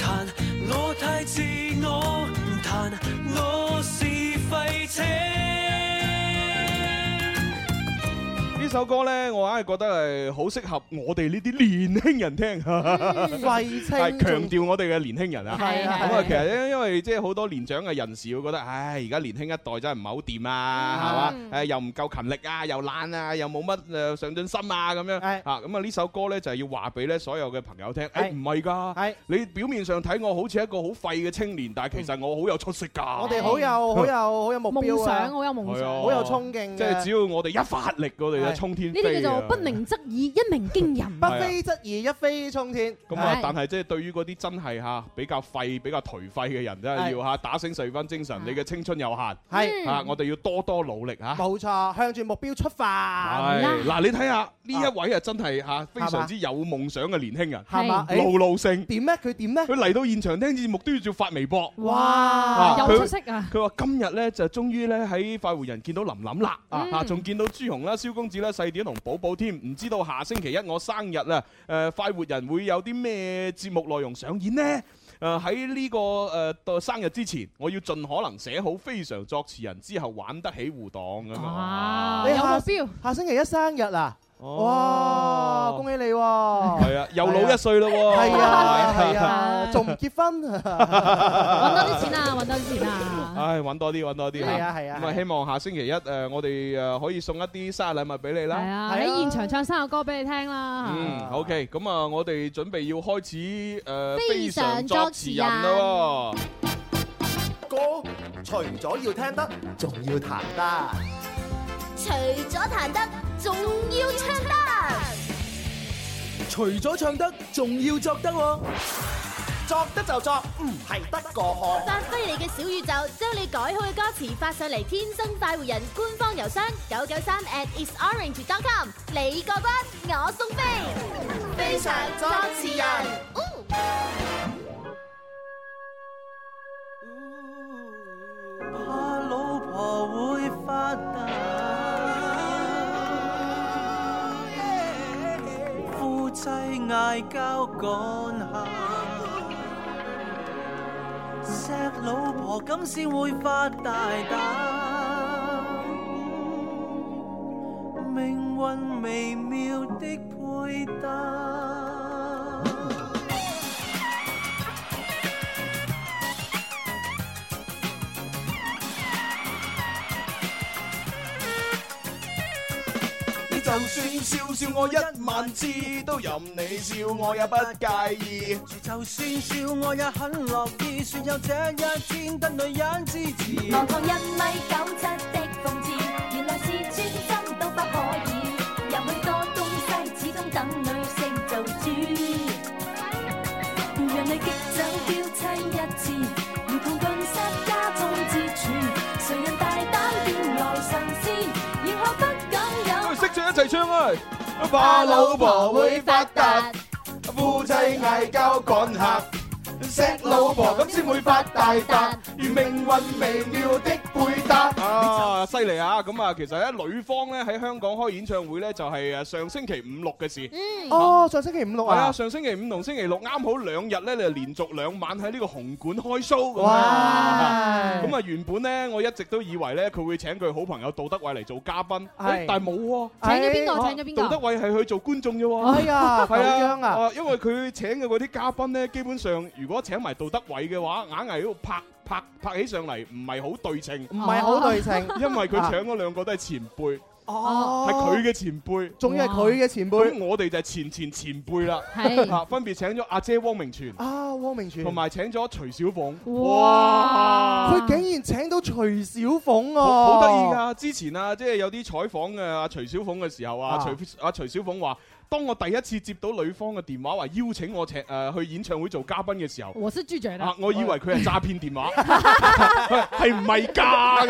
[SPEAKER 2] 彈我太自我，彈我是廢青。
[SPEAKER 4] 呢首歌咧，我硬係覺得係好適合我哋呢啲年輕人聽，
[SPEAKER 6] 廢青
[SPEAKER 4] 係強調我哋嘅年輕人啊。
[SPEAKER 6] 嗯係係
[SPEAKER 4] 咁啊，其實咧，因為即係好多年長嘅人士會覺得，唉，而家年輕一代真係唔係好掂啊，係
[SPEAKER 6] 嗯
[SPEAKER 4] 嘛？誒，又唔夠勤力啊，又懶啊，又冇乜誒上進心啊，咁樣啊。咁啊，呢首歌咧就係要話俾咧所有嘅朋友聽，誒唔係㗎，你表面上睇我好似一個好廢嘅青年，但係其實我好有出息㗎。
[SPEAKER 6] 我哋好有好有好有目標啊
[SPEAKER 18] 夢想好有夢
[SPEAKER 4] 係啊
[SPEAKER 6] 好有衝勁
[SPEAKER 4] 即係只
[SPEAKER 6] 嘅。
[SPEAKER 4] 要我哋一發力，我哋就衝天
[SPEAKER 18] 呢啲
[SPEAKER 4] 飛
[SPEAKER 18] 叫
[SPEAKER 4] 啊
[SPEAKER 18] 做！不鳴則已，一鳴驚人。
[SPEAKER 4] 不非
[SPEAKER 6] 則已，一飛沖天。
[SPEAKER 4] 咁啊，但係即係對於嗰啲真係嚇比較廢、比較頹廢嘅人，真係
[SPEAKER 6] 係
[SPEAKER 4] 要嚇打醒十二分精神，你嘅青春有限，
[SPEAKER 6] 係
[SPEAKER 4] 啊，我哋要多多努力嚇。
[SPEAKER 6] 冇錯，向住目標出發。
[SPEAKER 4] 係嗱，你睇下呢一位啊，真係嚇非常之有夢想嘅年輕人，
[SPEAKER 6] 係嘛係
[SPEAKER 4] 路路性
[SPEAKER 6] 點咧？佢點咧？
[SPEAKER 4] 佢嚟到現場聽節目都要照發微博，
[SPEAKER 6] 哇
[SPEAKER 18] 有出息啊！
[SPEAKER 4] 佢話今日咧就終於咧喺快活人見到林林啦，
[SPEAKER 18] 嗯
[SPEAKER 4] 啊仲見到朱紅啦、蕭公子啦、細啲同寶寶添，唔知道下星期一我生日啊，誒快活人會有啲咩節目內容上演呢？誒喺呢個誒、到生日之前，我要盡可能寫好非常作詞人之後玩得起互動咁啊！
[SPEAKER 6] 你下下星期一生日啊！哇，恭喜你喎！
[SPEAKER 4] 係啊，又老一歲咯喎！
[SPEAKER 6] 係啊係啊，仲唔結婚？
[SPEAKER 18] 揾多啲錢啊！揾多啲錢啊！
[SPEAKER 4] 唉，揾多啲，揾多啲嚇
[SPEAKER 18] 係啊係啊
[SPEAKER 4] 咁
[SPEAKER 18] 係
[SPEAKER 4] 啊，
[SPEAKER 18] 啊
[SPEAKER 4] 希望下星期一誒，我哋誒可以送一啲生日禮物俾你啦。
[SPEAKER 18] 係啊，喺現場唱生日歌俾你聽啦。
[SPEAKER 4] 嗯，OK，咁啊，我哋準備要開始誒
[SPEAKER 18] 非常作詞人
[SPEAKER 4] 啦喎。
[SPEAKER 6] 歌除咗要聽得，仲要彈得。
[SPEAKER 15] 除咗彈得，仲要唱得。
[SPEAKER 2] 除咗唱得，仲要作得喎。
[SPEAKER 15] 作得就作，唔係得個學。發揮你嘅小宇宙，將你改好嘅歌詞發上嚟，天生快活人官方郵箱九九三 at isorange.com，你過關，我送飛。非常作詞人。
[SPEAKER 2] 怕老婆會發達，夫妻嗌交趕下，錫老婆咁先會發大膽，命運微妙的配搭。
[SPEAKER 4] 你就算笑笑我一萬次，都任你笑我也不介意。
[SPEAKER 2] 就算笑我也很樂意，說有這一天得女人支持。
[SPEAKER 15] 望望一米九七的諷刺，原來是專心都不可以。有許多東西始終等女性做主，讓你激走嬌妻一次，如同棍殺家中之柱。誰人大膽變來神仙，然後不敢有
[SPEAKER 4] 喂，識唱一齊唱啊！怕老婆會發達，夫妻嗌交趕客，錫老婆咁先會發大達，如命運微妙的配搭。啊，犀利啊！咁啊，其實咧，女方咧喺香港開演唱會咧，就係誒上星期五六嘅事。嗯
[SPEAKER 6] 哦，上星期五六
[SPEAKER 4] 係啊，
[SPEAKER 6] 啊！
[SPEAKER 4] 上星期五同星期六啱好兩日咧，你就連續兩晚喺呢個紅館開 show 咁啊。
[SPEAKER 6] 哇
[SPEAKER 4] 咁啊，原本咧我一直都以為咧佢會請佢好朋友杜德偉嚟做嘉賓，
[SPEAKER 6] 係
[SPEAKER 4] 誒但係冇喎。
[SPEAKER 6] 請咗邊個哎請咗邊個
[SPEAKER 4] 杜德偉係去做觀眾啫喎。
[SPEAKER 6] 哎呀
[SPEAKER 4] 係
[SPEAKER 6] 咁樣啊
[SPEAKER 4] 因為佢請嘅嗰啲嘉賓咧，基本上如果請埋杜德偉嘅話，硬係喺度拍。拍拍起上嚟唔係好對稱， 唔
[SPEAKER 6] 係好對稱
[SPEAKER 4] 因為佢請嗰兩個都係前輩。
[SPEAKER 6] 啊哦
[SPEAKER 4] 係佢嘅前輩，
[SPEAKER 6] 仲要係佢嘅前輩
[SPEAKER 4] 咁我哋就係前前前輩啦，
[SPEAKER 6] 係
[SPEAKER 4] 啊分別請咗阿姐汪明荃，
[SPEAKER 6] 啊，汪明荃
[SPEAKER 4] 同埋請咗徐小鳳，
[SPEAKER 18] 啊
[SPEAKER 6] 哇！佢竟然請到徐小鳳啊，
[SPEAKER 4] 好好得意㗎！之前啊，即係有啲採訪嘅阿徐小鳳嘅時候啊，
[SPEAKER 6] 啊
[SPEAKER 4] 徐阿徐小鳳話：當我第一次接到女方嘅電話話邀請我請誒去演唱會做嘉賓嘅時候，
[SPEAKER 18] 我是拒絕的
[SPEAKER 4] 啊，我以為佢係詐騙電 話，係唔係㗎？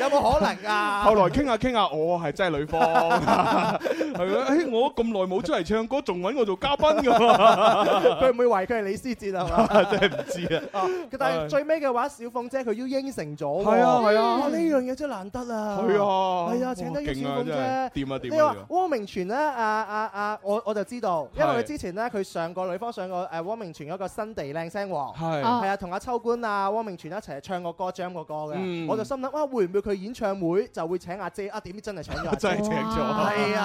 [SPEAKER 6] 有冇可能啊？
[SPEAKER 4] 後來傾下傾下下我係真係女方， 係咯？誒，我咁耐冇出嚟唱歌，仲揾我做嘉賓㗎喎
[SPEAKER 6] 佢唔會為佢係李思哲係嘛？
[SPEAKER 4] 真 係唔知啊！
[SPEAKER 6] 哦但係最尾嘅話，小鳳姐佢都應承咗喎。
[SPEAKER 4] 係啊係啊
[SPEAKER 6] 哇呢樣嘢真係難得啊！
[SPEAKER 4] 係啊
[SPEAKER 6] 係啊，請得
[SPEAKER 4] 哇
[SPEAKER 6] 咗
[SPEAKER 4] 勁
[SPEAKER 6] 小
[SPEAKER 4] 啊
[SPEAKER 6] 鳳
[SPEAKER 4] 真係
[SPEAKER 6] 姐。
[SPEAKER 4] 掂啊掂啊
[SPEAKER 6] 你話
[SPEAKER 4] 掂啊
[SPEAKER 6] 汪明荃咧，啊啊啊，我我就知道，因為
[SPEAKER 4] 係
[SPEAKER 6] 佢之前咧佢上過女方上過誒汪明荃嗰個新地靚聲王，
[SPEAKER 4] 係
[SPEAKER 6] 係啊，同阿秋官啊、汪明荃一齊唱過歌、jam 過歌嘅。
[SPEAKER 4] 嗯
[SPEAKER 6] 我就心諗哇，會唔會佢演唱會就會請阿姐啊？點知真係請咗阿姐，
[SPEAKER 4] 真係請咗
[SPEAKER 6] 係啊！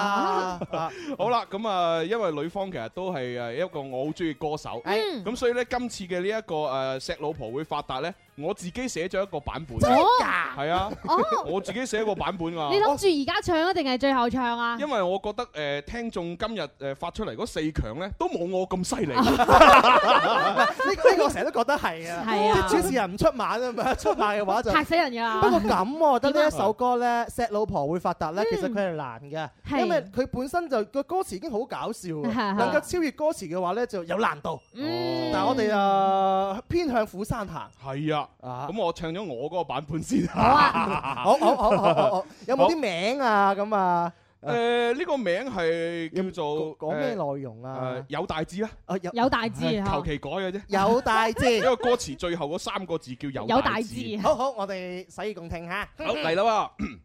[SPEAKER 6] 啊
[SPEAKER 4] 好啦，咁啊，因為女方其實都係誒一個我好中意歌手，
[SPEAKER 6] 嗯
[SPEAKER 4] 咁所以呢，今次嘅呢一個誒石老婆會發達呢，我自己寫咗一個版本，
[SPEAKER 18] 真係
[SPEAKER 4] 㗎，係啊，我自己寫一個版本㗎。
[SPEAKER 18] 你諗住而家唱啊，定係最後唱啊？
[SPEAKER 4] 因為我覺得誒、呃、聽眾今日誒、呃、發出嚟嗰四強咧，都冇我咁犀利。
[SPEAKER 6] 呢個呢個我成日都覺得係啊，
[SPEAKER 4] 係啊
[SPEAKER 6] 即係主持人唔出馬啊嘛， 出馬嘅話就
[SPEAKER 18] 嚇死人㗎
[SPEAKER 6] 不過咁，我覺得呢一首歌咧，《錫老婆會發達》咧，其實佢係難
[SPEAKER 18] 係
[SPEAKER 6] 嘅，因為佢本身就個歌詞已經好搞笑
[SPEAKER 18] 係係
[SPEAKER 6] 啊，能夠超越歌詞嘅話咧就有難度。
[SPEAKER 18] 嗯
[SPEAKER 6] 但係我哋啊偏向虎山行，
[SPEAKER 4] 係啊，咁我唱咗我嗰個版本先。好
[SPEAKER 6] 啊 好好好好好好，有冇啲名啊咁啊？
[SPEAKER 4] 誒呃呢個名係叫做
[SPEAKER 6] 講咩內容啊？
[SPEAKER 4] 誒有大志啦，
[SPEAKER 6] 有
[SPEAKER 18] 有大志啊
[SPEAKER 4] 係
[SPEAKER 18] 嚇
[SPEAKER 4] 求其改嘅啫。
[SPEAKER 6] 有大 志
[SPEAKER 4] 因為歌詞最後嗰三個字叫有
[SPEAKER 6] 有
[SPEAKER 4] 大
[SPEAKER 6] 志
[SPEAKER 4] 志。
[SPEAKER 6] 好好，我哋洗耳恭聽嚇。
[SPEAKER 4] 好嚟啦 喎！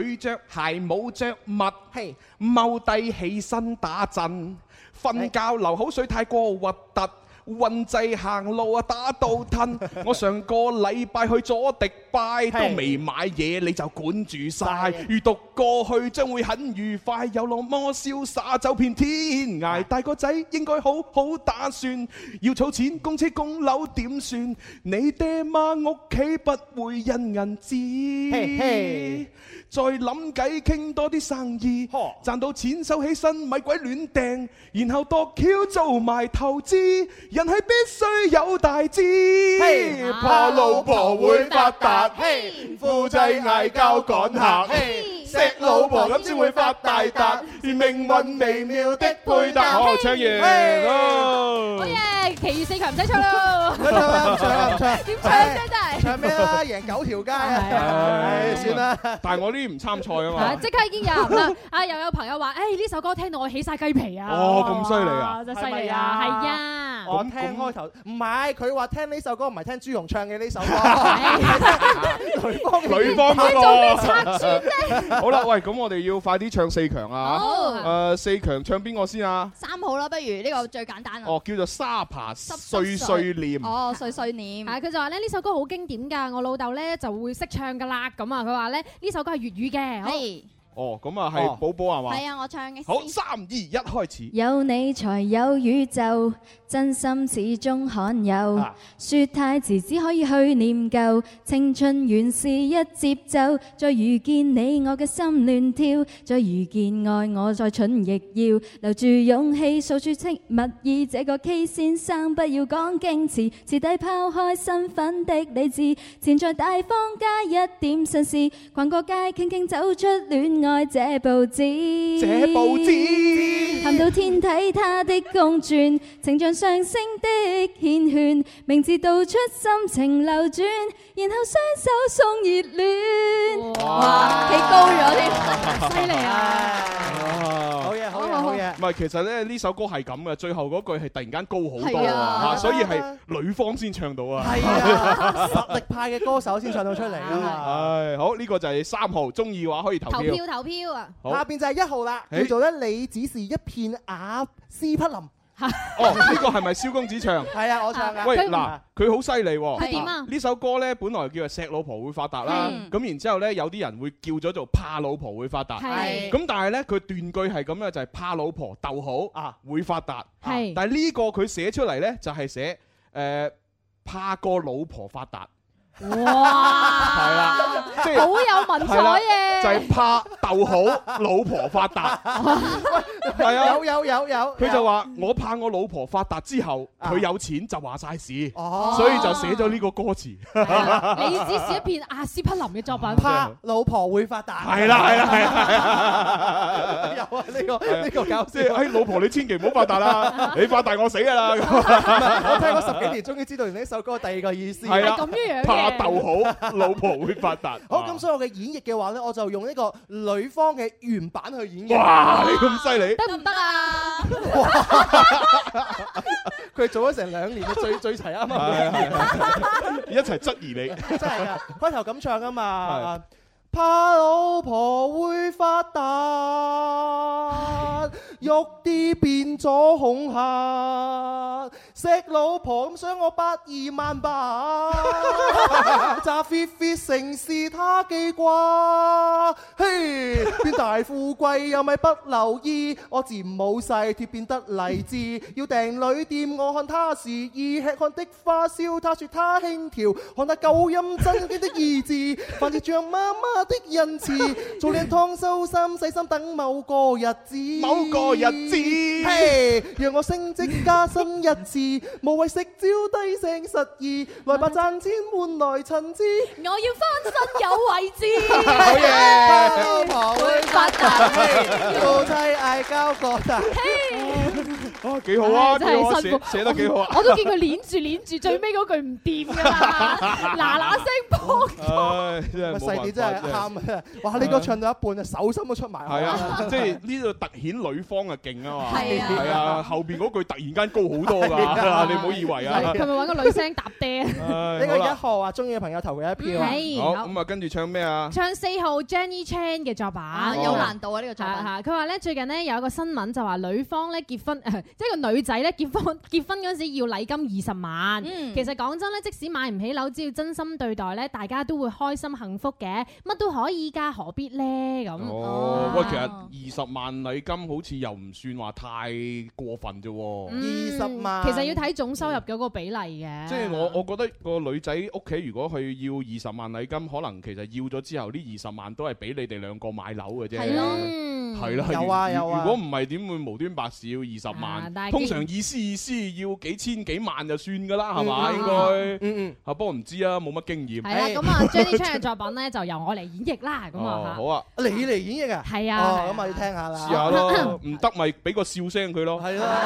[SPEAKER 4] 佢着鞋冇着襪，踎低起身打震，瞓覺流口水太過核突。運滯行路啊，打到吞！ 我上個禮拜去咗迪拜都未買嘢，你就管住晒。閱讀過去將會很愉快，有老麼瀟灑走遍天
[SPEAKER 6] 啊
[SPEAKER 4] 涯。大個仔應該好好打算，要儲錢供車供樓點算？你爹媽屋企不會印銀紙。
[SPEAKER 6] 嘿嘿
[SPEAKER 4] 再諗計傾多啲生意，賺到錢收起身，咪鬼亂掟，然後度橋做埋投資，人係必須有大志。
[SPEAKER 19] 怕老婆會發達，夫妻嗌交趕客，錫老婆咁先會發大達，而命運微妙的配搭。
[SPEAKER 4] 好，唱哦完哦咯。
[SPEAKER 5] 哎
[SPEAKER 18] 好嘢，其餘四強唔使唱咯。
[SPEAKER 6] 唔唱啦唔唱啦唔唱
[SPEAKER 18] 點唱啫真係？
[SPEAKER 6] 唱咩啦？贏九條街啊！
[SPEAKER 4] 唉，
[SPEAKER 6] 算啦。
[SPEAKER 4] 但係我呢啲唔參賽啊
[SPEAKER 18] 啊！
[SPEAKER 4] 嘛。
[SPEAKER 18] 即刻已經有人啦！啊，又有朋友話：，誒呢首歌聽到我起晒雞皮啊！
[SPEAKER 4] 哦，咁犀利啊！
[SPEAKER 18] 真係犀利啊！
[SPEAKER 6] 係咪
[SPEAKER 18] 係
[SPEAKER 6] 啊
[SPEAKER 18] 啊！
[SPEAKER 6] 我聽開頭唔係，佢話聽呢首歌唔係聽朱紅唱嘅呢首歌，女方
[SPEAKER 4] 女方嗰個
[SPEAKER 6] 你做 咩拆穿
[SPEAKER 4] 啫？好啦，喂，咁我哋要快啲唱四強啊！
[SPEAKER 5] 好
[SPEAKER 4] 誒，四強唱邊個先啊？
[SPEAKER 5] 三號啦，不如呢個最簡單啦。
[SPEAKER 4] 哦，叫做沙扒碎碎念。
[SPEAKER 5] 哦，碎碎
[SPEAKER 4] 嗯
[SPEAKER 5] 念。
[SPEAKER 18] 啊！佢就話咧呢首歌好經典㗎，我老豆咧就會識唱㗎啦。咁啊，佢話咧呢首歌係粵語嘅。
[SPEAKER 5] 係
[SPEAKER 4] 哦，咁啊係寶寶係嘛？
[SPEAKER 5] 係啊，我唱嘅。
[SPEAKER 4] 好，三二一，開始。
[SPEAKER 23] 有你才有宇宙，真心始終罕有。說太遲只可以去念舊，青春原是一接走。再遇見你，我嘅心亂跳；再遇見愛，我再蠢亦要留住勇氣，訴說戚蜜意。這個 K 先生不要講矜持，徹底拋開身份的理智，潛在大方加一點紳士，逛個街傾傾走出戀愛這步子。
[SPEAKER 19] 這報紙
[SPEAKER 23] 談到天體它的公轉，情像上升的縉蹌，名字道出心情流轉，然後雙手送熱戀。
[SPEAKER 5] 哇，企高 咗添，
[SPEAKER 18] 犀利啊！
[SPEAKER 4] 好
[SPEAKER 6] 嘢，好嘢，啊好嘢。
[SPEAKER 4] 唔係，其實咧呢首歌係咁嘅，最後嗰句係突然間高好多
[SPEAKER 6] 係
[SPEAKER 4] 啊，
[SPEAKER 6] 啊
[SPEAKER 4] 啊所以係女方先唱到啊。
[SPEAKER 6] 係啊，實力派嘅歌手先唱到出嚟啊嘛。
[SPEAKER 4] 唉，好呢個就係三號，中意嘅話可以投票。
[SPEAKER 6] 投票啊！
[SPEAKER 4] 好
[SPEAKER 6] 下邊就係一號啦，
[SPEAKER 4] 誒
[SPEAKER 6] 叫做咧你只是一片瓦斯匹林。
[SPEAKER 4] 哦，呢個係咪蕭公子唱？
[SPEAKER 6] 係啊，我唱嘅。
[SPEAKER 4] 喂，嗱，佢好犀利喎！
[SPEAKER 6] 佢點啊
[SPEAKER 4] 呢首歌呢，本來叫做《錫老婆會發達》啦，
[SPEAKER 6] 嗯
[SPEAKER 4] 咁然之後呢，有啲人會叫咗做《怕老婆會發達》，
[SPEAKER 19] 係
[SPEAKER 4] 咁但係啊呢，佢斷句係咁咧，就係怕老婆逗好啊會發達，啊
[SPEAKER 19] 係
[SPEAKER 4] 但係呢個佢寫出嚟呢，就係寫誒怕個老婆發達，
[SPEAKER 7] 啊
[SPEAKER 18] 哇！
[SPEAKER 4] 啊係啦，即係
[SPEAKER 18] 好有文
[SPEAKER 4] 係啦就
[SPEAKER 18] 采嘅。啊
[SPEAKER 4] 係怕逗好老婆 發達，係啊，
[SPEAKER 6] 有有有有。
[SPEAKER 4] 佢就話：我怕我老婆發達之後，佢有錢就話晒事，
[SPEAKER 6] 啊哦
[SPEAKER 4] 所以就寫咗呢個歌 詞。
[SPEAKER 18] 你只啊是一片阿斯匹林 嘅作品。
[SPEAKER 6] 怕老婆會發達。
[SPEAKER 4] 係啦係啦係啦係啦，
[SPEAKER 6] 有啊呢個呢個搞笑。
[SPEAKER 4] 即係哎老婆你千祈唔好發 達啦，你發達我死㗎啦咁。
[SPEAKER 6] 我聽咗十幾年，終於知道原來呢首歌第二個意思。
[SPEAKER 4] 係啦，怕化豆好，老婆會發達。啊
[SPEAKER 6] 好，咁所以我嘅演繹嘅話咧，我就用呢個女方嘅原版去演繹。
[SPEAKER 4] 哇！你咁犀利，
[SPEAKER 7] 得唔得 啊？
[SPEAKER 6] 佢做咗成兩年嘅 最最齊啱
[SPEAKER 4] 係啊係
[SPEAKER 6] 啱，
[SPEAKER 4] 一齊質疑你，
[SPEAKER 6] 真係㗎，開頭咁唱啊嘛。怕老婆會發達，肉啲變咗恐嚇，錫老婆咁想我百二萬八， 揸 fit fit 成是他記掛，嘿，變大富貴又咪不留意，我自冇勢脱變得勵志，要訂旅店我看他示意，吃看的花燒，他說他輕佻，看他夠陰真經的意志，凡事像媽媽的恩賜，做靚湯修心，細心等某個日子。
[SPEAKER 4] 某個日子
[SPEAKER 6] 嘿，讓我升職加薪一次，無謂食蕉低聲實意，來吧賺錢換來襯資。
[SPEAKER 7] 我要翻身有位置，
[SPEAKER 6] 好嘢，老婆會發
[SPEAKER 7] 達
[SPEAKER 6] 啊嘿夫妻嗌交過大。
[SPEAKER 4] 啊幾好啊，
[SPEAKER 7] 真係
[SPEAKER 4] 幾好啊
[SPEAKER 7] 辛苦
[SPEAKER 4] 寫寫得幾好啊！
[SPEAKER 7] 我都見佢攣住攣住，最尾嗰句唔掂㗎啦， 嗱嗱聲幫。
[SPEAKER 4] 唉，真係冇
[SPEAKER 6] 細啲真
[SPEAKER 4] 辦
[SPEAKER 6] 係
[SPEAKER 4] 法
[SPEAKER 6] 喊啊！哇，呢歌唱到一半啊，手心都出埋。
[SPEAKER 4] 嗯係啊，即係呢度突顯女方啊勁啊嘛，
[SPEAKER 6] 係啊
[SPEAKER 4] 係啊，後邊嗰句突然間高好多
[SPEAKER 6] 係啊
[SPEAKER 4] 㗎，你唔好以為啊。
[SPEAKER 7] 佢咪揾個女聲搭 爹？
[SPEAKER 6] 呢個
[SPEAKER 4] 好
[SPEAKER 6] 一
[SPEAKER 4] 啦，
[SPEAKER 6] 號啊，中意嘅朋友投佢一
[SPEAKER 18] 嗯
[SPEAKER 6] 票啊。
[SPEAKER 7] 係
[SPEAKER 4] 好
[SPEAKER 7] 好
[SPEAKER 4] 咁啊，跟住唱咩啊？
[SPEAKER 18] 唱四號 Jenny Chan 嘅作品，
[SPEAKER 4] 哦
[SPEAKER 7] 有難度啊！呢個作品
[SPEAKER 18] 嚇佢話咧最近咧有一個新聞就話女方咧結婚， 即係個女仔咧結婚結婚嗰陣時要禮金二十萬。
[SPEAKER 7] 嗯
[SPEAKER 18] 其實講真咧，即使買唔起樓，只要真心對待咧，大家都會開心幸福嘅，乜都可以㗎，何必咧咁？
[SPEAKER 4] 哦，喂，其實二十萬禮金好似又唔算話太過分啫喎。
[SPEAKER 18] 嗯其實要睇總收入嗰個比例嘅。
[SPEAKER 4] 即係我，我覺得個女仔屋企如果佢要二十萬禮金，可能其實要咗之後，呢二十萬都係俾你哋兩個買樓嘅啫。
[SPEAKER 18] 係咯嗯
[SPEAKER 4] 係啦。
[SPEAKER 6] 有啊
[SPEAKER 4] 如
[SPEAKER 6] 有啊
[SPEAKER 4] 如果唔係點會無端白事要二十
[SPEAKER 18] 啊但
[SPEAKER 4] 萬？
[SPEAKER 18] 係既
[SPEAKER 4] 通
[SPEAKER 18] 然
[SPEAKER 4] 常意思意思要幾千幾萬就算㗎啦，係
[SPEAKER 18] 嗯
[SPEAKER 4] 嘛？
[SPEAKER 18] 嗯
[SPEAKER 4] 應
[SPEAKER 18] 嗯
[SPEAKER 4] 該。
[SPEAKER 6] 嗯嗯。
[SPEAKER 4] 啊，不過唔知啊，冇乜經驗。
[SPEAKER 18] 係啦，咁啊 Jenny Chan 嘅作品咧就由我嚟演繹啦，咁
[SPEAKER 4] 哦
[SPEAKER 18] 啊，
[SPEAKER 4] 好啊。
[SPEAKER 6] 你嚟演繹啊？
[SPEAKER 18] 係啊係啊
[SPEAKER 6] 哦，咁啊要聽下啦。
[SPEAKER 4] 試下咯，唔得咪俾個笑聲佢咯。
[SPEAKER 6] 係啦。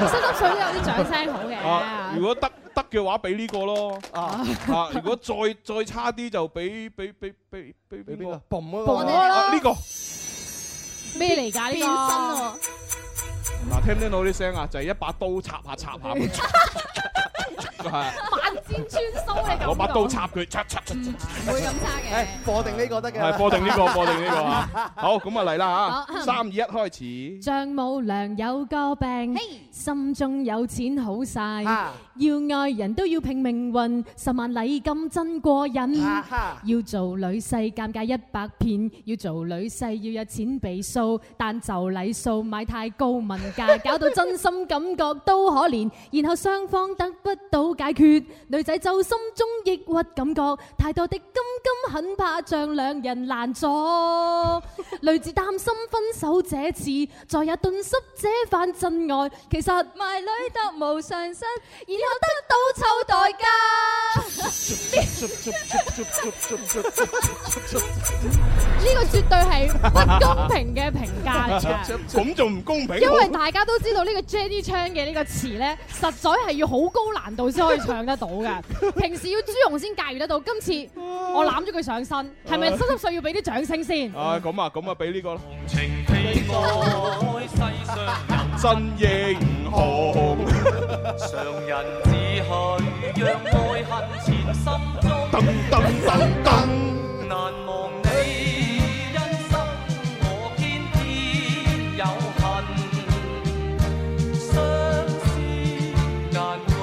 [SPEAKER 18] 嚇濕濕水都有啲掌聲好
[SPEAKER 4] 啊，
[SPEAKER 18] 嘅。
[SPEAKER 4] 如果得得嘅話，俾呢個咯。
[SPEAKER 6] 啊
[SPEAKER 4] 啊，如果再再差啲就俾俾俾俾俾俾邊
[SPEAKER 6] 個？嘣
[SPEAKER 4] 個啊呢個
[SPEAKER 18] 咩嚟㗎？
[SPEAKER 7] 變身
[SPEAKER 18] 啊呢
[SPEAKER 7] 喎，
[SPEAKER 4] 嗱，聽唔聽到啲聲啊？就係一把刀插下插下咁。係啊
[SPEAKER 7] 萬箭穿梭你咁
[SPEAKER 4] 攞把刀哎
[SPEAKER 7] 講
[SPEAKER 4] 插佢，插插插。
[SPEAKER 7] 唔會咁差嘅。
[SPEAKER 6] 哎播定呢個得㗎。
[SPEAKER 4] 係播定 呢個，播定呢個啊！好，咁啊嚟啦
[SPEAKER 18] 好
[SPEAKER 4] 嚇，三二一開始。
[SPEAKER 18] 丈母娘有個病，心中有錢好晒，
[SPEAKER 23] 啊
[SPEAKER 6] 啊
[SPEAKER 18] 要愛人都要拼命運，十萬禮金真過癮
[SPEAKER 7] 啊哈。
[SPEAKER 18] 要做女婿尷尬一百遍，要做女婿要有錢俾數，但就禮數買太高問價， 搞到真心感覺都可憐。然後雙方得不到解決，女仔就心中抑鬱感覺，太多的金金很怕像兩人難阻。 女子擔心分手這次，再也頓失這番真愛。其實
[SPEAKER 7] 賣女得無上身，然後得到湊代 價。
[SPEAKER 18] 呢個絕對係不公平嘅評 價嚟嘅。
[SPEAKER 4] 咁仲唔公平？
[SPEAKER 18] 因為大家都知道呢個 Jenny Chan 嘅呢個詞咧，實在係要好高難度先可以唱得 到嘅。平時要朱紅先駕馭得到，今次我攬咗佢上身，係咪濕濕碎要俾啲掌聲先？
[SPEAKER 4] 啊，咁啊，咁啊，俾呢個啦。
[SPEAKER 3] 真
[SPEAKER 4] 英雄，
[SPEAKER 3] 常人自去，讓愛恨纏心中。
[SPEAKER 4] 噔噔噔噔，
[SPEAKER 3] 難忘你恩深，我偏偏有恨，相思難忘，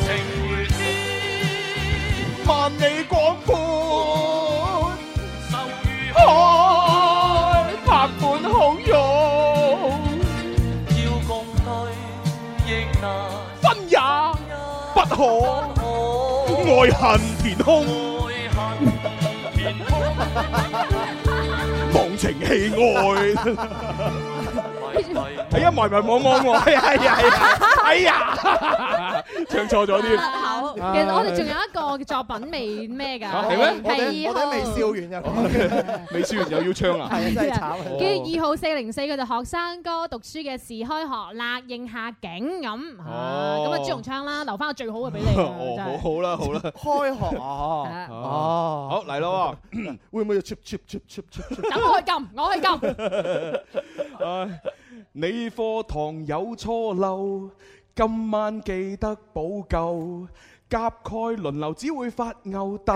[SPEAKER 3] 情如
[SPEAKER 4] 萬
[SPEAKER 3] 箭，
[SPEAKER 4] 里廣闊，海，
[SPEAKER 3] 愁如
[SPEAKER 4] 拍滿好湧。
[SPEAKER 3] 要共對亦難，
[SPEAKER 4] 分也不可，愛恨填空，
[SPEAKER 3] 愛恨填空。
[SPEAKER 4] 忘情棄愛。
[SPEAKER 3] Hãy subscribe cho
[SPEAKER 4] 哎呀，
[SPEAKER 3] kênh Ghiền Mì Gõ Để không bỏ lỡ
[SPEAKER 4] 迷迷惘惘喎，哎呀，哎呀，哎呀，哎呀，唱錯咗添。
[SPEAKER 18] 好，其實我哋仲 有一個作品未咩㗎，
[SPEAKER 4] 啊係咩哦
[SPEAKER 6] 我哋
[SPEAKER 18] 係
[SPEAKER 6] 我
[SPEAKER 18] 二
[SPEAKER 6] 哋未
[SPEAKER 18] 號。
[SPEAKER 6] 笑完
[SPEAKER 4] 未笑完又要唱啊！
[SPEAKER 6] 係啊真係 慘
[SPEAKER 18] 跟住二號四零四佢就學生哥讀書嘅時開學啦，應下景咁嚇，
[SPEAKER 4] 哦
[SPEAKER 18] 咁啊朱容昌啦，留翻個最好嘅俾 你啊，
[SPEAKER 4] 哦，
[SPEAKER 18] 真啊
[SPEAKER 4] 好
[SPEAKER 18] 係。
[SPEAKER 4] 好啦，好啦，
[SPEAKER 6] 開學哦，
[SPEAKER 4] 哦，好嚟咯喎，
[SPEAKER 6] 會唔會 chip chip chip chip chip？
[SPEAKER 18] 等我去撳，我去撳。
[SPEAKER 4] 唉你課堂有錯漏，今晚記得補救。甲蓋輪流只會發吽豆，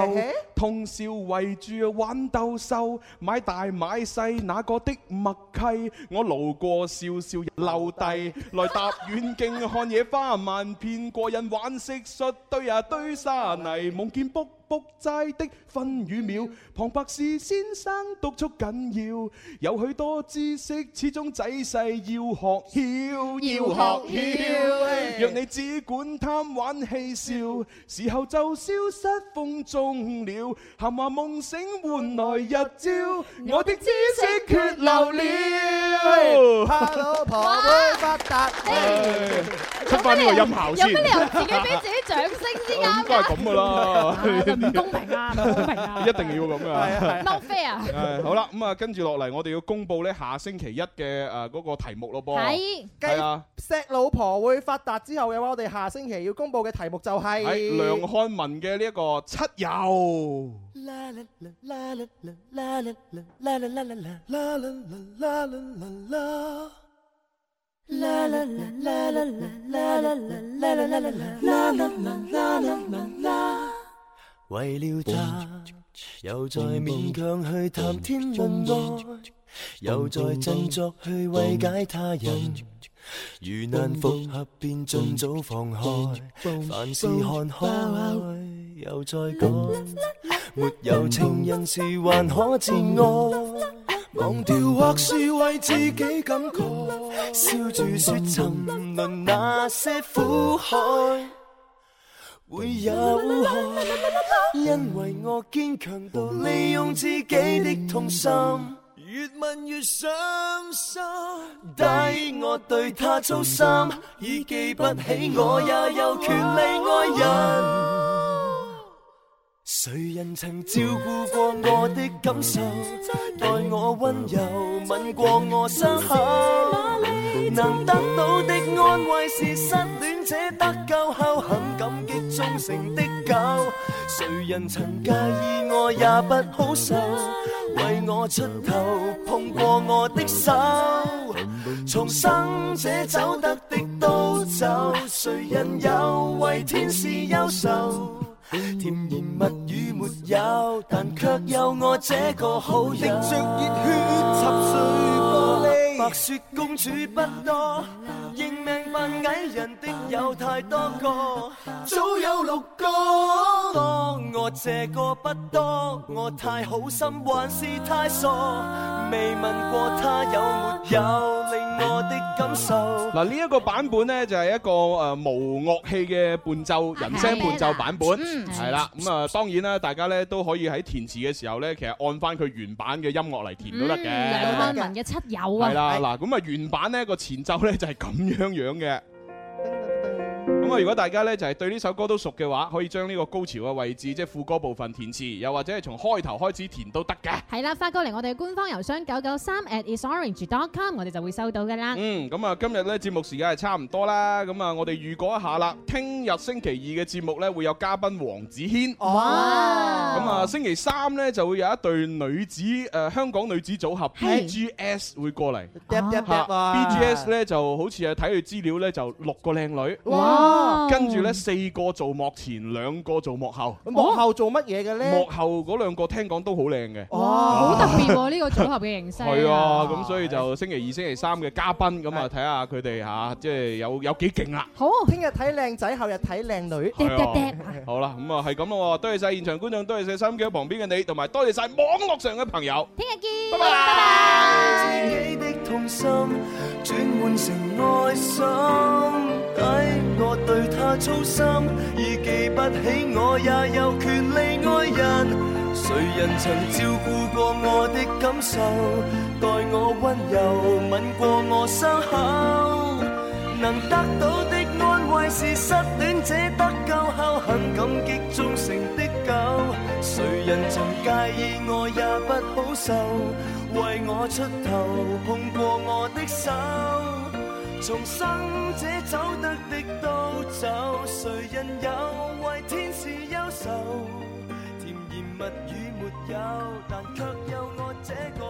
[SPEAKER 4] 通宵圍住玩鬥獸，買大買細那個的默契，我路過笑笑留低，來搭遠徑看野花萬遍，過癮玩蟋蟀堆啊堆沙泥，夢見卜卜齋的分與秒，旁白是先生督促緊要，有許多知識始終仔細要學曉，
[SPEAKER 3] 要學曉
[SPEAKER 4] 若你只管貪玩嬉笑，時候就消失風中了。閒話夢醒換來日朝，我的知識缺漏了。
[SPEAKER 6] Hello，婆妹發達。
[SPEAKER 4] 出翻呢個音效先，
[SPEAKER 18] 有乜理由自己俾自己掌聲
[SPEAKER 5] à.
[SPEAKER 18] 先
[SPEAKER 4] 應
[SPEAKER 18] 啱
[SPEAKER 4] 該係
[SPEAKER 18] 㗎？
[SPEAKER 4] 咁噶啦，
[SPEAKER 18] 唔公平啊！唔公平啊！
[SPEAKER 4] 一定要咁
[SPEAKER 18] 係
[SPEAKER 4] 啊！
[SPEAKER 18] ，no fair。
[SPEAKER 4] 誒好啦，咁啊，跟住落嚟，我哋要公布咧下星期一嘅誒嗰個題目咯噃。係啊，
[SPEAKER 6] 繼錫老婆會發達之後嘅話，我哋下星期要公佈嘅題目就係
[SPEAKER 4] 係梁漢文嘅呢一個七友。
[SPEAKER 24] 为了他，又再勉強去談天論愛，又再振作去慰解他人。如難復合，便盡早放開，凡事看開，又再改。沒有情人時還可自愛，忘掉或是為自己感慨，笑住說沉淪那些苦海會有害。因为我坚强到利用自己的痛心，越问越伤心。抵我对他操心，已记不起我也有权利爱人。谁人曾照顾过我的感受，待我温柔，吻过我伤口？能得到的安慰是失恋者得救后很感激忠诚的狗。谁人曾介意我也不好受，为我出头碰过我的手，重生者走得的都走，谁人有为天使忧愁？甜言蜜语没有，但却有我这个好友。滴着热血插碎玻璃，白雪公主不多，认命扮矮人的有太多个，早有六个。多我这个不多，我太好心还是太傻，未问过他有没有令我的感受。
[SPEAKER 4] 嗱呢一個版本呢，就係一個誒無樂器嘅伴奏人聲伴奏版本，係啦。咁啊當然啦，大家咧都可以喺填詞嘅時候呢，其實按翻佢原版嘅音樂嚟填
[SPEAKER 5] ừ,
[SPEAKER 4] 嗯都得嘅。
[SPEAKER 18] 梁漢文嘅七友
[SPEAKER 5] à.
[SPEAKER 18] 啊，
[SPEAKER 4] 係啦，嗱咁啊原版呢個前奏呢，就係咁樣樣嘅。咁啊，如果大家呢，就係對呢首歌都熟嘅話，可以將呢個高潮嘅位置，即係副歌部分填詞，又或者係從開頭開始填都得嘅。
[SPEAKER 18] 係啦，發過嚟我哋嘅官方郵箱九九三 at isorange.com，我哋就會收到㗎啦。
[SPEAKER 4] 嗯，咁啊，今日咧節目時間係差唔多啦，咁啊，我哋預告一下啦，聽日星期二嘅節目咧會有嘉賓黃子軒，
[SPEAKER 6] 哦哇！
[SPEAKER 4] 咁啊，星期三咧就會有一對女子誒、呃香港女子組合 BGS 會過嚟
[SPEAKER 6] 嗒嗒嗒啊
[SPEAKER 4] ，BGS 咧就好似係睇佢資料咧就六個靚女，
[SPEAKER 6] 哇
[SPEAKER 4] 跟住咧四個做幕前，兩個做幕後。
[SPEAKER 6] 幕後做乜嘢嘅咧哦
[SPEAKER 4] 幕？後嗰兩個聽講都好靚嘅，
[SPEAKER 18] 好特別喎呢個組合嘅形式。
[SPEAKER 4] 係啊，咁所以就星期二、星期三嘅嘉賓咁啊，睇下佢哋嚇，即係有有幾勁啦。
[SPEAKER 6] 好，聽日睇靚仔，後日睇靚女。
[SPEAKER 4] 係啊好啦，咁啊係咁咯喎，多謝晒現場觀眾，多謝晒收音機旁邊嘅你，同埋多謝晒網絡上嘅朋友。
[SPEAKER 18] 聽日
[SPEAKER 6] 拜
[SPEAKER 18] 見，
[SPEAKER 6] 拜。
[SPEAKER 24] 自己的痛心，轉換成愛心。解我對他操心，已記不起我也有權利愛人。誰人曾照顧過我的感受，待我温柔吻過我傷口，能得到的安慰是失戀者得救後很感激忠誠的狗。誰人曾介意我也不好受，為我出頭碰過我的手。重生者走得的都走，誰人有為天使憂愁？甜言蜜語沒有，但卻有我這個。